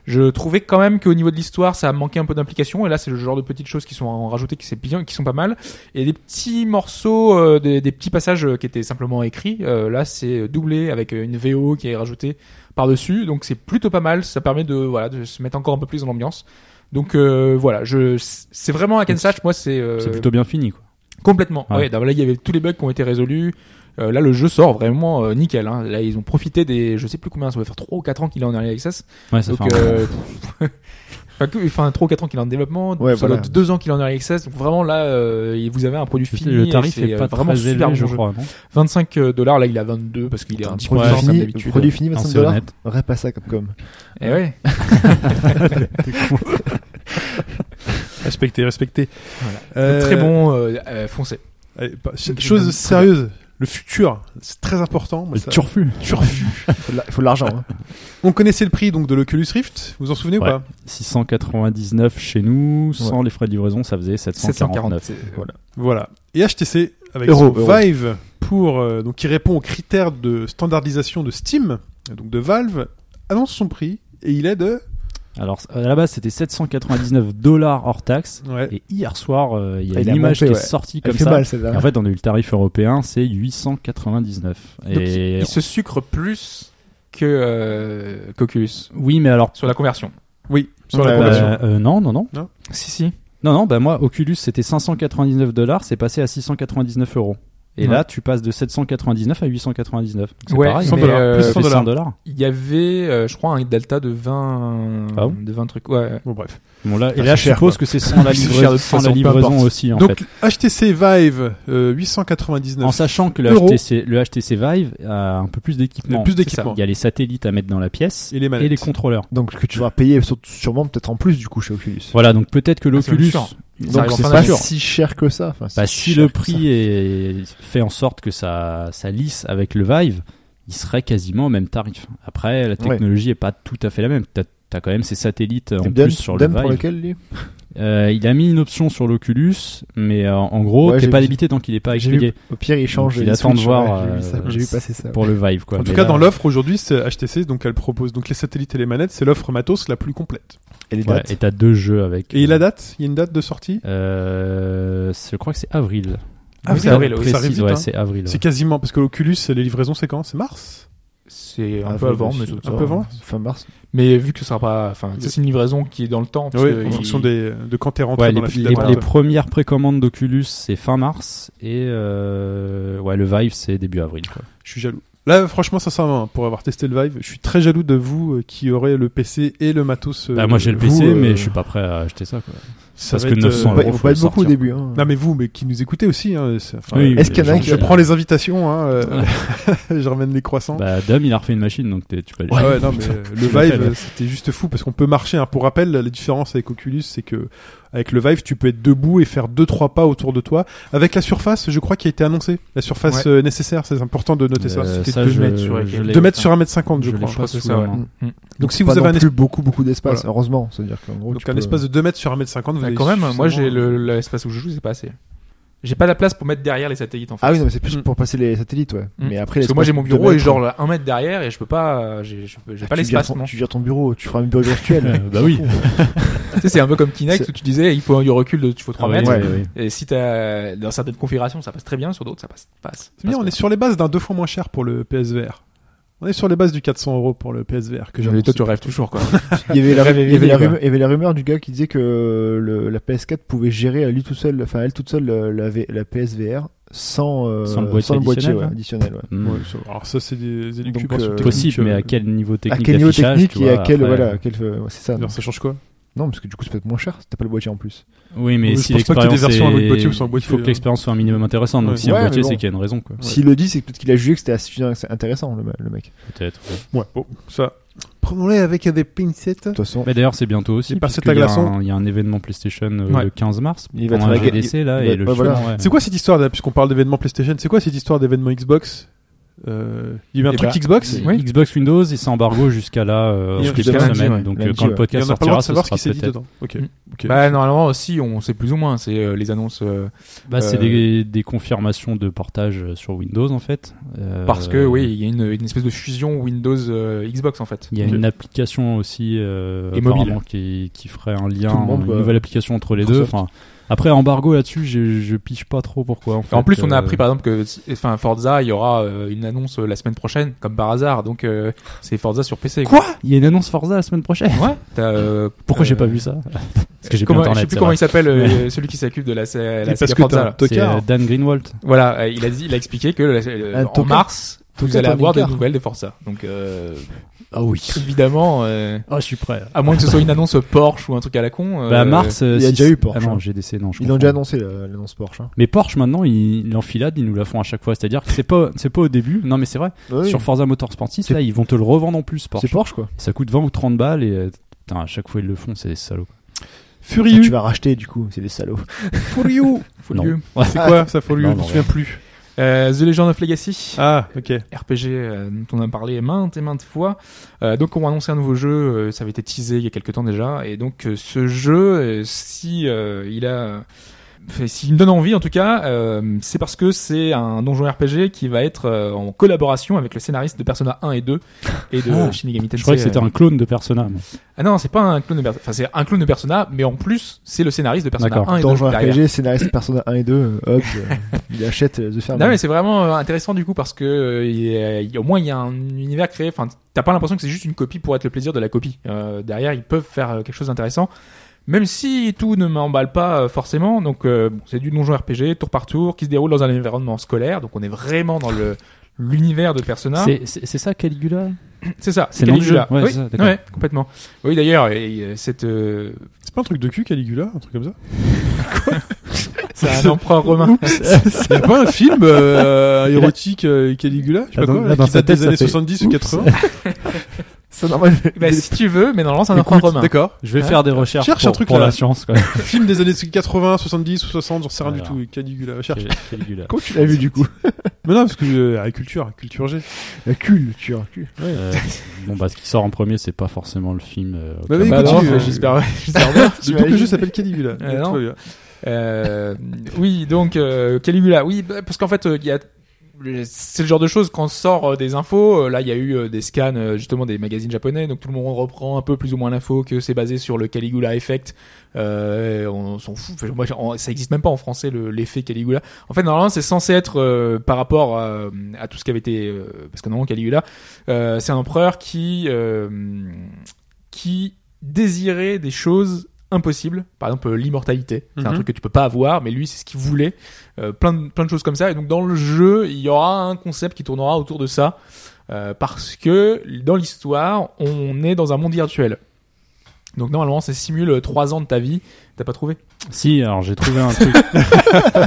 je trouvais quand même qu'au niveau de l'histoire ça manquait un peu d'implication et là c'est le genre de petites choses qui sont en rajoutées qui c'est bien qui sont pas mal et des petits morceaux euh, des, des petits passages euh, qui étaient simplement écrits euh, là c'est doublé avec euh, une VO qui est rajoutée par dessus donc c'est plutôt pas mal ça permet de voilà de se mettre encore un peu plus dans l'ambiance donc euh, voilà je c'est vraiment un Kensatch moi c'est euh,
C'est plutôt bien fini. Quoi.
Complètement.
Ouais.
Ouais. donc là, il y avait tous les bugs qui ont été résolus. Euh, là, le jeu sort vraiment euh, nickel. Hein. Là, ils ont profité des, je sais plus combien, ça va faire 3 ou 4 ans qu'il est en early access.
Ouais, ça
Donc,
fait un-
euh, enfin, que- enfin, 3 ou 4 ans qu'il est en développement,
Ouais,
ça
voilà.
doit être 2 ans qu'il est en early access. Donc vraiment là, euh, vous avez un produit
Je sais,
fini.
le
et
tarif
c'est,
est
euh,
pas
vraiment
très élevé,
super bon
je
jeu.
crois. non
25 dollars, là, il a 22 parce qu'il est un petit peu
Produit
ouais,
cher, comme
fini,
d'habitude.
produit fini,
Non,
25
c'est
dollars.
honnête.
Rêve pas ça, Capcom.
Et ouais.
Respectez, respectez.
Voilà.
Euh,
Très bon, euh, euh, foncez.
allez, pas- ch-
Grim
chose
Dawn, très
sérieuse. Le futur, c'est très important. Moi,
Le
ça-
turfu.
Faut de la- faut de l'argent. hein.
On connaissait le prix donc de l'Oculus Rift. Vous vous en souvenez
Ouais.
ou pas
699 chez nous, sans les frais de livraison, ça faisait
749.
749.
c'est- euh, Voilà.
Voilà. Et HTC avec
Euro,
son
euro.
Vive pour euh, donc qui répond aux critères de standardisation de Steam, donc de Valve, annonce son prix et il est de
Alors à la base, c'était 799 dollars hors taxe.
ouais.
Et hier soir, euh, il y a
Ah, il
une
a
image
monté,
qui est
ouais.
sortie
Elle
comme
fait
ça.
mal celle-là.
Et en fait, on a eu le tarif européen, c'est 899.
Donc,
Et
il se sucre plus que euh, qu'Oculus
oui, mais alors
sur la conversion.
sur la
Ouais,
Bah,
conversion.
euh, non, non, non.
Si, si.
Non, non, bah moi, Oculus, c'était 599 dollars, c'est passé à 699 euros. Et
Ouais.
là, tu passes de 799 à 899. C'est
Ouais,
pareil.
100
mais,
dollars.
euh,
plus
Ça
100
fait
dollars.
100 dollars.
Il y avait, euh, je crois, un delta de 20,
Ah bon
de 20 trucs. Ouais.
Bon, bref.
Bon, là, et
Enfin,
là,
c'est
je
cher,
suppose que c'est sans la,
C'est
livraison-
cher de toute
sans la
façon, peu
livraison
importe.
aussi, en
Donc,
fait.
HTC Vive euh, 899.
En sachant que le
euros.
HTC, le HTC Vive a un peu plus
Il y a
d'équipement.
plus d'équipements.
Il y a les satellites à mettre dans la pièce
Et les manettes.
et les contrôleurs.
Donc que tu vas payer sur- sûrement peut-être en plus du coup chez Oculus.
Voilà, donc peut-être que
Ah, c'est
l'Oculus.
sûr. Ça
Donc
arrive en
c'est
fin
pas
d'année.
si cher que ça. Enfin,
Bah,
si
si
cher
le
que ça.
prix est fait en sorte que ça, ça lisse avec le Vive, il serait quasiment au même tarif. Après, la technologie est pas tout à fait la même. T'as as quand même ces satellites euh, en
Et Dan-
plus sur le
Dan
Vive.
pour lequel lui
Euh, il a mis une option sur l'Oculus, mais euh, en gros,
Ouais,
t'es
j'ai
pas
vu-
débité tant qu'il est pas
J'ai vu-
expédié
Au pire il change.
Donc, il
et
attend de
switch,
voir,
ouais, J'ai vu,
euh,
ça, j'ai vu passer ça.
pour le Vive. Quoi.
en tout
Mais
cas,
là-
dans l'offre aujourd'hui, c'est HTC, donc elle propose donc les satellites et les manettes, c'est l'offre matos la plus complète.
Et les
Ouais,
dates.
et t'as deux jeux avec.
Et la date Il y a une date de sortie
Ah Euh, c'est- Je crois que c'est avril.
Ah,
oui,
c'est
ça avril,
arrive-
oui,
Précise,
ça arrive vite,
ouais,
hein.
c'est avril. ouais.
C'est quasiment parce que l'Oculus, les livraisons c'est quand C'est mars
C'est un
Avril
peu avant,
aussi.
mais hein. c'est
Un peu avant
Ah, Fin mars.
Mais vu que ce sera pas, enfin, ça, c'est une livraison qui est dans le temps. parce
Oui,
que
en
il-
fonction des, euh, de quand t'es rentré
Ouais, les,
dans la file
les-
d'attente.
les premières précommandes d'Oculus, c'est fin mars. Et euh, ouais, le Vive, c'est début avril. quoi.
Je suis jaloux. Là, franchement, sincèrement, hein, pour avoir testé le Vive, je suis très jaloux de vous euh, qui aurez le PC et le matos. euh,
Bah, moi, j'ai le
vous,
PC,
euh,
mais je suis pas prêt à acheter ça. Quoi.
ça
parce
va
que
être,
900
euh,
euros.
Ouais, on
faut
parle
le
beaucoup au
sortir.
début. hein.
Non mais vous, mais qui nous écoutez aussi. Hein, c'est- enfin,
Oui,
euh,
Est-ce qu'il y en a
les
un
gens-
qui
je
va-
prends les invitations, hein, euh,
Ouais.
je ramène les croissants.
Bah, Dom, il a refait une machine, donc t'es- tu peux aller.
Ah ouais, non, mais euh, le Vive, euh, c'était juste fou parce qu'on peut marcher. Hein. Pour rappel, la différence avec Oculus, c'est que avec le Vive, tu peux être debout et faire deux trois pas autour de toi. Avec la surface, je crois qui a été annoncée, la surface
Ouais.
euh, nécessaire. C'est important de noter ça.
Euh,
c'était
ça,
deux
je-
mètres sur-
je l'ai-
Deux mètres sur 1,50 m, je
je l'ai
crois.
pas
crois que
sous
c'est
la
ça, ouais.
main.
Donc si
Pas
vous avez
non
un
plus
espace,
beaucoup beaucoup d'espace.
Voilà.
Heureusement, c'est-à-dire qu'en gros.
donc
tu
un
peux-
espace de 2 mètres sur 1m50, vous
Bah,
avez
quand même, moi j'ai
suffisamment-
le- l'espace où je joue, c'est pas assez. J'ai pas la place pour mettre derrière les satellites en fait.
Ah oui, non, mais c'est plus
Mm.
pour passer les satellites, ouais.
Mm.
Mais après,
Parce que
l'espace
moi j'ai mon
de
bureau
deux
et
mètres,
genre là, un mètre derrière et je peux pas, euh, j'ai j'ai- j'ai pas
tu gères
l'espace
ton-
non.
Tu gères ton bureau, tu feras un bureau virtuel.
bah oui.
Tu sais, c'est un peu comme Kinect
C'est-
où tu disais il faut du recul, de- il faut 3
Ah oui,
mètres.
oui,
ouais.
oui.
Et si t'as dans certaines configurations ça passe très bien, sur d'autres ça passe. passe
C'est bien, on est sur les bases d'un deux fois moins cher pour le PSVR. On est sur les bases du 400 euros pour le PSVR que j'ai.
Mais toi
annoncé.
tu rêves toujours quoi.
Il y avait la,
Rêve
il y avait
éveillé,
la
quoi.
rumeur, il y avait la rumeur du gars qui disait que le- la PS4 pouvait gérer à lui tout seul, enfin elle toute seule euh, la, V- la PSVR sans, euh,
Sans le boîtier additionnel,
ouais,
là.
additionnel, ouais.
Mm.
Ouais, ça- alors ça c'est des élucubrations
euh,
techniques,
Possible, mais
euh,
à quel niveau
À
technique
quel niveau
d'affichage,
Ah, technique
tu
et à
vois,
quel
après-
voilà, quel, euh, ouais, c'est ça.
alors,
Non.
ça change quoi
Non, parce que du coup c'est peut-être moins cher. si T'as pas le boîtier en plus.
Oui, mais
Oui, je
si
pense pas que t'aies des
l'expérience est...
versions avec boîtier ou sans boîtier,
il faut que
hein.
l'expérience soit un minimum intéressante.
Ouais.
Donc si y a
Ouais,
un boîtier,
mais bon.
c'est qu'il y a une raison, quoi.
S'il le dit, c'est peut-être qu'il a jugé que c'était suffisamment intéressant le, ma- le mec.
Peut-être. ouais.
Ouais, bon, Oh, ça. Prenons-les avec des pincettes.
De toute façon,
Mais d'ailleurs, c'est bientôt aussi.
Les
parce
pincettes
qu'il
à
y a
glaçons.
un- Il y a un événement PlayStation euh,
Ouais.
le 15 mars.
Il va
pendant
être
la
maga-
GDC, là,
il va
et
être-
le
ouais,
show,
voilà.
ouais.
C'est quoi cette histoire là, puisqu'on parle d'événements PlayStation C'est quoi cette histoire d'événement Xbox Euh, Il y a eu un
Eh
truc
ben,
Xbox
Oui.
Xbox Windows et c'est embargo jusqu'à là euh,
Il y a
jusqu'à
jusqu'à
cette
lundi,
semaine
ouais.
donc
Lundi,
euh, quand le
ouais.
Et on
podcast
n'a pas le droit
sortira
de savoir
ce
ce
sera
qui s'est dit
peut-être
dedans. Ok.
Mm.
ok.
Bah normalement aussi on sait plus ou moins, c'est euh, les annonces euh,
bah, c'est
Euh,
des, des confirmations de portage euh, sur Windows en fait Euh,
parce que oui, il y a une, une espèce de fusion Windows euh, Xbox en fait.
il y a
Ok.
une application aussi euh,
Et mobile.
apparemment qui, qui ferait un lien
Tout le monde,
une
quoi.
nouvelle application entre les deux
Microsoft.
enfin après embargo là-dessus je, je pige pas trop pourquoi en, fait,
en plus, on a
euh,
appris par exemple que enfin Forza, il y aura euh, une annonce euh, la semaine prochaine, comme par hasard. Donc euh, c'est Forza sur PC.
quoi il y a une annonce Forza la semaine prochaine
Ouais. T'as, euh,
pourquoi
euh,
j'ai pas vu ça parce que j'ai plus
comment- Je
internet
sais plus
c'est
comment
vrai.
il s'appelle euh, celui qui s'occupe de la, la, la
Parce
saga
que
Forza.
t'as un
là.
c'est
tocard.
euh, Dan Greenwald
Voilà, euh, il a dit, il a expliqué que euh,
Un
en
token-
mars, vous
token
allez avoir des
tonic car.
nouvelles de Forza. Donc euh,
ah oui
évidemment, euh,
ah je suis prêt
à moins que ce soit une annonce Porsche ou un truc à la con. euh,
bah mars euh,
il y a
si
déjà
c'est-
eu Porsche,
ah non
hein.
GDC non je
ils l'ont
confonds.
déjà annoncé la- l'annonce Porsche. hein.
Mais Porsche maintenant, ils l'enfilade, ils nous la font à chaque fois. C'est-à-dire que c'est pas, c'est pas au début. Non, mais c'est vrai.
Bah oui,
Sur Forza Motorsport 6,
C'est-
là, ils vont te le revendre en plus
C'est
Porsche.
Porsche quoi.
Ça coûte 20 ou 30 balles et euh, putain, à chaque fois ils le font, c'est des salauds.
Furieux.
Ah, Tu vas racheter du coup, c'est des salauds.
Furieux.
faut
non.
le-
C'est quoi ça Furieux
Non,
Je me
non,
souviens plus.
Euh, The Legend of Legacy.
Ah, ok.
RPG euh, dont on a parlé maintes et maintes fois. Euh, donc on va annoncer un nouveau jeu, euh, ça avait été teasé il y a quelques temps déjà, et donc euh, ce jeu, euh, si euh, il a fait, s'il me donne envie, en tout cas, euh, c'est parce que c'est un donjon RPG qui va être euh, en collaboration avec le scénariste de Persona 1 et 2 et de
Ah,
Shinigami Tensei.
Je croyais que c'était
euh.
un clone de Persona. moi.
Ah non, c'est pas un clone de Persona. Enfin, c'est un clone de Persona, mais en plus, c'est le scénariste de Persona
D'accord.
1 et 2.
Donjon
derrière.
RPG, scénariste Persona 1 et 2, euh, Hobbes, euh, il achète euh, The Fairman.
Non mais c'est vraiment euh, intéressant du coup parce que euh, il y a- il y a- au moins il y a un univers créé. Enfin, t'as pas l'impression que c'est juste une copie pour être le plaisir de la copie. Euh, derrière, ils peuvent faire euh, quelque chose d'intéressant, même si tout ne m'emballe pas euh, forcément. Donc euh, bon, c'est du donjon RPG tour par tour qui se déroule dans un environnement scolaire. Donc on est vraiment dans le l'univers de Persona.
C'est- C'est c'est ça, Caligula
C'est ça.
c'est le nom du
Caligula.
jeu. Ouais,
oui,
c'est ça, d'accord.
ouais, complètement. Oui d'ailleurs, et, euh, cette euh,
C'est pas un truc de cul, Caligula Un truc comme ça
c'est un empereur romain.
Il a pas un film euh, érotique euh, Caligula Je sais
Ah,
pas
dans-
quoi,
là,
là,
dans
qui
sa
date
tête,
des années
ça fait
70 ou
Oups.
80
C'est normal.
Bah, si tu veux, mais normalement c'est un empereur
Écoute,
romain.
D'accord.
Je vais
Ouais.
faire des recherches
Cherche
pour,
un truc
pour
là.
la science. Quoi.
Film des années 80, 70 ou 60, j'en sais rien du
Alors.
tout. Caligula, cherche.
Cal- Caligula.
Quand tu l'as vu du coup
Mais non, parce que euh, la culture, culture G.
La culture. cul.
Euh, bon bah ce qui sort en premier c'est pas forcément le film. euh,
Bah
auquel-
oui,
Bah,
écoute,
non,
tu-
mais j'espère. j'espère bien.
Donc le jeu s'appelle Caligula.
Euh,
Donc,
non.
très bien.
Euh, oui, donc euh, Caligula. Oui, bah, parce qu'en fait, euh, il y a c'est le genre de choses quand sort euh, des infos. euh, là, il y a eu euh, des scans euh, justement des magazines japonais, donc tout le monde reprend un peu plus ou moins l'info que c'est basé sur le Caligula effect. Euh, on s'en fout. Enfin, moi, en- ça existe même pas en français le- l'effet Caligula. En fait, normalement, c'est censé être euh, par rapport à, à tout ce qui avait été euh, parce que normalement Caligula, euh, c'est un empereur qui euh, qui désirait des choses impossibles. Par exemple, euh, l'immortalité. C'est un
Mhm.
truc que tu peux pas avoir, mais lui, c'est ce qu'il voulait. Euh, plein, de, plein de choses comme ça. Et donc, dans le jeu, il y aura un concept qui tournera autour de ça. Euh, parce que dans l'histoire, on est dans un monde virtuel. Donc normalement, ça simule trois ans de ta vie. T'as pas trouvé
Si alors j'ai trouvé un truc.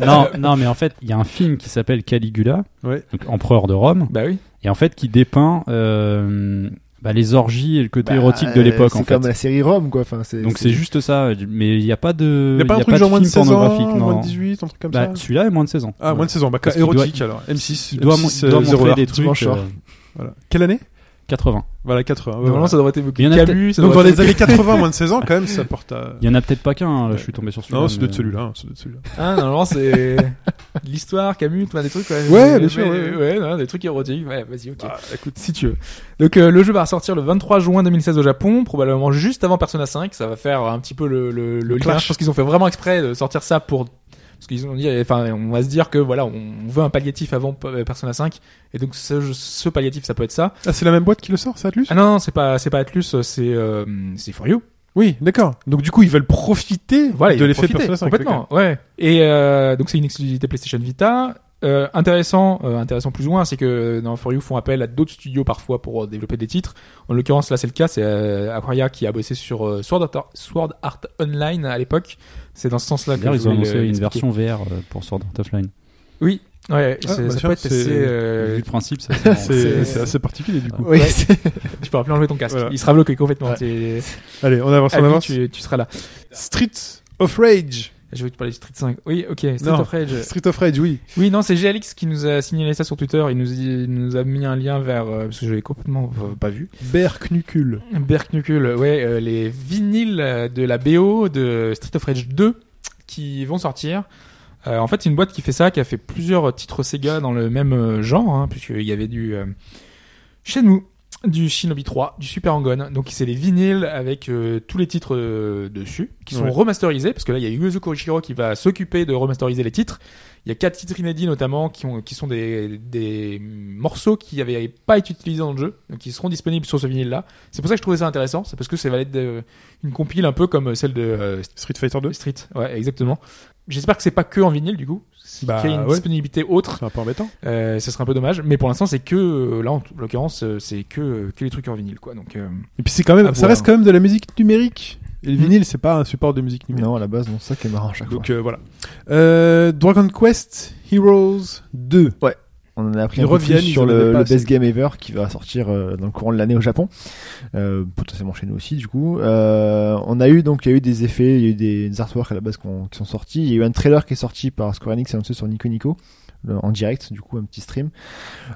non non mais en fait il y a un film qui s'appelle Caligula,
Ouais.
donc empereur de Rome
Bah oui.
et en fait qui dépeint euh, bah, les orgies et le côté
Bah,
érotique de
euh,
l'époque en
C'est
fait.
comme la série Rome quoi. Enfin, c'est,
Donc c'est juste ça mais il n'y a pas de
Il n'y a pas un
il Euh, y
truc
de
genre moins de
film
16
pornographique
ans,
non.
moins de 18, un truc comme
Bah,
ça
celui-là est moins de 16 ans.
Ah, moins de 16 ans. Bah,
Parce qu'il
érotique alors. M6.
Il doit, mon-
M6,
il doit
euh,
montrer
01.
des trucs
dimanche soir.
euh,
Voilà. Quelle année
80.
Voilà, 80. ouais,
normalement,
voilà.
ça devrait être
Il y en a
Camus. ça
Donc dans
devrait
les années 80, moins de 16 ans, quand même, ça porte à.
Il y en a peut-être pas qu'un, hein, je suis tombé sur celui-là.
Non, c'est
mais-
de celui-là. hein, c'est de celui-là.
Ah, normalement, c'est l'histoire, Camus, tu vois, des trucs. Ouais,
Ouais,
Mais-
bien sûr,
mais-
ouais,
ouais, non, des trucs érotiques. Ouais, vas-y, ok.
Ah, écoute.
si tu veux. Donc euh, le jeu va sortir le 23 juin 2016 au Japon, probablement juste avant Persona 5. Ça va faire un petit peu le, le, le lien.
clash.
Je pense qu'ils ont fait vraiment exprès de sortir ça pour parce qu'ils ont dit, eh, enfin, on va se dire que voilà, on veut un palliatif avant P- euh, Persona 5, et donc ce, ce palliatif, ça peut être ça.
Ah, c'est la même boîte qui le sort, ça, Atlus
Ah non, non, c'est pas, c'est pas Atlus, c'est, euh, c'est For You.
Oui, d'accord. Donc du coup, ils veulent profiter
Voilà,
de
ils
l'effet
profitaient
Persona 5.
Complètement, ouais. Et euh, donc c'est une exclusivité PlayStation Vita. Euh, intéressant, euh, intéressant plus ou moins, c'est que euh, dans For You font appel à d'autres studios parfois pour euh, développer des titres. En l'occurrence là c'est le cas, c'est euh, Aquaria qui a bossé sur euh, Sword, Art, Sword Art Online à l'époque. C'est dans ce sens-là que
euh, D'ailleurs,
je
ils ont
voulais
annoncé
le-
une
l'expliquer.
version VR euh, pour Sword Art Offline.
Oui, ouais,
Ah,
c'est-
bah,
ça
tiens,
peut être
c'est-
PC. euh,
Vu le principe, ça c'est-
C'est
C'est-
c'est assez particulier du coup.
Oui.
Ouais. tu peux plus enlever ton casque.
Voilà. Bah,
Il sera bloqué complètement.
Ouais.
T'es-
Allez, on avance,
Ah
on
oui,
avance.
tu, tu seras là.
Street of Rage.
Je vais te parler de Street 5. Oui, ok. Street
Non.
of Rage.
Street of Rage, oui.
Oui, non, c'est GLX qui nous a signalé ça sur Twitter. Il nous, il nous a mis un lien vers. euh, parce que je l'ai complètement euh, pas vu.
Berknucul.
Berknucul, ouais, euh, les vinyles euh, de la BO de Street of Rage 2 qui vont sortir. Euh, en fait, c'est une boîte qui fait ça, qui a fait plusieurs titres Sega dans le même euh, genre, hein, puisqu'il y avait du. euh, chez nous, du Shinobi 3, du Super Angon. Donc, c'est les vinyles avec euh, tous les titres euh, dessus, qui sont
Ouais.
remasterisés, parce que là, il y a Yuzo Koichiro qui va s'occuper de remasteriser les titres. Il y a quatre titres inédits notamment qui, ont, qui sont des, des morceaux qui n'avaient pas été utilisés dans le jeu, donc qui seront disponibles sur ce vinyle-là. C'est pour ça que je trouvais ça intéressant, c'est parce que ça va être de- une compile un peu comme celle de euh,
Street Fighter 2.
Street. Ouais, exactement. J'espère que c'est pas que en vinyle du coup, c'est
Bah,
qu'il y a une
ouais.
disponibilité autre.
C'est un peu embêtant.
Euh, ce serait un peu dommage, mais pour l'instant c'est que euh, là en tout- l'occurrence euh, c'est que que les trucs en vinyle quoi. Donc euh,
Et puis c'est quand même,
Ah,
ça
bon,
reste
hein.
quand même de la musique numérique. Et le
Hmm.
vinyle, c'est pas un support de musique numérique.
Non, à la base, non, c'est ça qui est marrant à chaque
Donc euh, voilà. Euh, Dragon Quest Heroes 2.
fois. On en a appris
ils
un peu
reviennent,
plus
ils
sur
en avaient
le,
pas
le
assez.
Best Game Ever qui va sortir euh, dans le courant de l'année au Japon, euh, potentiellement chez nous aussi du coup. Euh, on a eu donc il y a eu des effets, il y a eu des, des artworks à la base qu'on- qui sont sortis. Il y a eu un trailer qui est sorti par Square Enix annoncé sur Nico Nico le- en direct du coup un petit stream.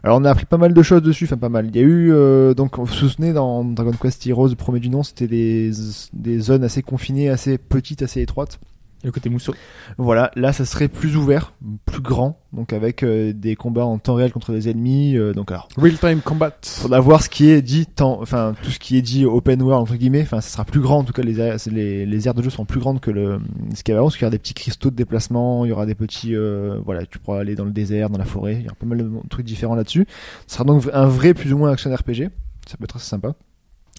Alors on a appris pas mal de choses dessus, enfin pas mal. Il y a eu euh, donc vous vous souvenez dans Dragon Quest Heroes le premier du nom c'était des des zones assez confinées, assez petites, assez étroites
Le côté mousseau.
Voilà, là ça serait plus ouvert, plus grand, donc avec euh, des combats en temps réel contre des ennemis. euh, donc alors,
Real time combat.
faudra voir ce qui est dit temps, enfin tout ce qui est dit open world entre guillemets. Enfin, ça sera plus grand en tout cas. Les aires- c'est les, les aires de jeu seront plus grandes que le ce qu'il y avait avant, parce qu'il y aura des petits cristaux de déplacement, il y aura des petits, euh, voilà, tu pourras aller dans le désert, dans la forêt. Il y aura pas mal de trucs différents là-dessus. Ce sera donc un vrai plus ou moins action RPG. Ça peut être assez sympa.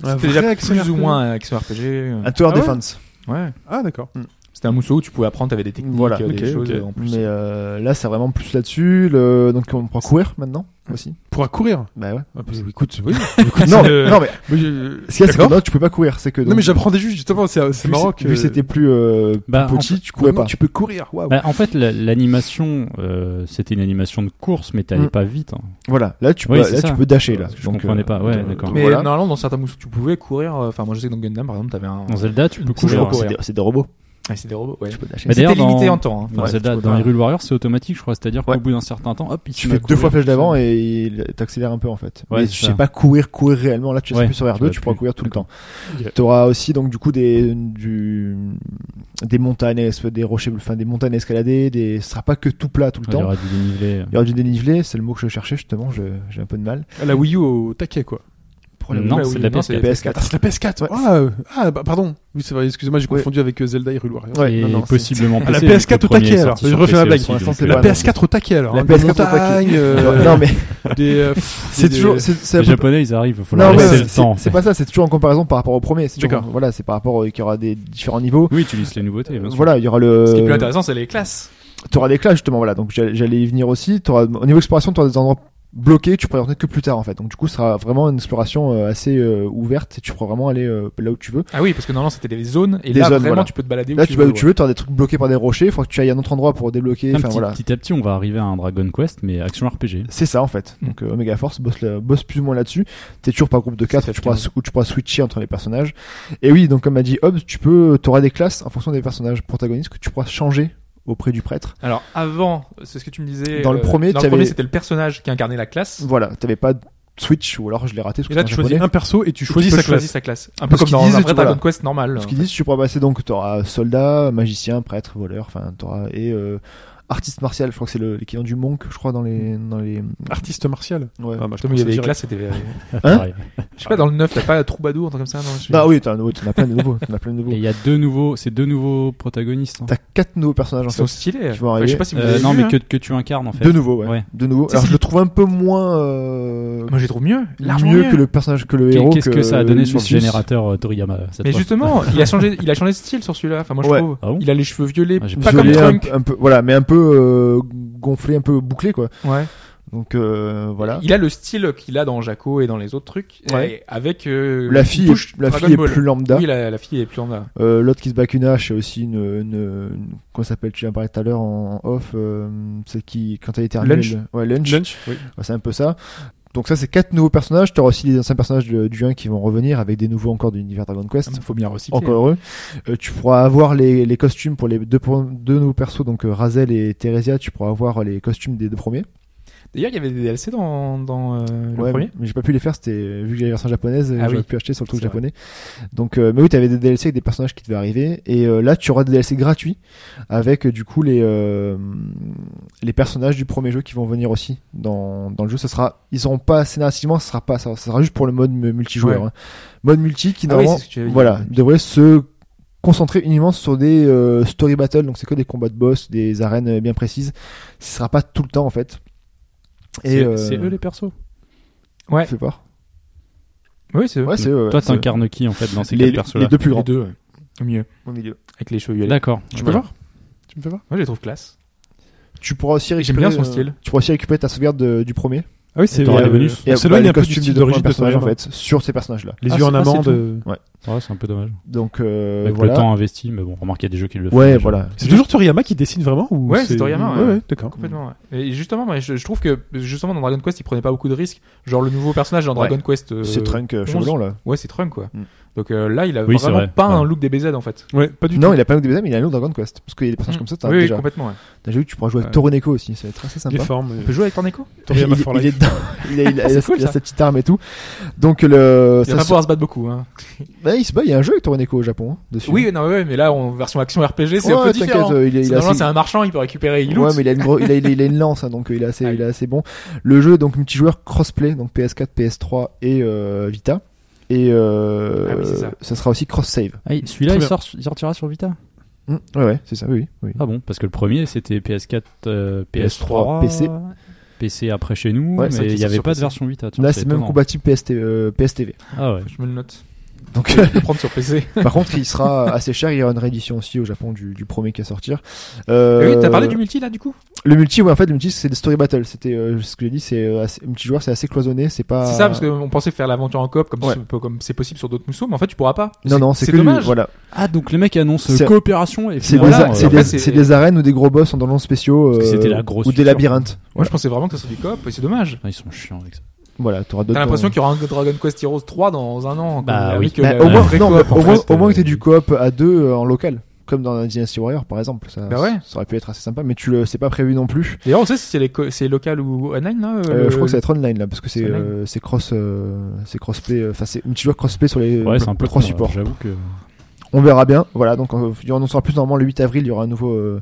Ah,
Un vrai
C'était déjà
action
plus ou
RPG.
moins action RPG. euh,
Un tower
Ah ouais
defense.
Ouais.
Ah d'accord.
C'était un mousseau où tu pouvais apprendre, t'avais des techniques,
Voilà.
euh, des
Ok,
choses
ok.
euh, en plus.
Mais euh, là, c'est vraiment plus là-dessus. Le... Donc on pourra courir maintenant aussi.
Pourra courir.
Bah ouais.
Ah, bah, écoute, oui.
non,
le-
non mais
Mais, euh,
ce qu'il y a, c'est
d'accord.
que non, tu peux pas courir. C'est que
Non
donc,
mais j'apprenais juste justement, c'est c'est
vu
marrant
c'est-
que
vu c'était plus, euh, plus
Bah, en
petit,
fait-
tu courais
Maintenant,
pas.
Tu peux courir. Waouh.
Bah, en fait, la- l'animation, euh, c'était une animation de course, mais t'allais
Mm.
pas vite. hein.
Voilà, là tu peux,
Oui, c'est
là,
ça.
tu peux dasher là. euh,
Parce que je comprenais pas, ouais, d'accord.
Mais
voilà.
normalement, dans certains mousseaux, tu pouvais courir. euh, Enfin, moi, je sais que dans Gundam, par exemple, t'avais un.
Dans Zelda, tu peux
C'est des-
courir. hein.
courir.
c'est des- c'est des robots.
Ah, c'est des robots, ouais.
Tu peux dasher.
Mais
Mais
c'était
d'ailleurs,
limité
dans-
en temps. hein.
Dans
Ouais,
Zelda,
tu
dans
pouvais pas-
Hyrule Warrior, c'est automatique, je crois. C'est-à-dire
Ouais.
qu'au bout d'un certain temps, hop, il se
Tu
met à
fais deux
courir
fois flèche
tout seul.
d'avant et il- t'accélères un peu en fait.
Ouais,
Mais
c'est
je
ça.
sais pas courir, courir réellement. Là tu
Ouais,
es plus sur
tu vas
R2, tu pourras
plus.
courir tout le temps.
Yeah.
T'auras aussi donc du coup des du des montagnes, es- des rochers, enfin des montagnes escaladées. Des... Ce sera pas que tout plat tout le
Il y
temps.
aura du dénivelé.
Il y aura du dénivelé, c'est le mot que je cherchais justement. je- J'ai un peu de mal.
La Wii U au taquet quoi.
Non,
Ouais,
c'est
oui,
de la
non, c'est-
PS4.
Ah,
PS4.
c'est la PS4.
Ouais.
Ah, euh, ah, bah, pardon. Oui, c'est vrai. Excusez-moi, j'ai
Ouais.
confondu avec euh, Zelda et Hyrule Warrior.
Ouais,
et
non, non, c'est-
possiblement
Ah, la
PC, vu que
PS4
le
au taquet,
premier est
alors.
sorti
Je
sur
refais la
PC
blague.
aussi,
Pour l'instant,
donc,
c'est
euh,
La
Ouais,
PS4 au taquet alors.
La
hein, des
PS4 au taquet.
montagnes, euh,
Non mais
des, euh,
c'est
des-
toujours. c'est- c'est un
Les
peu-
japonais, ils arrivent, faut
Non,
leur
mais
laisser
c'est-
le temps. en
C'est
fait.
pas ça, c'est toujours en comparaison par rapport au premier. c'est toujours-
D'accord.
Voilà, c'est par rapport euh, qu'il y aura des différents niveaux.
Oui, tu lisses les nouveautés, bien sûr.
Voilà, il y aura le.
Ce qui est plus intéressant, c'est les classes.
t'auras des classes justement voilà donc j'allais j'allais y venir aussi t'auras au niveau exploration t'auras des endroits bloqués tu pourras y retourner que plus tard en fait donc du coup ce sera vraiment une exploration euh, assez euh, ouverte et tu pourras vraiment aller euh, là où tu veux
Ah oui, parce que normalement, c'était des zones. Et
Des
là,
zones,
vraiment,
voilà.
tu peux te balader
là tu vas où tu
ouais.
veux t'auras des trucs bloqués par des rochers il faudra que tu ailles à un autre endroit pour débloquer
Un
enfin
petit,
voilà
petit à petit, on va arriver à un Dragon Quest, mais action RPG.
c'est ça en fait donc euh, Omega Force bosse, la- bosse plus ou moins là-dessus t'es toujours par groupe de 4
fait
tu pourras,
plaisir.
où tu pourras switcher entre les personnages et oui donc comme a dit Hobbs tu peux t'auras des classes en fonction des personnages protagonistes que tu pourras changer auprès du prêtre
Alors, avant, c'est ce que tu me disais.
Dans le
euh,
premier,
dans
tu
le premier,
avais-
c'était le personnage qui incarnait la classe.
voilà t'avais pas de switch ou alors je l'ai raté parce
Et
que
là,
c'est
tu
en
choisis
japonais.
un perso et tu
Tu peux
choisis sa
choisir
classe.
sa classe. Un peu
Parce
comme
qu'ils
dans
disent,
un vrai
voilà.
Dragon Quest normal.
Ce qu'ils disent, tu pourras passer donc, tu auras soldat, magicien, prêtre, voleur, enfin, tu auras. et euh, artiste martial, je crois que c'est le- l'équivalent du monk, je crois, dans les. Dans les...
Artiste martial.
Ouais.
Ah, bah, je
Comme il y
pense
avait des
direct.
classes, c'était. euh,
Pareil.
Je sais pas, dans le 9, t'as pas Troubadour, un truc comme ça non, bah, je sais-
Ah oui, t'en as, oui, t'en as plein de nouveaux. T'en as plein de nouveaux.
Et il y a deux nouveaux, c'est deux nouveaux protagonistes. hein.
T'as quatre nouveaux personnages en
Ils sont
fait.
stylés.
Qui vont
Enfin, je sais
arriver.
pas si vous
Euh,
avez
non,
vu,
mais
hein.
que, que tu incarnes en fait.
De nouveau, ouais.
Ouais.
De nouveau.
Si,
Alors
si.
je le trouve un peu moins. euh,
Moi, je les trouve mieux. largement
mieux que le personnage, que le
Qu'est-
héros.
Qu'est-ce que ça a donné sur le
Lucius.
générateur euh, Toriyama cette
Mais
fois
justement, il a changé, il a changé de style sur celui-là. Enfin, moi, je
Ouais.
trouve.
Ah bon
il a les cheveux violets,
Ah, j'ai
pas
pas
comme
Isolé, un,
Trunk.
un peu, voilà, mais un peu euh, gonflé, un peu bouclé quoi.
Ouais.
Donc euh, voilà.
Il a le style qu'il a dans Jaco et dans les autres trucs.
Ouais.
Et avec euh,
La
une
fille,
touche
est, la
Dragon
fille est
Ball.
plus lambda.
Oui, la, la fille est plus en bas.
Euh, L'autre qui se bat qu'une hache, c'est aussi une, une, une- comment ça s'appelle Tu en parlais tout à l'heure en en off. euh, c'est qui quand elle éternue.
Lunch.
elle- Ouais, lunch.
Lunch. Oui.
Ouais, c'est un peu ça. Donc ça, c'est quatre nouveaux personnages. T'auras aussi les anciens personnages de- du 1 qui vont revenir avec des nouveaux encore de l'univers Dragon Quest.
faut bien recycler.
Encore heureux. Euh, tu pourras avoir les, les costumes pour les deux, pro- deux nouveaux persos, donc euh, Razel et Theresia. Tu pourras avoir les costumes des deux premiers.
D'ailleurs, il y avait des DLC dans, dans euh, le
Ouais,
premier.
mais j'ai pas pu les faire. C'était vu que j'ai la version japonaise,
Ah
j'aurais
oui.
pu acheter sur le truc
C'est vrai.
japonais. Donc, euh, mais oui, t'avais des DLC avec des personnages qui devaient arriver. Et euh, là, tu auras des DLC gratuits avec euh, du coup les euh, les personnages du premier jeu qui vont venir aussi dans, dans le jeu. Ça sera, ils auront pas scénaristiquement, ça sera pas, ça, ça sera juste pour le mode m- multijoueur,
Ouais.
hein. mode multi qui
Ah oui,
normalement,
c'est ce que tu avais dit.
voilà, devrait se concentrer uniquement sur des euh, story battles. Donc c'est que des combats de boss, des arènes euh, bien précises. Ce sera pas tout le temps en fait. Et
C'est
euh,
c'est eux les persos.
Ouais.
fais voir.
Oui, c'est eux.
Ouais, c'est eux, ouais.
Toi,
C'est eux.
t'incarnes qui en fait dans ces
les,
quatre
les
persos-là
deux plus
les
grands.
deux. ouais. Au mieux.
Au milieu.
Avec les cheveux violets.
D'accord.
Tu peux
Voilà.
voir Tu me fais voir
Moi, je les trouve classe.
Tu pourras aussi
J'aime
récupérer.
bien son
euh,
style.
Tu pourras aussi récupérer ta sauvegarde de- du premier.
Ah oui, c'est
t'auras les
euh,
bonus.
on
euh,
s'éloigne
les
un peu du
costumes
style
des deux
d'origine
premiers personnages
de
en
Toriyama.
fait sur ces personnages là.
Les
Ah,
yeux
c'est
en
pas- c'est
amande.
tout.
euh,
Ouais, c'est un peu dommage.
Donc euh,
Avec
voilà.
le temps investi, mais bon, remarque, il y a des jeux qui le font.
Ouais,
déjà.
voilà.
C'est toujours Toriyama qui dessine vraiment ou
Ouais, c'est Toriyama,
Ouais,
ouais.
ouais, d'accord.
Complètement. ouais. Et justement, moi, je, je trouve que justement dans Dragon Quest, ils prenaient pas beaucoup de risques. Genre le nouveau personnage dans
Ouais.
Dragon Quest. euh,
C'est Trunk euh, cheveux
11.
longs là.
Ouais, c'est Trunk quoi.
Mm.
Donc euh, là, il a
Oui, c'est
vraiment
vrai.
pas
Ouais.
un look des BZ en fait.
Ouais, pas du tout.
Non, il a pas le look des BZ, mais il a un look Dragon Quest. Parce qu'il y a des personnages comme ça, t'as
Mmh. oui, oui,
déjà.
complètement. ouais.
T'as déjà vu, tu pourras jouer avec
Ouais.
Toroneko aussi, ça va être assez
Les
sympa.
formes. euh,
On peut jouer avec Torneco
Il,
Toriyama
il-
for
il
life.
est il a, il a-
Ah, C'est
il a-
cool,
il a
ça.
sa petite arme et tout. Donc le.
Il va
ça
pas
se-
pouvoir se battre beaucoup. Hein.
bah, il se bat, il y a un jeu avec Toroneko au Japon hein, dessus.
Oui, non, ouais, mais là, en version action RPG, c'est
Ouais,
un peu
ouais,
différent.
t'inquiète, euh, il est- il
Parce que
est
Normalement,
assez-
c'est un marchand, il peut récupérer, il
Ouais,
loot.
mais il a une, gro- il a, il a- il a une lance, hein, donc il est assez, il est assez bon. Le jeu est donc multijoueur crossplay, donc PS4, PS3 et euh, Vita. Et euh,
Ah oui, c'est ça.
sera aussi cross-save.
Ah, il- Celui-là,
Très
il,
bien.
sort, il sortira sur Vita
Mm, ouais, ouais, c'est ça, oui. oui.
Ah bon Parce que le premier, c'était PS4, euh, PS3,
PS3, PC.
PC après chez nous,
Ouais, c'est
mais
vrai
il
qu'ils
n'y avait
sortent
pas de
sur
version Vita. tiens,
Là, c'est même
étonnant.
compatible PST, euh, PSTV.
Ah ouais.
Je me le note.
Donc,
Je vais le prendre sur PC.
par contre, il sera assez cher. Il y aura une réédition aussi au Japon du, du premier qui va sortir. Euh,
Eh Oui, t'as parlé du multi, là, du coup
Le multi, ouais, en fait, le multi, c'est des story battles. C'était euh, ce que j'ai dit, c'est euh, assez- multijoueur, c'est assez cloisonné, c'est pas.
C'est ça, parce qu'on pensait faire l'aventure en coop, comme
euh, Ouais.
c'est comme c'est possible sur d'autres mousseaux, mais en fait, tu pourras pas.
Non, non, c'est que du-
dommage.
voilà.
Ah, donc les mecs annoncent
C'est-
coopération et
C'est
finalement,
des,
voilà,
a-
euh,
c'est
en
des-
fait, c'est-
c'est des arènes ou des gros boss en dans spéciaux
Parce que
euh,
c'était la grosse
ou des
culture.
labyrinthes.
Moi, je pensais vraiment que ça serait du coop, et c'est dommage.
Ah, ils sont chiants avec ça.
Voilà, t'auras d'autres.
T'as l'impression qu'il y aura un Dragon Quest Heroes 3 dans un an.
Bah
quoi,
oui.
avec, euh,
Bah,
la-
au
la
moins,
vraie
non,
coop,
au
en
moins,
fait.
au moins que t'aies du coop à deux euh, en local, comme dans Dynasty Warrior par exemple. Ça,
Bah ouais.
ça aurait pu être assez sympa, mais tu le, c'est pas prévu non plus.
D'ailleurs, on sait si c'est les co- c'est local ou online, là
Euh,
le-
je crois que ça va être online là, parce que c'est
c'est online.
euh, c'est cross, euh, c'est crossplay, euh, enfin c'est multijoueur crossplay sur les
Ouais, c'est un peu
Euh, trois
con, euh,
supports.
J'avoue que.
On verra bien. Voilà, donc euh, il y en annoncera plus normalement le 8 avril. Il y aura un nouveau, euh,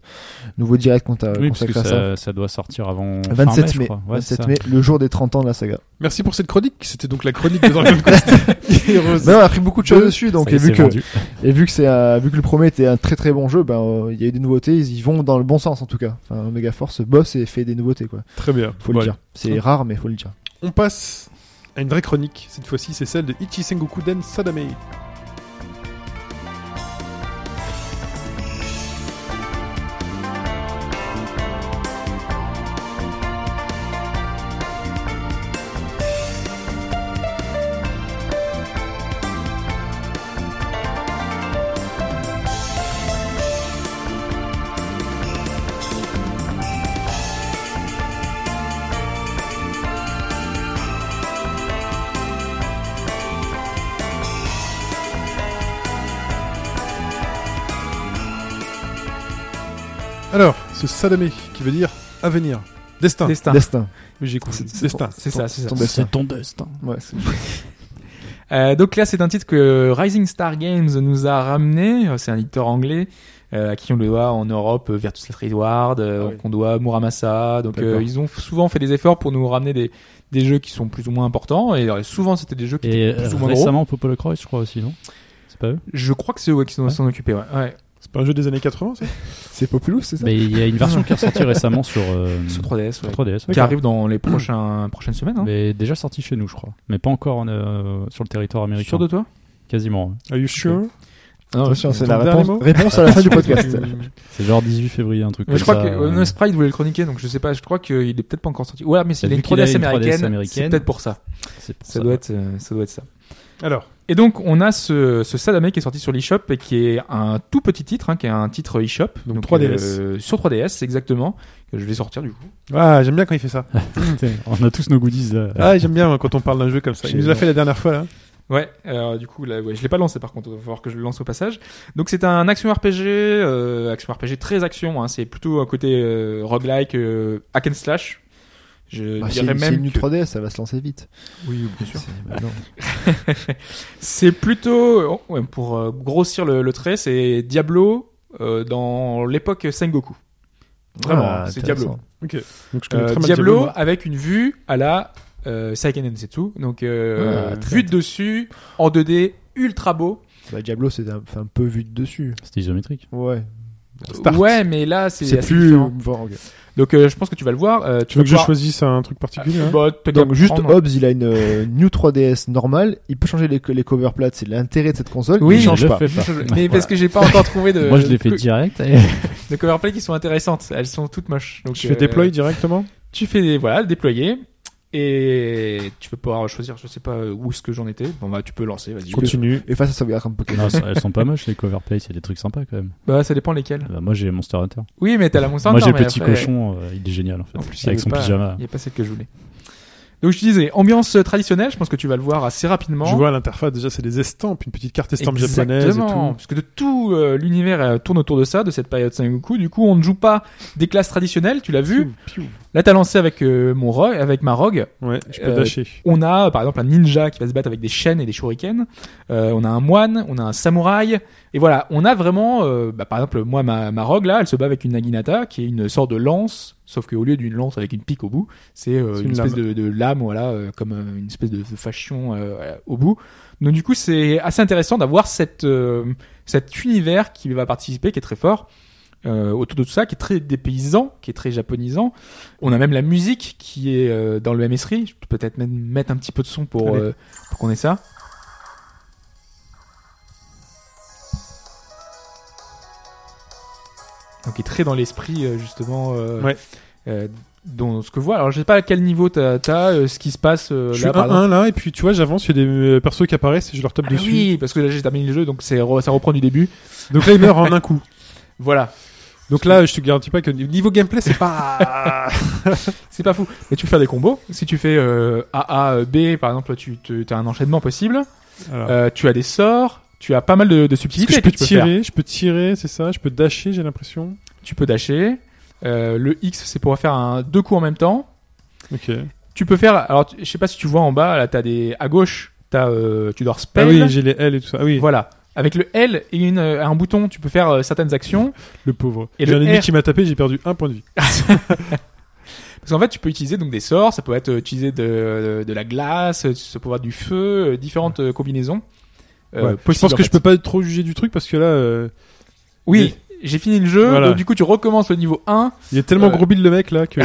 nouveau direct qu'on t'a
Oui, parce que
euh, consacré à ça.
ça, ça doit sortir avant. fin
27
je
mai,
crois. Ouais, c'est
27
ça.
mai, le jour des 30 ans de la saga.
Merci pour cette chronique. C'était donc la chronique de Dragon Quest Heroes.
Ben, on a pris beaucoup de choses dessus, donc et
Ça y est,
vu
c'est
que Bah,
vendu.
et vu que c'est euh, vu que le premier était un très très bon jeu, ben euh, il y a eu des nouveautés, ils y vont dans le bon sens en tout cas. Enfin, Omega Force bosse et fait des nouveautés quoi.
Très bien.
Faut
Ouais.
le dire. C'est rare mais faut le dire.
On passe à une vraie chronique. Cette fois-ci, c'est celle de Ichisengoku-den Sadame. Alors, ce Sadame qui veut dire avenir, destin.
Destin.
Destin.
Mais j'ai compris.
C'est- c'est
Destin.
C'est ça, c'est ça.
Ton destin.
ton hein. destin.
Ouais, c'est-
Euh, donc là, c'est un titre que Rising Star Games nous a ramené. Euh, C'est un éditeur anglais euh, à qui on le doit en Europe euh, Virtus Last Reward, euh,
Ah oui.
qu'on doit Muramasa. Donc
D'accord.
euh, ils ont f- souvent fait des efforts pour nous ramener des, des jeux qui sont plus ou moins importants. Et euh, souvent, c'était des jeux qui
Et euh,
étaient plus ou moins gros.
récemment, Popolo Croix, je crois aussi, non C'est pas eux
Je crois que c'est eux ouais, qui s'en
Ouais.
sont occupés. Ouais. Ouais.
C'est pas un jeu des années 80, ça
C'est Populous, c'est ça
Mais il y a une version qui est ressortie récemment sur,
Mmh.
euh,
Sur 3DS.
sur
ouais.
3DS.
Qui arrive dans les prochains, prochaines semaines. Hein.
Mais déjà sorti chez nous, je crois. Mais pas encore en, euh, sur le territoire américain.
Sûr de toi
Quasiment. ouais.
Are you sure
Non,
Attention, c'est la
ton dernier
réponse,
mot
réponse à la fin du podcast.
C'est genre 18 février, un truc
Mais
comme
je crois
ça.
que
euh,
euh, no Sprite voulait le chroniquer, donc je sais pas, je crois qu'il est peut-être pas encore sorti. Ouais, mais s'il Bah,
Vu
a une
qu'il a
3DS
une 3DS
américaine, c'est
américaine,
peut-être pour ça.
c'est pour
Ça doit être, euh, ça doit être ça.
Alors,
Et donc on a ce, ce Sadame qui est sorti sur l'eShop et qui est un tout petit titre, hein, qui est un titre eShop.
Donc 3DS.
euh, sur 3DS, c'est exactement. Que je vais sortir du coup.
ah, j'aime bien quand il fait ça.
On a tous nos goodies. euh, là.
Ah, j'aime bien quand on parle d'un jeu comme ça. Il nous l'a fait la dernière fois, là.
Ouais, euh, du coup, là, ouais, je l'ai pas lancé par contre, il va falloir que je le lance au passage. Donc c'est un action RPG, euh, action RPG très action, hein, c'est plutôt un côté euh, roguelike, euh, hack and slash. Je
Bah,
dirais
c'est c'est
même.
une
que-
3DS, ça va se lancer vite.
Oui, bien sûr.
C'est- bah non.
C'est plutôt, oh, ouais, pour euh, grossir le, le trait, c'est Diablo euh, dans l'époque Sengoku. Vraiment,
Ah,
c'est
intéressant.
Diablo.
Ok. Donc je
Euh,
connais très mal
Diablo
moi.
avec une vue à la euh, Seiken Densetsu. Donc euh,
Ah, très
vue de dessus en 2D ultra beau.
Bah, Diablo, c'est un, enfin, un peu vu de dessus.
C'était isométrique.
Ouais.
Start.
Ouais, mais là c'est
C'est
assez
plus.
différent.
Bon, ok.
Donc euh, je pense que tu vas le voir. euh, tu
Tu veux que je
vas pouvoir-
choisisse un truc particulier hein
Bah, t'as qu'à
Donc juste
prendre.
Hobbs, il a une euh, New 3DS normale, il peut changer les, les cover plates, c'est l'intérêt de cette console,
Oui,
il change
je
pas.
fais
Je- Mais parce que j'ai pas encore trouvé de.
Moi, je l'ai fait
de,
direct.
de coverplay qui sont intéressantes. Elles sont toutes moches. Donc
Je fais
euh,
deploy directement
Tu fais des- voilà déployer et tu peux pouvoir choisir. Je sais pas euh, où est-ce que j'en étais. Bon bah tu peux lancer. Vas-y.
Continue.
Et face à sauvegarde comme Pokémon.
Non, elles sont- elles sont pas moches, les cover plays. Il y a des trucs sympas quand même.
Bah ça dépend lesquelles.
Bah, moi, j'ai Monster Hunter.
Oui, mais t'as la Monster
moi, j'ai
Hunter, mais
Petit
après-
Cochon. euh, il est génial en fait.
En plus, il y
avec
avait
son
pas-
pyjama.
Il n'y a pas celle que je voulais. Donc je disais, ambiance euh, traditionnelle, je pense que tu vas le voir assez rapidement.
Je vois à l'interface, déjà, c'est des estampes, une petite carte estampe japonaise et
Exactement,
tout.
parce que de tout euh, l'univers euh, tourne autour de ça, de cette période Sengoku. Du coup, on ne joue pas des classes traditionnelles, tu l'as vu.
Piou, piou.
Là, t'as lancé avec euh, mon rogue, avec ma rogue.
Ouais, je peux
Euh,
lâcher.
On a, euh, par exemple, un ninja qui va se battre avec des chaînes et des shurikens. Euh, on a un moine, on a un samouraï. Et voilà, on a vraiment, euh, bah, par exemple, moi, ma, ma rogue, là, elle se bat avec une naginata, qui est une sorte de lance, sauf qu'au lieu d'une lance avec une pique au bout, c'est euh,
C'est
une,
une
espèce de, de lame, voilà, euh, comme euh, une espèce de, de fashion euh, voilà, au bout. Donc, du coup, c'est assez intéressant d'avoir cette, euh, cet univers qui va participer, qui est très fort. euh, autour de tout ça, qui est très dépaysant, qui est très japonisant, on a même la musique qui est euh, dans le MSRI. Je peux peut-être même mettre un petit peu de son pour,
Allez.
euh, pour qu'on ait ça. Donc, il est très dans l'esprit, euh, justement, euh,
Ouais.
euh, dont ce que voit. Alors, je sais pas à quel niveau t'as, t'as, euh, ce qui se passe euh,
Je suis
là, par
1-1 là, et puis tu vois, j'avance, il y a des euh, persos qui apparaissent et je leur tape
exemple. Ah
dessus.
oui, parce que là, j'ai terminé le jeu, donc c'est re- ça reprend du début.
Donc là, il meurt en un coup.
Voilà.
Donc là, je te garantis pas que niveau gameplay, c'est pas.
C'est pas fou. Mais tu peux faire des combos. Si tu fais euh, A, A, B, par exemple, tu as un enchaînement possible.
Voilà.
Euh, tu as des sorts, tu as pas mal de, de
Parce
subtilités
que je
que
peux
tu peux faire.
tirer, je peux tirer, c'est ça, je peux dasher, j'ai l'impression.
Tu peux dasher. Euh, le X, c'est pour faire un, deux coups en même temps.
Ok.
Tu peux faire. Alors, tu- je sais pas si tu vois en bas, là, t'as des. À gauche, t'as, euh, tu dois
Ah
spell.
oui, j'ai les L et tout ça. Ah oui,
voilà. Avec le L et une, euh, un bouton, tu peux faire euh, certaines actions.
le pauvre.
Et
J'ai
le
un ennemi
R.
qui m'a tapé, j'ai perdu un point de vie.
Parce qu'en fait, tu peux utiliser donc des sorts. Ça peut être euh, utiliser de, de la glace, ça peut avoir du feu, euh, différentes euh, combinaisons. euh,
Ouais. je
possibles,
pense
en
que
fait.
je peux pas trop juger du truc parce que là, euh,
Oui, j'ai fini le jeu.
Voilà.
donc du coup, tu recommences le niveau 1.
il est tellement
Euh.
gros build le mec là que.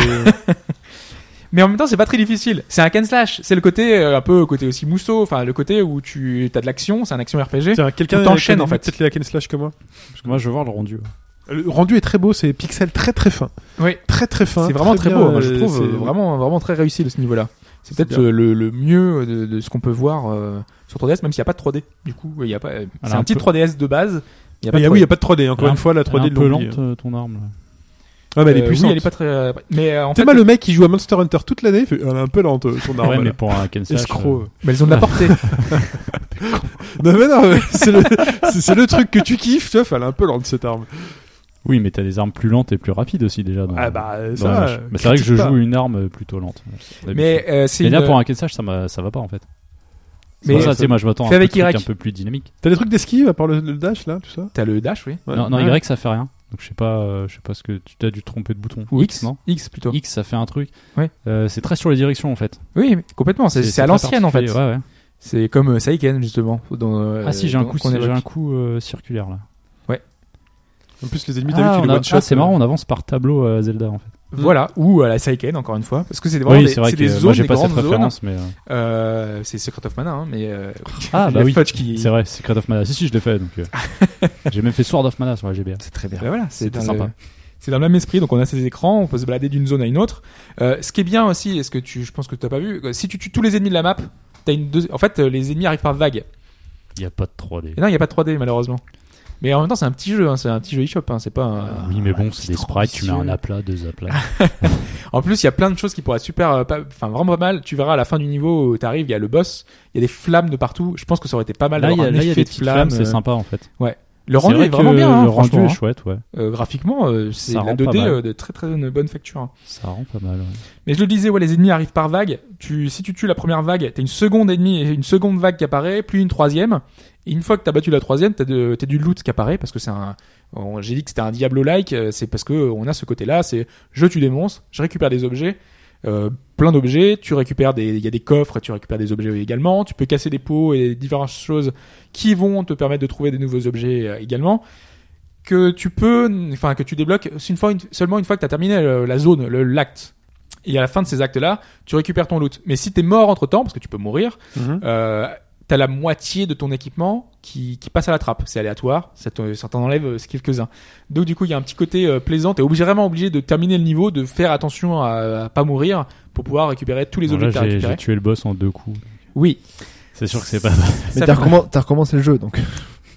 Mais en même temps, c'est pas très difficile. C'est un can slash. C'est le côté euh, un peu côté aussi mousseau, enfin le côté où tu as de l'action, c'est un action RPG.
Tiens, quelqu'un
On t'enchaîne, en
connaît
fait.
Peut-être les hack and slash comme moi.
Parce que moi, je veux voir le rendu.
Le rendu est très beau, c'est pixel très très fin.
Oui.
Très très fin.
C'est vraiment très,
bien,
beau, moi, je
euh,
trouve
c'est-
euh, vraiment vraiment très réussi de ce niveau-là. C'est
C'est
peut-être euh, le, le mieux de, de ce qu'on peut voir euh, sur 3DS, même s'il n'y a pas de 3D. Du coup, il y a pas. euh, C'est
Alors,
un
un
titre
peu-
3DS de base. Il y a
Ah,
pas de
oui, il
3D.
n'y a pas de 3D, encore
Elle est
une fois, la 3D
Elle est
de
un peu
l'oubli.
lente, euh, ton arme. là.
Ah, bah elle
Euh,
est
oui,
puissante.
elle est pas très. euh, Mais euh, en fait,
T'es mal le mec qui joue à Monster Hunter toute l'année, il fait, elle est un peu lente euh, ton arme.
ouais, mais
là.
pour un Ken euh, Slash,
Escroc.
euh, mais elles ont de la portée.
Non, mais non, mais c'est le, c'est- c'est le truc que tu kiffes, tu vois, elle est un peu lente cette arme.
euh, Oui, mais t'as des armes plus lentes et plus rapides aussi déjà. dans-
Ah bah,
dans
ça,
la manche.
euh,
Mais c'est vrai que je
critique pas.
joue une arme plutôt lente. d'habitude.
mais euh, c'est.
Et là,
une-
pour un Ken Slash, ça m'a- ça va pas en fait. C'est
Mais- euh,
pour ça, tu sais, moi, je m'attends à
Fais
un
avec
truc
Irak.
un peu plus dynamique.
T'as des trucs d'esquive à part le, le dash là, tout ça
euh, T'as le dash, oui.
Ouais.
Non, non,
Ouais.
Y, ça fait rien. Donc, je sais pas, euh, je sais pas ce que tu t'as dû te tromper de bouton.
Ou X,
non
X plutôt.
X, ça fait un truc.
Ouais.
Euh, c'est très sur les directions en fait.
Oui, mais complètement. C'est c'est à
très
l'ancienne en fait.
particulier, ouais, ouais.
C'est comme euh, Saiken justement. dont, euh,
ah si, j'ai un
dont-
coup,
qu'on
j'ai
évoque.
un coup euh, circulaire là.
En plus, les ennemis, t'as
Ah,
vu, tu
on
les euh.
a-
one shot.
ah,
euh.
c'est marrant, on avance par tableau euh, Zelda en fait.
Voilà, ou à la Saiken encore une fois, parce que c'est vraiment des, c'est des
euh,
zones,
moi j'ai
des
pas cette
grandes zones.
référence, mais euh,
Euh, c'est Secret of Mana, hein, mais euh,
Ah,
il y
bah
a
oui.
Fudge qui.
c'est vrai, Secret of Mana. Si si, je l'ai fait donc. euh, j'ai même fait Sword of Mana sur la GBA.
C'est très bien.
Bah voilà, c'est
C'était
dans le-
sympa.
C'est dans le même esprit, donc on a ces écrans, on peut se balader d'une zone à une autre. Euh, ce qui est bien aussi, est-ce que tu, je pense que tu n'as pas vu, euh, si tu tues tous les ennemis de la map, t'as une deux- en fait euh, les ennemis arrivent par vague.
Il y a pas de 3D.
Et non, il n'y a pas de 3D malheureusement. Mais en même temps, c'est un petit jeu, hein, c'est un petit jeu eShop, hein, c'est pas. un-
Euh, oui, mais bon, c'est des sprites, tu mets un aplat, deux aplats.
En plus, il y a plein de choses qui pourraient être super, euh, pas- enfin vraiment pas mal. Tu verras à la fin du niveau, euh, t'arrives, il y a le boss, il y a des flammes de partout. Je pense que ça aurait été pas mal
Là, il y
d'avoir
a,
un
là, il y a
effet
des
de
petites flammes,
flammes.
c'est
euh.
sympa en fait.
Le
C'est
rendu
vrai
est, vraiment
que
bien, hein,
le rendu
franchement.
est
hein.
chouette, ouais.
Euh, graphiquement, euh, c'est
Ça
la
rend
2D
pas mal.
euh, de très très bonne facture. hein.
Ça rend pas mal. ouais.
Mais je le disais, ouais, les ennemis arrivent par vague. Tu, si tu tues la première vague, t'as une seconde ennemie et une seconde vague qui apparaît, puis une troisième. Et une fois que t'as battu la troisième, t'as de- t'as du loot qui apparaît parce que c'est un. on- J'ai dit que c'était un Diablo-like, euh, c'est parce que euh, on a ce côté-là. C'est je tue des monstres, je récupère des objets, euh, plein d'objets. Tu récupères des, il y a des coffres, tu récupères des objets également. Tu peux casser des pots et différentes choses qui vont te permettre de trouver des nouveaux objets euh, également que tu peux, enfin que tu débloques c'est une fois, une- seulement une fois que t'as terminé euh, la zone, le l'acte. Et à la fin de ces actes-là, tu récupères ton loot. Mais si t'es mort entre temps, parce que tu peux mourir,
Mhm.
euh, t'as la moitié de ton équipement qui, qui passe à la trappe. C'est aléatoire, ça te- ça t'en enlève euh, quelques-uns. Donc du coup, il y a un petit côté euh, plaisant. T'es obligé, vraiment obligé de terminer le niveau, de faire attention à, à pas mourir pour pouvoir récupérer tous les
Bon,
objets
là,
que t'as
j'ai- j'ai
récupérés.
tué le boss en deux coups.
Oui.
C'est sûr que c'est pas mal.
Mais
Ça
t'as
fait-
recommen- t'as recommencé le jeu donc.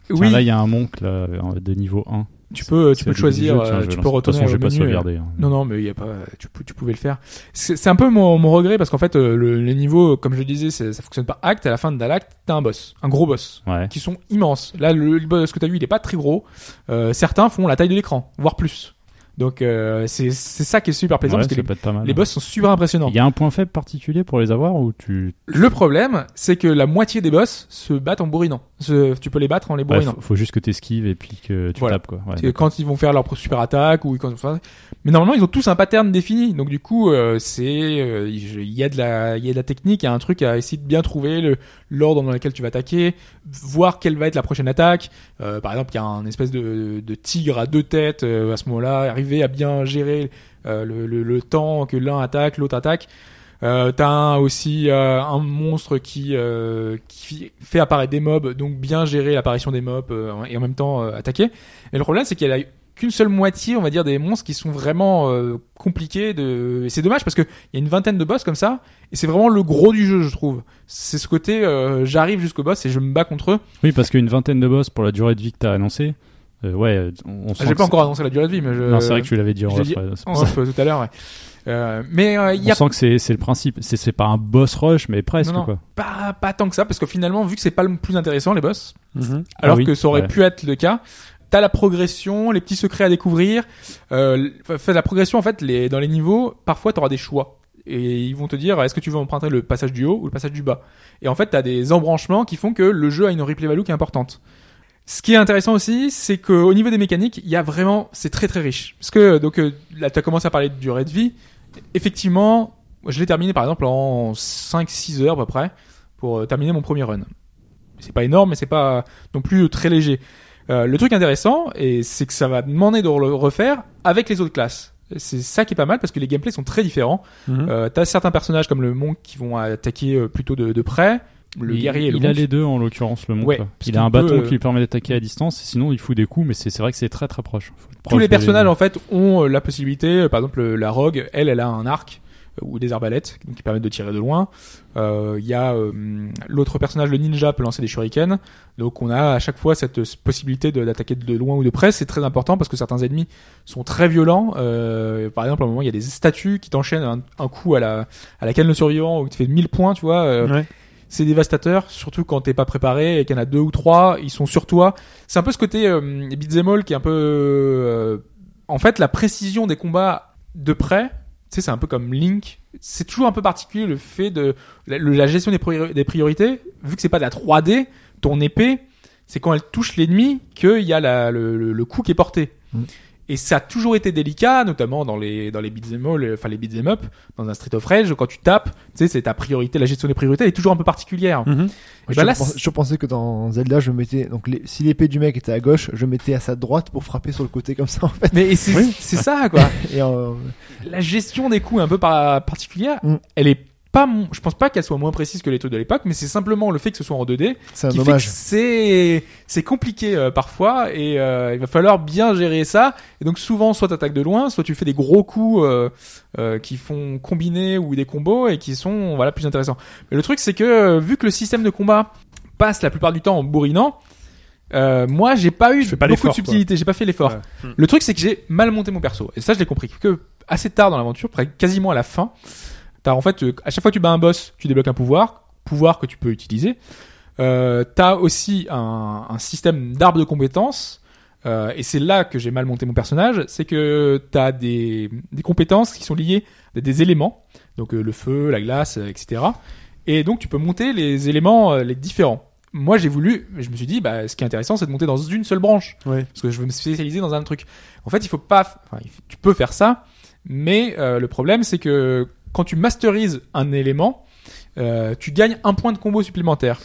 Tiens,
oui,
Là, il y a un monk là, euh, de niveau 1.
tu peux, tu
C'est
peux
le
te choisir,
début du jeu, tiens,
euh,
je
tu
lance.
peux retourner
De toute façon,
au
j'ai pas
menu, euh,
sauvegardé. hein.
Non, non, mais il y a pas, tu, pou- tu pouvais le faire. C'est c'est un peu mon, mon regret parce qu'en fait, euh, le, les niveaux, comme je le disais, c'est- ça fonctionne par acte. À la fin de l'acte, t'as un boss, un gros boss,
Ouais.
qui sont immenses. Là, le, le boss que t'as vu, il est pas très gros. Euh, certains font la taille de l'écran, voire plus. Donc euh, c'est c'est ça qui est super plaisant
Ouais,
parce que
ça
les,
peut être pas mal. hein.
les boss sont super impressionnants.
Il y a un point faible particulier pour les avoir ou tu.
Le problème, c'est que la moitié des boss se battent en bourrinant. Se- tu peux les battre en les
Bref,
bourrinant.
Bah, faut juste que t'esquives et puis que tu
Voilà.
tapes quoi. Ouais,
C'est quand ils vont faire leur super attaque ou quand enfin, mais normalement ils ont tous un pattern défini donc du coup euh, c'est euh, il il y a de la il y a de la technique il y a un truc à essayer de bien trouver le l'ordre dans lequel tu vas attaquer voir quelle va être la prochaine attaque Euh, par exemple il y a un espèce de, de tigre à deux têtes euh, à ce moment-là arriver à bien gérer euh, le, le, le temps que l'un attaque l'autre attaque euh, t'as un- aussi euh, un monstre qui, euh, qui fait apparaître des mobs, donc bien gérer l'apparition des mobs euh, et en même temps euh, attaquer. Et le problème, c'est qu'il y a la- qu'une seule moitié, on va dire, des monstres qui sont vraiment euh, compliqués. De... Et c'est dommage parce qu'il y a une vingtaine de boss comme ça, et c'est vraiment le gros du jeu, je trouve. C'est ce côté, euh, j'arrive jusqu'au boss et je me bats contre eux. Ah,
Oui, parce qu'une vingtaine de boss pour la durée de vie que t'as annoncée, euh, ouais, on, on sent
Ah, J'ai
que
pas
c'est-
encore annoncé la durée de vie, mais je...
Non, c'est vrai que tu l'avais dit en
je l'ai
off,
dit
ouais, c'est
en
pour ça.
off, euh, tout à l'heure. ouais. Euh, mais euh, il y
On
a
sent que c'est c'est le principe. C'est c'est pas un boss rush, mais presque
Non, non.
quoi.
pas, pas tant que ça, parce que finalement, vu que c'est pas le plus intéressant, les boss,
Ah
alors
oui,
que ça aurait
ouais.
pu être le cas. T'as la progression, les petits secrets à découvrir. Euh, fa- fa- la progression, en fait, les, dans les niveaux, parfois t'auras des choix. Et ils vont te dire, est-ce que tu veux emprunter le passage du haut ou le passage du bas Et en fait, t'as des embranchements qui font que le jeu a une replay value qui est importante. Ce qui est intéressant aussi, c'est que au niveau des mécaniques, il y a vraiment, c'est très très riche. Parce que donc euh, là, t'as commencé à parler de durée de vie. Effectivement, je l'ai terminé par exemple en 5-6 heures à peu près pour euh, terminer mon premier run. C'est pas énorme, mais c'est pas non plus très léger. Euh, le truc intéressant, et c'est que ça va demander de le refaire avec les autres classes. C'est ça qui est pas mal parce que les gameplays sont très différents.
Mhm.
Euh, T'as certains personnages comme le monk qui vont attaquer euh, plutôt de, de près, le
il,
guerrier et le
il a
monk.
les deux en l'occurrence le monk.
Ouais,
quoi.
parce
il
qu'il
a un
peut,
bâton
euh,
qui lui permet d'attaquer à distance. et Sinon, il fout des coups, mais c'est c'est vrai que c'est très très proche. Faut être
Tous
proche
les
des-
personnages en fait ont euh, la possibilité, euh, par exemple euh, la rogue, elle, elle a un arc euh, ou des arbalètes donc, qui permettent de tirer de loin. Euh, Il y a euh, hum, l'autre personnage, le ninja, peut lancer des shurikens. Donc on a à chaque fois cette euh, possibilité de- d'attaquer de loin ou de près. C'est très important parce que certains ennemis sont très violents. Euh, par exemple, à un moment, il y a des statues qui t'enchaînent un, un coup à la, à la canne le survivant où tu fais 1000 points, tu vois. euh,
Ouais.
C'est dévastateur, surtout quand t'es pas préparé et qu'il y en a deux ou trois, ils sont sur toi. C'est un peu ce côté euh, beat'em all qui est un peu... euh, en fait, la précision des combats de près, tu sais, c'est un peu comme Link. C'est toujours un peu particulier le fait de... La, le- la gestion des, priori- des priorités, vu que c'est pas de la 3D, ton épée, c'est quand elle touche l'ennemi qu'il y a la- le, le- le coup qui est porté.
Mm.
Et ça a toujours été délicat, notamment dans les dans les beat'em all, enfin les beat'em up, dans un Street of Rage, quand tu tapes, tu sais, c'est ta priorité, la gestion des priorités elle est toujours un peu particulière.
Ouais,
Et bah
je,
là,
pensais,
c'est-
je pensais que dans Zelda, je mettais donc les- si l'épée du mec était à gauche, je mettais à sa droite pour frapper sur le côté comme ça en fait.
Mais c'est
Oui.
c'est ça quoi.
Et euh,
la gestion des coups est un peu par- particulière.
Mm.
Elle est pas, mon- je pense pas qu'elle soit moins précise que les trucs de l'époque, mais c'est simplement le fait que ce soit en 2D
c'est un
qui fait que
dommage.
c'est c'est compliqué euh, parfois et euh, il va falloir bien gérer ça et donc souvent soit t'attaques de loin soit tu fais des gros coups euh, euh, qui font combiner ou des combos et qui sont voilà plus intéressants mais le truc c'est que euh, vu que le système de combat passe la plupart du temps en bourrinant euh, moi j'ai pas eu
Tu fais pas
beaucoup de
l'effort,
subtilité j'ai pas fait l'effort
Ouais. Mm.
le truc c'est que j'ai mal monté mon perso et ça je l'ai compris que assez tard dans l'aventure près- quasiment à la fin t'as en fait euh, à chaque fois que tu bats un boss tu débloques un pouvoir pouvoir que tu peux utiliser euh, t'as aussi un, un système d'arbre de compétences. euh, et c'est là que j'ai mal monté mon personnage, c'est que t'as des, des compétences qui sont liées à des éléments, donc euh, le feu, la glace, euh, etc. Et donc tu peux monter les éléments, euh, les différents. Moi j'ai voulu, je me suis dit, bah, ce qui est intéressant c'est de monter dans une seule branche,
Ouais.
parce que je veux me spécialiser dans un truc. En fait il faut pas, enfin, il faut- tu peux faire ça, mais euh, le problème c'est que quand tu masterises un élément, euh, tu gagnes un point de combo supplémentaire.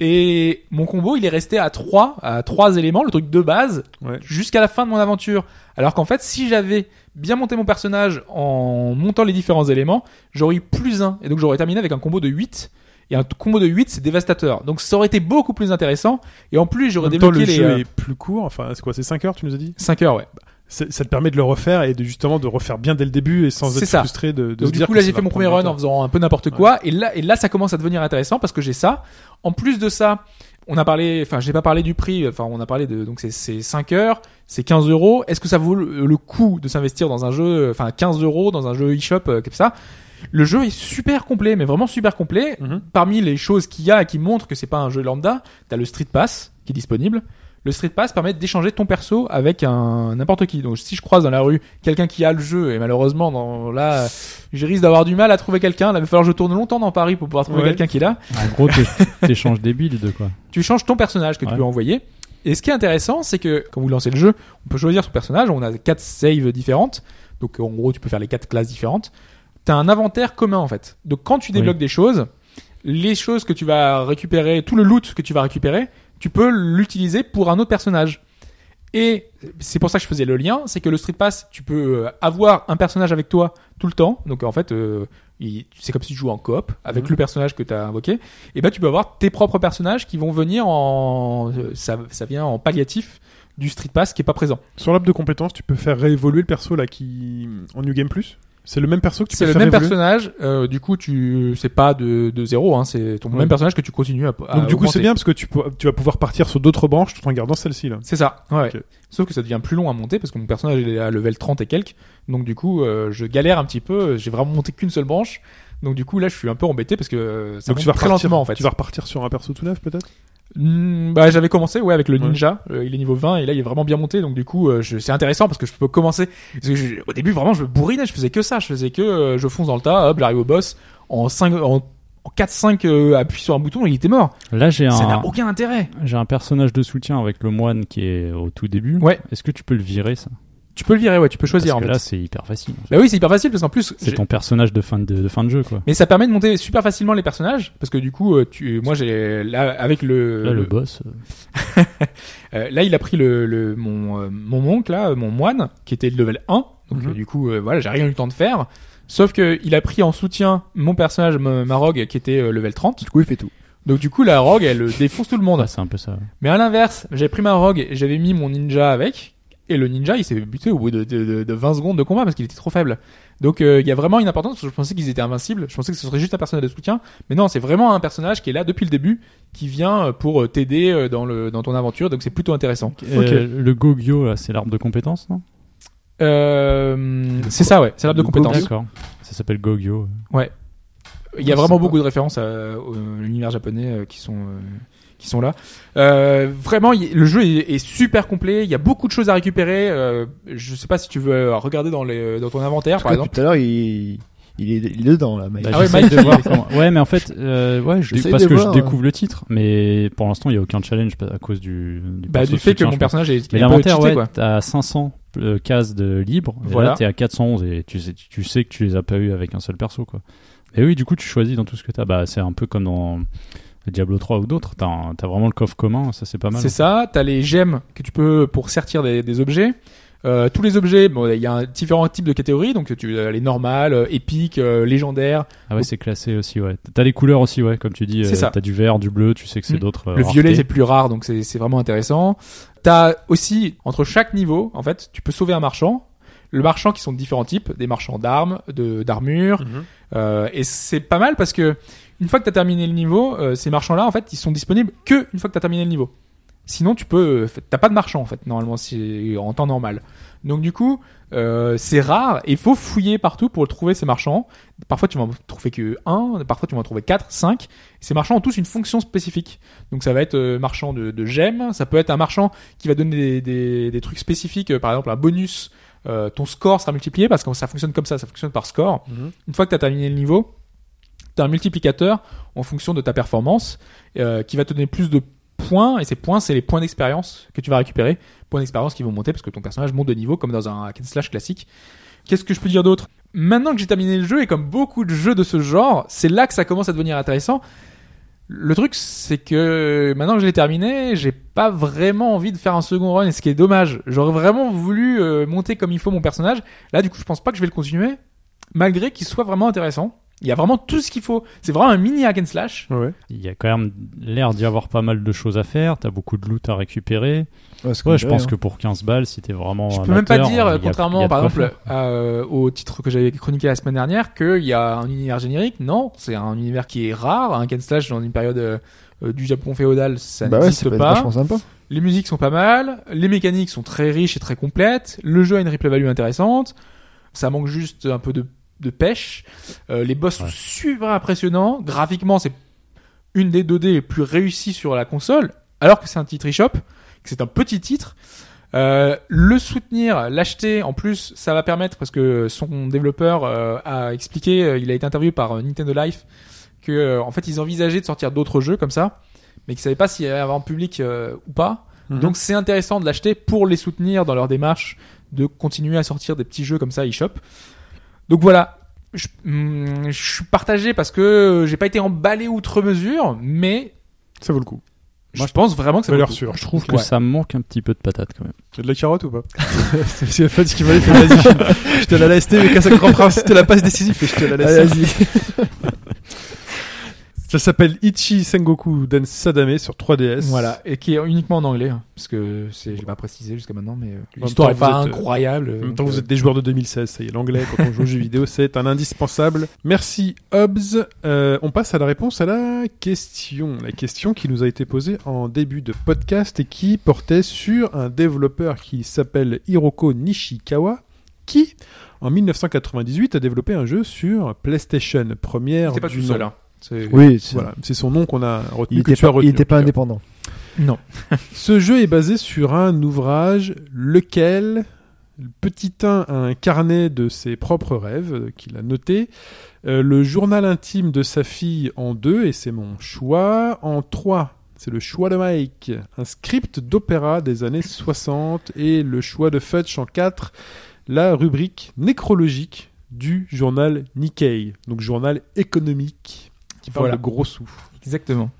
Et mon combo, il est resté à 3, à 3 éléments, le truc de base,
Ouais.
jusqu'à la fin de mon aventure. Alors qu'en fait, si j'avais bien monté mon personnage en montant les différents éléments, j'aurais eu plus 1. Et donc j'aurais terminé avec un combo de 8. Et un t- combo de 8, c'est dévastateur. Donc ça aurait été beaucoup plus intéressant. Et en plus,
En
j'aurais
même temps, le
débloqué les
jeu est plus court. Enfin, c'est quoi C'est 5 heures, tu nous as dit
5 heures, ouais.
C'est- Ça te permet de le refaire et de justement de refaire bien dès le début et sans
C'est
être
ça.
frustré de, de se
Donc du
dire
coup
que
là
ça
j'ai
va
fait mon premier
prendre
run
du
en
temps.
faisant un peu n'importe quoi et là et là ça commence à devenir intéressant parce que j'ai ça. En plus de ça, on a parlé enfin j'ai pas parlé du prix enfin on a parlé de donc c'est c'est 5 heures, c'est 15 euros. Est-ce que ça vaut le, le coup de s'investir dans un jeu enfin 15 euros dans un jeu eShop euh, comme ça Le jeu est super complet mais vraiment super complet.
Mhm.
Parmi les choses qu'il y a et qui montrent que c'est pas un jeu lambda, t'as le Street Pass qui est disponible. le Street Pass permet d'échanger ton perso avec un n'importe qui. Donc si je croise dans la rue quelqu'un qui a le jeu et malheureusement dans, là, euh, je risque d'avoir du mal à trouver quelqu'un. Là, il va falloir que je tourne longtemps dans Paris pour pouvoir trouver
Ouais.
quelqu'un qui l'a.
En gros, t'é- t'échanges des builds, quoi.
Tu changes ton personnage que tu
Ouais.
peux envoyer. Et ce qui est intéressant, c'est que quand vous lancez le jeu, on peut choisir son personnage. On a quatre saves différentes. Donc en gros, tu peux faire les quatre classes différentes. T'as un inventaire commun en fait. Donc quand tu débloques des choses, les choses que tu vas récupérer, tout le loot que tu vas récupérer, tu peux l'utiliser pour un autre personnage. Et c'est pour ça que je faisais le lien, c'est que le Street Pass, tu peux euh, avoir un personnage avec toi tout le temps. Donc en fait, euh, il- c'est comme si tu joues en coop avec le personnage que tu as invoqué. Et ben tu peux avoir tes propres personnages qui vont venir en euh, ça, ça vient en palliatif du Street Pass qui est pas présent.
Sur l'app de compétences, tu peux faire réévoluer le perso là qui en New Game Plus. C'est le même perso que tu peux
C'est le
faire
même
réévoluer
personnage, euh, du coup tu c'est pas de, de zéro, hein, c'est ton
Ouais.
même personnage que tu continues à, à
Donc du coup,
augmenter.
c'est bien parce que tu, peux- tu vas pouvoir partir sur d'autres branches tout en gardant celle-ci là.
C'est ça, ouais.
Ok.
Sauf que ça devient plus long à monter parce que mon personnage il est à level 30 et quelques. Donc du coup, euh, je galère un petit peu. J'ai vraiment monté qu'une seule branche. Donc du coup, là, je suis un peu embêté parce que euh, ça
Donc
monte
tu vas
très
repartir
lentement en fait.
Tu vas repartir sur un perso tout neuf peut-être.
Hmm, bah, j'avais commencé ouais avec le
Ouais.
ninja. Euh, il est niveau 20 et là, il est vraiment bien monté. Donc du coup, euh, je- c'est intéressant parce que je peux commencer. Parce que je- au début, vraiment, je bourrinais. Je faisais que ça. Je faisais que euh, je fonce dans le tas. Hop, j'arrive au boss en 5 en, en 4-5 euh, appuis sur un bouton et il était mort.
Là, j'ai
Ça n'a
un,
aucun intérêt.
j'ai un personnage de soutien avec le moine qui est au tout début.
Ouais.
Est-ce que tu peux le virer, ça
Tu peux le virer, ouais. Tu peux
Parce
choisir.
que
en fait.
là, c'est hyper facile.
Bah oui, c'est hyper facile parce qu'en plus,
C'est
j'ai-
ton personnage de fin de, de fin de jeu, quoi.
Mais ça permet de monter super facilement les personnages parce que du coup, euh, tu, moi j'ai là avec le
Là, le boss. euh,
euh, là il a pris le, le mon euh, mon monk là, euh, mon moine qui était le level 1. Donc
Mhm.
euh, du coup, euh, voilà, j'ai rien eu le temps de faire. Sauf que il a pris en soutien mon personnage ma, ma rogue qui était euh, level 30.
Du coup, il fait tout.
Donc du coup, la rogue elle euh, défonce tout le monde.
ouais, ah, c'est un peu ça. ouais.
Mais à l'inverse, j'ai pris ma rogue, et j'avais mis mon ninja avec, et le ninja il s'est buté au bout de, de- de- de 20 secondes de combat parce qu'il était trop faible. Donc euh, il y a vraiment une importance, parce que je pensais qu'ils étaient invincibles, je pensais que ce serait juste un personnage de soutien, mais non, c'est vraiment un personnage qui est là depuis le début, qui vient euh, pour euh, t'aider euh, dans, le, dans ton aventure, donc c'est plutôt intéressant.
Euh, le Gogyo, là, c'est l'arbre de compétence, non
Euh, c'est ça, ouais, c'est l'arbre de compétences.
D'accord. Ça s'appelle Gogyo. ouais.
Il y a
Ouais,
vraiment
sympa.
beaucoup de références à, au- à l'univers japonais euh, qui sont euh, qui sont là. Euh, vraiment, il- le jeu est, est super complet. Il y a beaucoup de choses à récupérer. Euh, je sais pas si tu veux euh, regarder dans les dans ton inventaire,
En tout
par
cas,
exemple.
depuis tout à l'heure, il, il, est, il est dedans là. Mike.
Bah,
Ah ouais,
j'essaye
Mike,
de voir comment- Ouais, mais en fait, euh, ouais, je-
J'essaye
parce
de
que
voir, euh.
je découvre le titre, mais pour l'instant, il n'y a aucun challenge à cause du. Du,
Bah,
perso
du fait que
soutien,
mon
je pense.
personnage est,
Mais
est un peu
l'inventaire,
cheaté,
ouais,
quoi.
t'as 500 euh, cases de libre.
Voilà.
Voilà. Là, t'es à 411 et tu sais, tu sais que tu les as pas eu avec un seul perso, quoi. Et oui, du coup, tu choisis dans tout ce que t'as. Bah, c'est un peu comme dans Diablo 3 ou d'autres. T'as un- t'as vraiment le coffre commun, ça c'est pas mal.
C'est ça. T'as les gemmes que tu peux pour sortir des, des objets. Euh, tous les objets, bon, il y a un- différents types de catégories, donc tu as les normales, euh, épiques, euh, légendaires,
Ah ouais, c'est classé aussi, ouais. T'as les couleurs aussi, ouais, comme tu dis.
C'est
euh,
ça.
T'as du vert, du bleu, tu sais que c'est
Mm.
d'autres. euh,
Le violet c'est
raretés.
plus rare, donc c'est c'est vraiment intéressant. T'as aussi entre chaque niveau, en fait, tu peux sauver un marchand. Le marchand qui sont de différents types, des marchands d'armes, de d'armures, euh, et c'est pas mal parce que une fois que t'as terminé le niveau, euh, ces marchands-là, en fait, ils sont disponibles que une fois que t'as terminé le niveau. Sinon, tu peux, euh, t'as pas de marchand en fait normalement si en temps normal. Donc du coup, euh, c'est rare et il faut fouiller partout pour trouver ces marchands. Parfois, tu vas en trouver que un, parfois tu vas en trouver quatre, cinq. Ces marchands ont tous une fonction spécifique. Donc ça va être euh, marchand de, de gemmes, ça peut être un marchand qui va donner des, des- des trucs spécifiques, euh, par exemple un bonus, euh, ton score sera multiplié parce que ça fonctionne comme ça, ça fonctionne par score.
Mhm.
Une fois que tu as terminé le niveau, tu as un multiplicateur en fonction de ta performance euh, qui va te donner plus de points et ces points c'est les points d'expérience que tu vas récupérer, points d'expérience qui vont monter parce que ton personnage monte de niveau comme dans un hack and slash classique. Qu'est-ce que je peux dire d'autre Maintenant que j'ai terminé le jeu et comme beaucoup de jeux de ce genre, c'est là que ça commence à devenir intéressant le truc, c'est que maintenant que je l'ai terminé, j'ai pas vraiment envie de faire un second run, et ce qui est dommage. J'aurais vraiment voulu euh, monter comme il faut mon personnage. Là, du coup, je pense pas que je vais le continuer, malgré qu'il soit vraiment intéressant. Il y a vraiment tout ce qu'il faut. C'est vraiment un mini hack and slash.
Ouais.
Il y a quand même l'air d'y avoir pas mal de choses à faire. T'as beaucoup de loot à récupérer.
Ouais, c'est
Ouais,
comme
je
ça,
pense
hein.
que pour 15 balles, si t'es vraiment.
Je peux même pas
amateur,
dire,
il y a- il y
contrairement
a de
par
quoi
exemple euh, au titre que j'avais chroniqué la semaine dernière, qu'il y a un univers générique. Non, c'est un univers qui est rare. Un hack and slash dans une période euh, euh, du Japon féodal, ça
Bah ouais,
n'existe
c'est
pas.
vachement sympa.
Les musiques sont pas mal, les mécaniques sont très riches et très complètes, le jeu a une replay value intéressante, ça manque juste un peu de, de pêche, euh, les boss
Ouais.
sont super impressionnants, graphiquement c'est une des 2D les plus réussies sur la console, alors que c'est un titre eShop que c'est un petit titre. Euh, le soutenir, l'acheter, en plus, ça va permettre parce que son développeur euh, a expliqué, euh, il a été interviewé par euh, Nintendo Life, que euh, en fait ils envisageaient de sortir d'autres jeux comme ça, mais qu'ils savaient pas s'il y avait un public euh, ou pas.
Mhm.
Donc c'est intéressant de l'acheter pour les soutenir dans leur démarche de continuer à sortir des petits jeux comme ça eShop. Donc voilà, je, hum, je suis partagé parce que j'ai pas été emballé outre mesure, mais
Ça vaut le coup.
je, pense vraiment que ça vaut le
Valeur
coup.
sûre.
Je trouve que
Ouais.
ça manque un petit peu de patate quand même.
T'as de la carotte ou pas C'est la ce qu'il m'a dit. fait, Vas-y, je te la laisse, mais casse grand prince. Je te la passe décisive et je te
Bah,
la laisse. Ça s'appelle Ichi Sengoku Dan Sadame sur 3DS.
Voilà, et qui est uniquement en anglais, hein, parce que c'est, j'ai pas précisé jusqu'à maintenant, mais euh,
même
l'histoire
temps,
est pas
vous êtes, euh,
incroyable.
En même
donc,
temps, vous
euh,
êtes des joueurs de 2016, ça y est, l'anglais quand on joue aux jeux vidéo, c'est un indispensable. Merci Hobbs. Euh, on passe à la réponse à la question. La question qui nous a été posée en début de podcast et qui portait sur un développeur qui s'appelle Hiroko Nishikawa, qui, en 1998, a développé un jeu sur PlayStation, première
C'était pas
du
tout
nom.
seul. hein. C'est-
Oui, c'est-
Voilà, c'est son nom qu'on a retenu.
il
que
était
tu as
pas, il
retenu,
était pas
en tout cas.
indépendant.
Non.
Ce jeu est basé sur un ouvrage, lequel le petit 1 a un carnet de ses propres rêves euh, qu'il a noté, Euh, le journal intime de sa fille en deux, et c'est mon choix, en trois, c'est le choix de Mike, un script d'opéra des années 60, et le choix de Fudge en 4, la rubrique nécrologique du journal Nikkei, donc journal économique qui parle
Voilà.
de gros sous.
Exactement.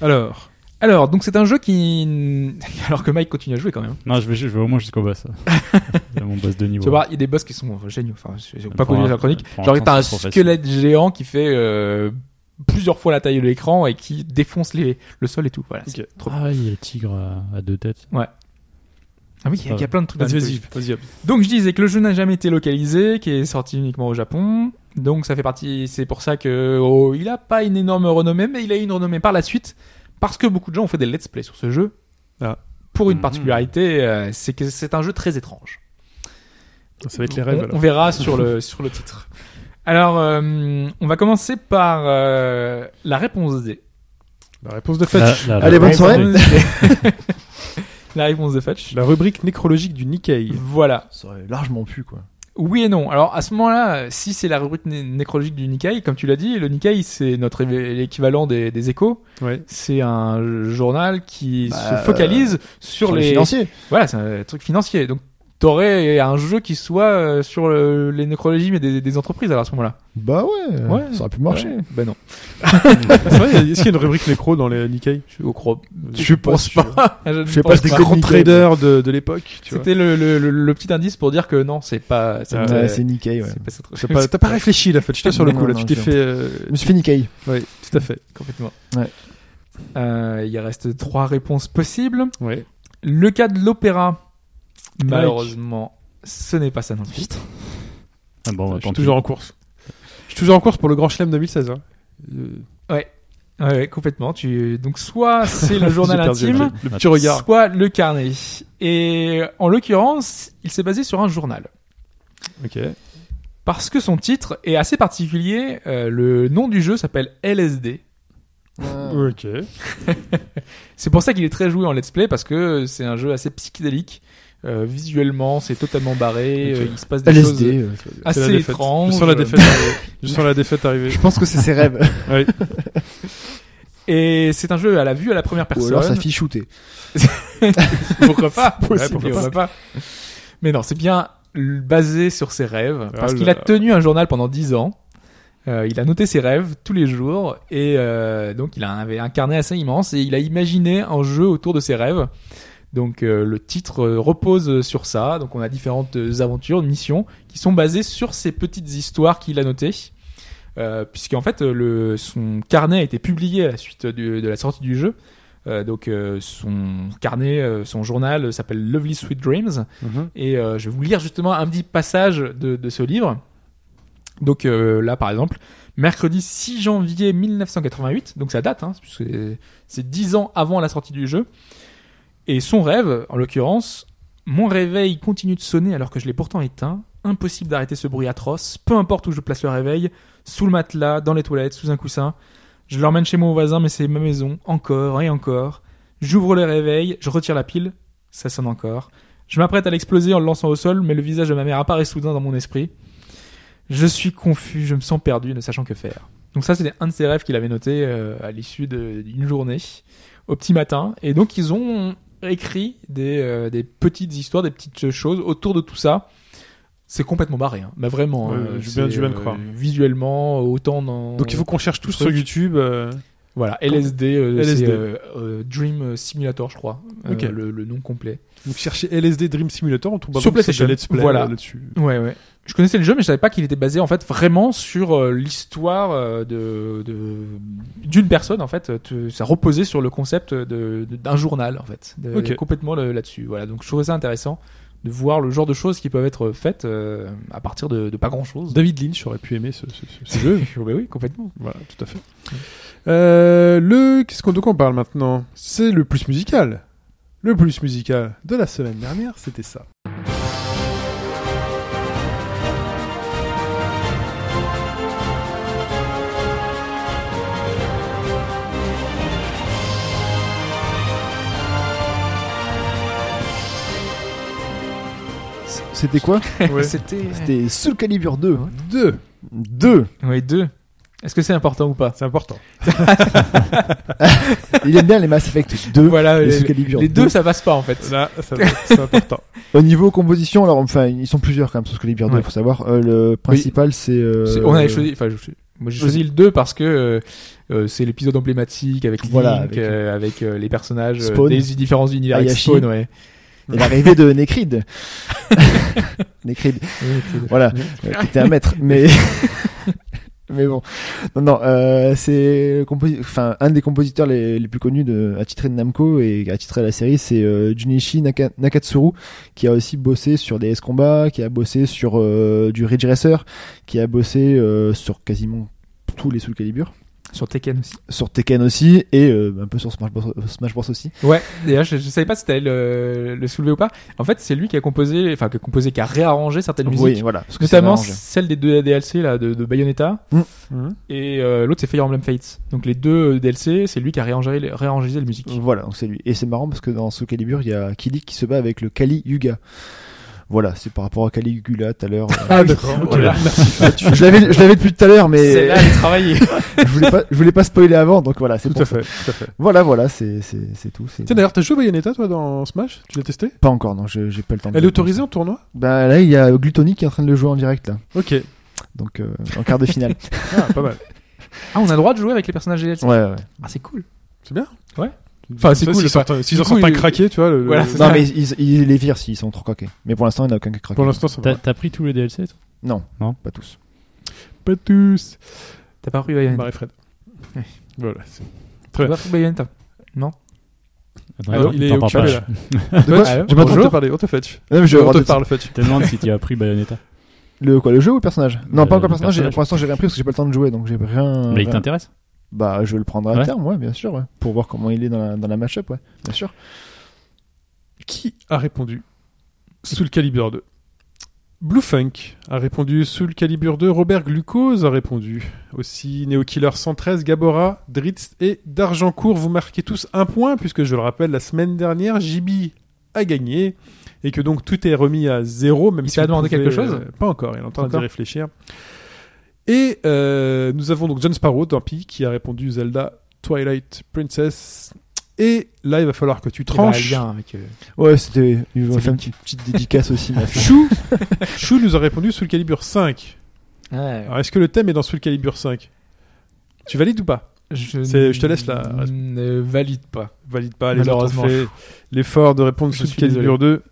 Alors,
Alors, donc c'est un jeu qui, alors que Mike continue à jouer quand même.
Non, je vais, je vais au moins jusqu'au boss. C'est mon boss de niveau.
Tu vois, il y a des boss qui sont géniaux. Enfin, je- je vais pas
Pour
continuer
un-
la chronique.
pour un
Genre, t'as un
sens, c'est trop
squelette géant qui fait euh, plusieurs fois la taille de l'écran et qui défonce les, le sol et tout. Voilà. c'est Trop...
Ah, il y a le tigre à, à deux têtes.
Ah oui, il y a- il y, a plein de trucs. dans
vas-y,
la
vas-y,
mythologie.
vas-y. hop.
Donc je disais que le jeu n'a jamais été localisé, qui est sorti uniquement au Japon. Donc ça fait partie, c'est pour ça que oh, il a pas une énorme renommée, mais il a eu une renommée par la suite parce que beaucoup de gens ont fait des let's play sur ce jeu.
Ah.
Pour une
Mhm.
particularité, euh, c'est que c'est un jeu très étrange.
Ça va être les rêves
On-
alors.
on, verra sur le sur le titre. Alors euh, on va commencer par euh, la réponse D.
La réponse de
La-
Fetch.
la-
Allez,
la-
bonne
la-
soirée.
la-
La réponse de Fetch.
La rubrique nécrologique du Nikkei.
Voilà.
Ça aurait largement pu, quoi.
Oui et non. Alors à ce moment-là, si c'est la rubrique né- nécrologique du Nikkei, comme tu l'as dit, le Nikkei c'est notre éve- l'équivalent des, des échos.
Ouais.
C'est un journal qui
Bah,
se focalise sur, les,
financiers.
Voilà, c'est un truc financier. Donc t'aurais un jeu qui soit euh, sur le- les nécrologies mais des, des entreprises alors à ce moment-là.
Bah ouais,
Ouais.
ça aurait pu marcher.
Ouais. Ben non.
C'est vrai, est-ce qu'il y a une rubrique nécro dans les Nikkei
Je crois.
Je pense
pas. Je ne
Je sais pas,
pense
c'était
Des
Ouais.
grands
Nikkei.
traders de, de l'époque, tu vois.
C'était le, le, le- le petit indice pour dire que non, c'est pas.
Ah,
Ouais,
euh,
c'est Nikkei, ouais.
c'est pas cette-
T'as pas, t'as pas réfléchi là, fait. Je sur le
Non,
coup là,
non,
tu t'es
je-
fait. euh,
Je me suis fait Nikkei.
Ouais, tout à fait.
Complètement.
Ouais.
Euh, il reste trois réponses possibles.
Ouais.
Le cas de l'opéra. Malheureusement, ce n'est pas ça dans le titre.
Ah bon, bah,
je
tant
suis
pis.
toujours en course. Je suis toujours en course pour le Grand Chelem 2016. Hein. Euh,
Ouais, ouais, complètement. Tu... Donc, soit c'est le journal
j'ai perdu,
intime,
j'ai- Le petit regard.
soit le carnet. Et en l'occurrence, il s'est basé sur un journal.
Ok.
Parce que son titre est assez particulier. Euh, le nom du jeu s'appelle LSD.
Ok.
C'est pour ça qu'il est très joué en let's play parce que c'est un jeu assez psychédélique. Euh, visuellement, c'est totalement barré.
Ok.
euh, il se passe des choses
LSD. euh,
C'est la
assez
défaite.
étranges.
Je sens la défaite. arriver. Je sens la défaite arriver.
Je pense que c'est ses rêves.
Ouais.
Et c'est un jeu à la vue à la première
Ou
personne.
alors sa fille shootée.
pourquoi pas
possible.
Ouais, pourquoi pas. Mais non, c'est bien l- basé sur ses rêves parce
Ah
qu'il
là
a
là.
tenu un journal pendant 10 ans. Euh, il a noté ses rêves tous les jours et euh, donc il a- avait un carnet assez immense et il a imaginé un jeu autour de ses rêves. Donc euh, le titre euh, repose sur ça. Donc on a différentes euh, aventures, missions qui sont basées sur ces petites histoires qu'il a notées. Euh, puisqu'en fait euh, le, son carnet a été publié à la suite du- de la sortie du jeu. Euh, donc euh, son carnet, euh, son journal euh, s'appelle Lovely Sweet Dreams. Et euh, je vais vous lire justement un petit passage de, de ce livre. Donc euh, là par exemple, mercredi 6 janvier 1988, donc ça date, hein, puisque c'est- c'est 10 ans avant la sortie du jeu. Et son rêve, en l'occurrence, mon réveil continue de sonner alors que je l'ai pourtant éteint. Impossible d'arrêter ce bruit atroce, peu importe où je place le réveil, sous le matelas, dans les toilettes, sous un coussin. Je l'emmène chez mon voisin, mais c'est ma maison, encore et encore. J'ouvre le réveil, je retire la pile, Ça sonne encore. Je m'apprête à l'exploser en le lançant au sol, mais le visage de ma mère apparaît soudain dans mon esprit. Je suis confus, je me sens perdu, ne sachant que faire. Donc ça, c'était un de ses rêves qu'il avait noté euh, à l'issue de- d'une journée, au petit matin. Et donc, ils ont écrit des, euh, des petites histoires, des petites choses autour de tout ça. C'est complètement barré, hein. mais vraiment.
Ouais,
hein,
je
c'est,
viens- je viens de croire.
Visuellement, autant dans...
Donc il faut qu'on cherche tous
Truc.
sur YouTube. euh,
Voilà, LSD, euh,
LSD.
c'est, euh, euh, Dream Simulator, je crois, euh,
Ok.
le, le nom complet.
donc cherchez LSD Dream Simulator, on trouve
Sur
un peu
PlayStation.
des let's play
Voilà.
euh, là-dessus.
Ouais, ouais. Je connaissais le jeu, mais je savais pas qu'il était basé en fait vraiment sur euh, l'histoire euh, de de- d'une personne en fait. Te- ça reposait sur le concept de de- d'un journal en fait, de-
Ok.
complètement le- là-dessus. Voilà, donc je trouvais ça intéressant de voir le genre de choses qui peuvent être faites euh, à partir de, de pas grand chose.
David Lynch aurait pu aimer ce, ce- ce- ce jeu.
oh, bah oui, complètement.
Voilà, tout à fait. Euh, le qu'est-ce qu'on de quoi on parle maintenant C'est le plus musical. Le plus musical de la semaine dernière, c'était ça.
C'était quoi
Ouais.
C'était
C'était Soul Calibur 2. hein.
Deux.
2
oui deux. Est-ce que c'est important ou pas
C'est important.
Il aime bien les Mass Effect 2.
Voilà,
et
les,
Soul Calibur
les deux
2.
ça passe pas en fait.
Là, ça- c'est important.
Au niveau composition, alors enfin, ils sont plusieurs quand même sur Calibur 2,
Ouais.
il faut savoir. Euh, le principal, c'est. euh,
C'est- On avait choisi, enfin, je- moi j'ai choisi le 2 parce que euh, euh, c'est l'épisode emblématique avec Link,
Voilà,
avec,
avec-
euh, avec, euh, les personnages euh,
Spawn.
des différents univers. avec
Hayashi.
Spawn, ouais.
et l'arrivée de Necrid. Necrid, voilà, euh, qui était un maître, mais. Mais bon, non, non, euh, c'est le composi- enfin un des compositeurs les, les plus connus de attitré de Namco et attitré à la série, c'est euh, Junichi Naka- Nakatsuru, qui a aussi bossé sur des S Combat, qui a bossé sur euh, du Ridge Racer, qui a bossé euh, sur quasiment tous les Soul Calibur,
Sur Tekken aussi.
sur Tekken aussi et euh, un peu sur Smash Bros, Smash Bros aussi.
Ouais, d'ailleurs, je, je savais pas si t'allais le, le soulever ou pas. En fait, c'est lui qui a composé, enfin, qui a composé, qui a réarrangé certaines
Oui,
musiques.
voilà, parce que c'est
Notamment
arrangé.
celle des deux DLC là, de, de Bayonetta
Mm.
et euh, l'autre c'est Fire Emblem Fates. Donc les deux euh, DLC, c'est lui qui a réarrangé, réarrangé la musique.
Ah,
Voilà, donc c'est lui. Et c'est marrant parce que dans Soul Calibur, il y a Kili qui se bat avec le Kali Yuga. Voilà, c'est par rapport à Caligula tout à l'heure. Euh,
Ah d'accord.
Voilà.
je l'avais, je l'avais depuis tout à l'heure, mais
Celle-là, elle est travaillée.
je voulais pas, je voulais pas spoiler avant, donc voilà, c'est
Tout
pour
à
ça.
fait. Tout à fait.
Voilà, voilà, c'est, c'est, c'est tout. C'est
Tiens, d'ailleurs, t'as joué à Bayonetta, toi, dans Smash Tu l'as testé
pas encore, non, je- j'ai pas le temps. de-
Elle est autorisée en tournoi
Bah là, il y a Glutoni qui est en train de le jouer en direct là,
Ok.
donc euh, en quart de finale.
Ah, pas mal.
Ah, on a le droit de jouer avec les personnages des DLC.
ouais, ouais.
Ah, c'est cool.
C'est bien
Ouais. Enfin, c'est
Ça,
cool,
S'ils
enfin,
sortent- s'ils en
du
sortent
coup,
pas
il-
craqués, tu vois. le-
Voilà,
le-
c'est ça.
Non mais ils, ils les virent s'ils sont trop croqués. Mais pour l'instant, il n'y en a aucun qui est croqué.
Pour l'instant, ça va.
T'as t'as pris tous les DLC toi
Non,
Non.
pas tous.
Pas tous.
T'as pas repris Bayonetta.
Marie-Fred.
Ouais.
Voilà. c'est-
T'as pas repris Bayonetta. Eh ben, Ah
Attends,
Alors,
attends,
il est
t'en parles
occupé,
pas.
là.
De quoi
Allô
J'ai pas entendu
Bonjour.
parler.
on te fetch.
Non, mais je
on te
regardais-
parle, fetch.
Je te demande si tu as pris Bayonetta.
Le quoi, le jeu ou le personnage
Euh,
Non, pas encore
le
le personnage. j'ai-
personnage.
Pour l'instant, j'ai rien pris parce que j'ai pas le temps de jouer, donc j'ai rien.
Mais il
rien-
t'intéresse
Bah, je vais le prendre à
Ouais.
terme, ouais, bien sûr, ouais, pour voir comment il est dans la, dans la match-up, ouais, bien sûr.
Qui a répondu Soul Calibur 2 Blue Funk a répondu Soul Calibur 2, Robert Glucose a répondu aussi Neo Killer 113, Gabora, Dritz et D'Argencourt. Vous marquez tous un point puisque je le rappelle, la semaine dernière, JB a gagné et que donc tout est remis à zéro. Même
Il
si
t'a
vous
demandé
pouvez-
quelque chose
euh, Pas encore, il est en train de
Encore
réfléchir. Et euh, nous avons donc John Sparrow, tant pis, qui a répondu Zelda, Twilight Princess. Et là, il va falloir que
Eh ben,
tu tranches.
Il y a un lien avec. euh,
Ouais, c'était. Je
C'est
vais faire une petite, petite dédicace aussi, ma fille.
Chou, Chou nous a répondu sous le calibre 5.
Ouais.
Alors, est-ce que le thème est dans sous le calibre 5 Tu valides ou pas
Je,
C'est- je te laisse la-
Ne valide pas.
Valide pas, Bah, les autres
Malheureusement.
ont fait l'effort de répondre
Je
sous le
suis
calibre 2.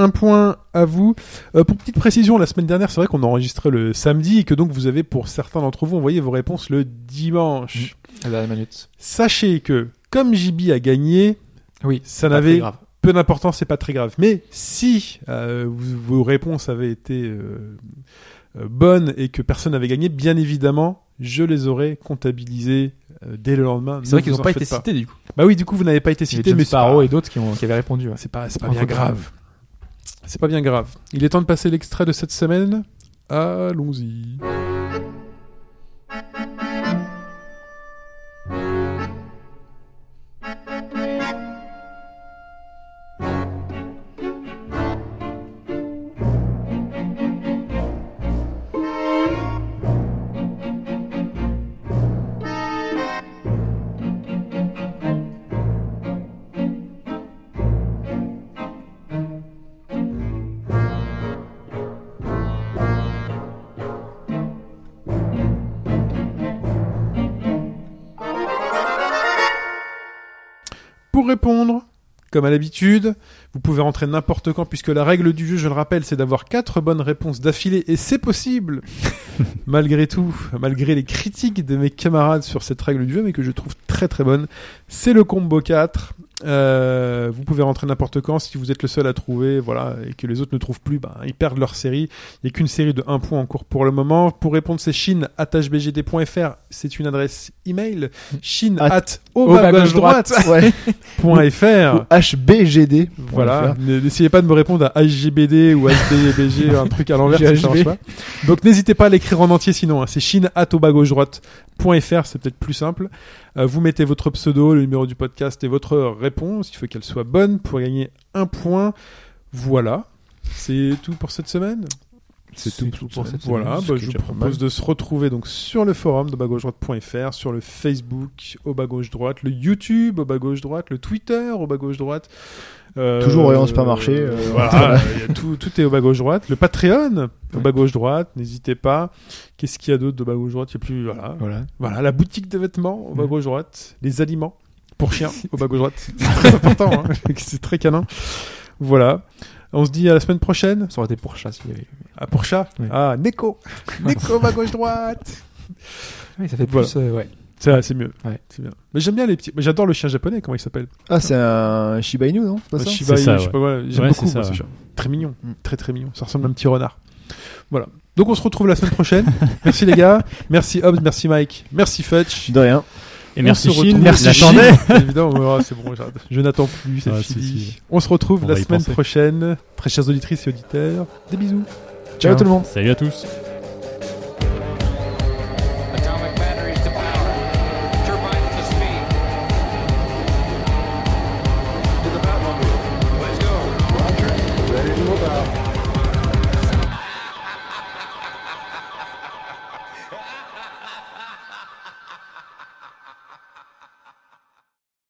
Un point à vous. Euh, pour petite précision, la semaine dernière, c'est vrai qu'on a enregistré le samedi et que donc vous avez, pour certains d'entre vous, envoyé vos réponses le dimanche.
À la minute.
Sachez que, comme JB a gagné,
Oui.
ça n'avait peu d'importance, c'est pas très grave. Mais si euh, vous- vos réponses avaient été euh, euh, bonnes et que personne n'avait gagné, bien évidemment, je les aurais comptabilisées euh, dès le lendemain.
C'est
Ne
vrai qu'ils
vous
n'ont
en
pas
faites
été cités du coup.
Bah oui, du coup, vous n'avez pas été
C'était
cité,
James
mais c'est
Sparrow
pas-
et d'autres qui, ont, qui avaient répondu. ouais.
c'est pas, c'est pas
Enfin,
bien
faut grave.
grave. C'est pas bien grave. Il est temps de passer l'extrait de cette semaine. Allons-y. Pour répondre, comme à l'habitude, vous pouvez rentrer n'importe quand puisque la règle du jeu, je le rappelle, c'est d'avoir quatre bonnes réponses d'affilée et c'est possible. malgré tout, malgré les critiques de mes camarades sur cette règle du jeu mais que je trouve très très bonne, c'est le combo 4. Euh, vous pouvez rentrer n'importe quand si vous êtes le seul à trouver voilà et que les autres ne trouvent plus, ben, ils perdent leur série. Il n'y a qu'une série de 1 point en cours pour le moment. Pour répondre, c'est chine.bgd.fr. C'est une adresse email. Chine
At-
at au bas gauche droite.
Ouais.
Point fr.
Ou HBGD.
Ah. Voilà, Ne- n'essayez pas de me répondre à HGBD ou HDBG, un truc à l'envers, ça ne marche
GHB.
pas. Donc n'hésitez pas à l'écrire en entier sinon, hein. c'est chine gauche droite.fr, c'est peut-être plus simple. Euh, vous mettez votre pseudo, le numéro du podcast et votre réponse, il faut qu'elle soit bonne pour gagner un point. Voilà, c'est tout pour cette semaine.
C'est tout pour cette semaine,
Voilà,
ce
bah,
qui est
je vous
déjà pas mal.
propose de se retrouver donc sur le forum de droite.fr, sur le Facebook au bas gauche droite, le YouTube au bas gauche droite, le Twitter au bas gauche droite. Euh,
Toujours Orient, c'est pas marché, euh,
voilà, euh, y a tout, tout est au bas gauche droite. Le Patreon au bas gauche droite, n'hésitez pas. Qu'est-ce qu'il y a d'autre de bas gauche droite Il y a plus voilà.
Voilà.
Voilà, la boutique de vêtements au bas
Mm.
gauche droite, les aliments pour chiens au bas gauche droite. C'est très important, hein. c'est très canin. Voilà. On se dit à la semaine prochaine.
Ça aurait été pour chat s'il y avait.
Ah, pour chat
Oui.
Ah, Neko Neko, ma gauche droite
ça fait
Voilà.
plus. euh, ouais.
Ça, c'est mieux.
Ouais.
C'est bien. Mais j'aime bien les petits. mais J'adore le chien japonais, comment il s'appelle
Ah, c'est un Shiba Inu, non C'est pas
Un
ça
Shiba
C'est
Inu,
ça,
je sais
ouais.
pas, voilà, J'aime
Ouais,
beaucoup,
c'est
moi,
ça,
ce
ouais.
chien. Très mignon.
Mm.
Très, très mignon. Ça ressemble à un petit renard. Voilà. Donc, on se retrouve la semaine prochaine. merci, les gars. Merci, Hobbs. Merci, Mike. Merci, Fetch.
De rien.
Et merci
on se
Chine,
retrouve-
merci
Chine.
Chine.
Évidemment, ouais, c'est bon, j'arrête. je n'attends plus, c'est
Ah,
fini.
si, si.
On se retrouve
On
la
va y
semaine
penser.
prochaine. Très chères auditrices et auditeurs, des bisous.
Ciao tout le monde.
Salut à tous.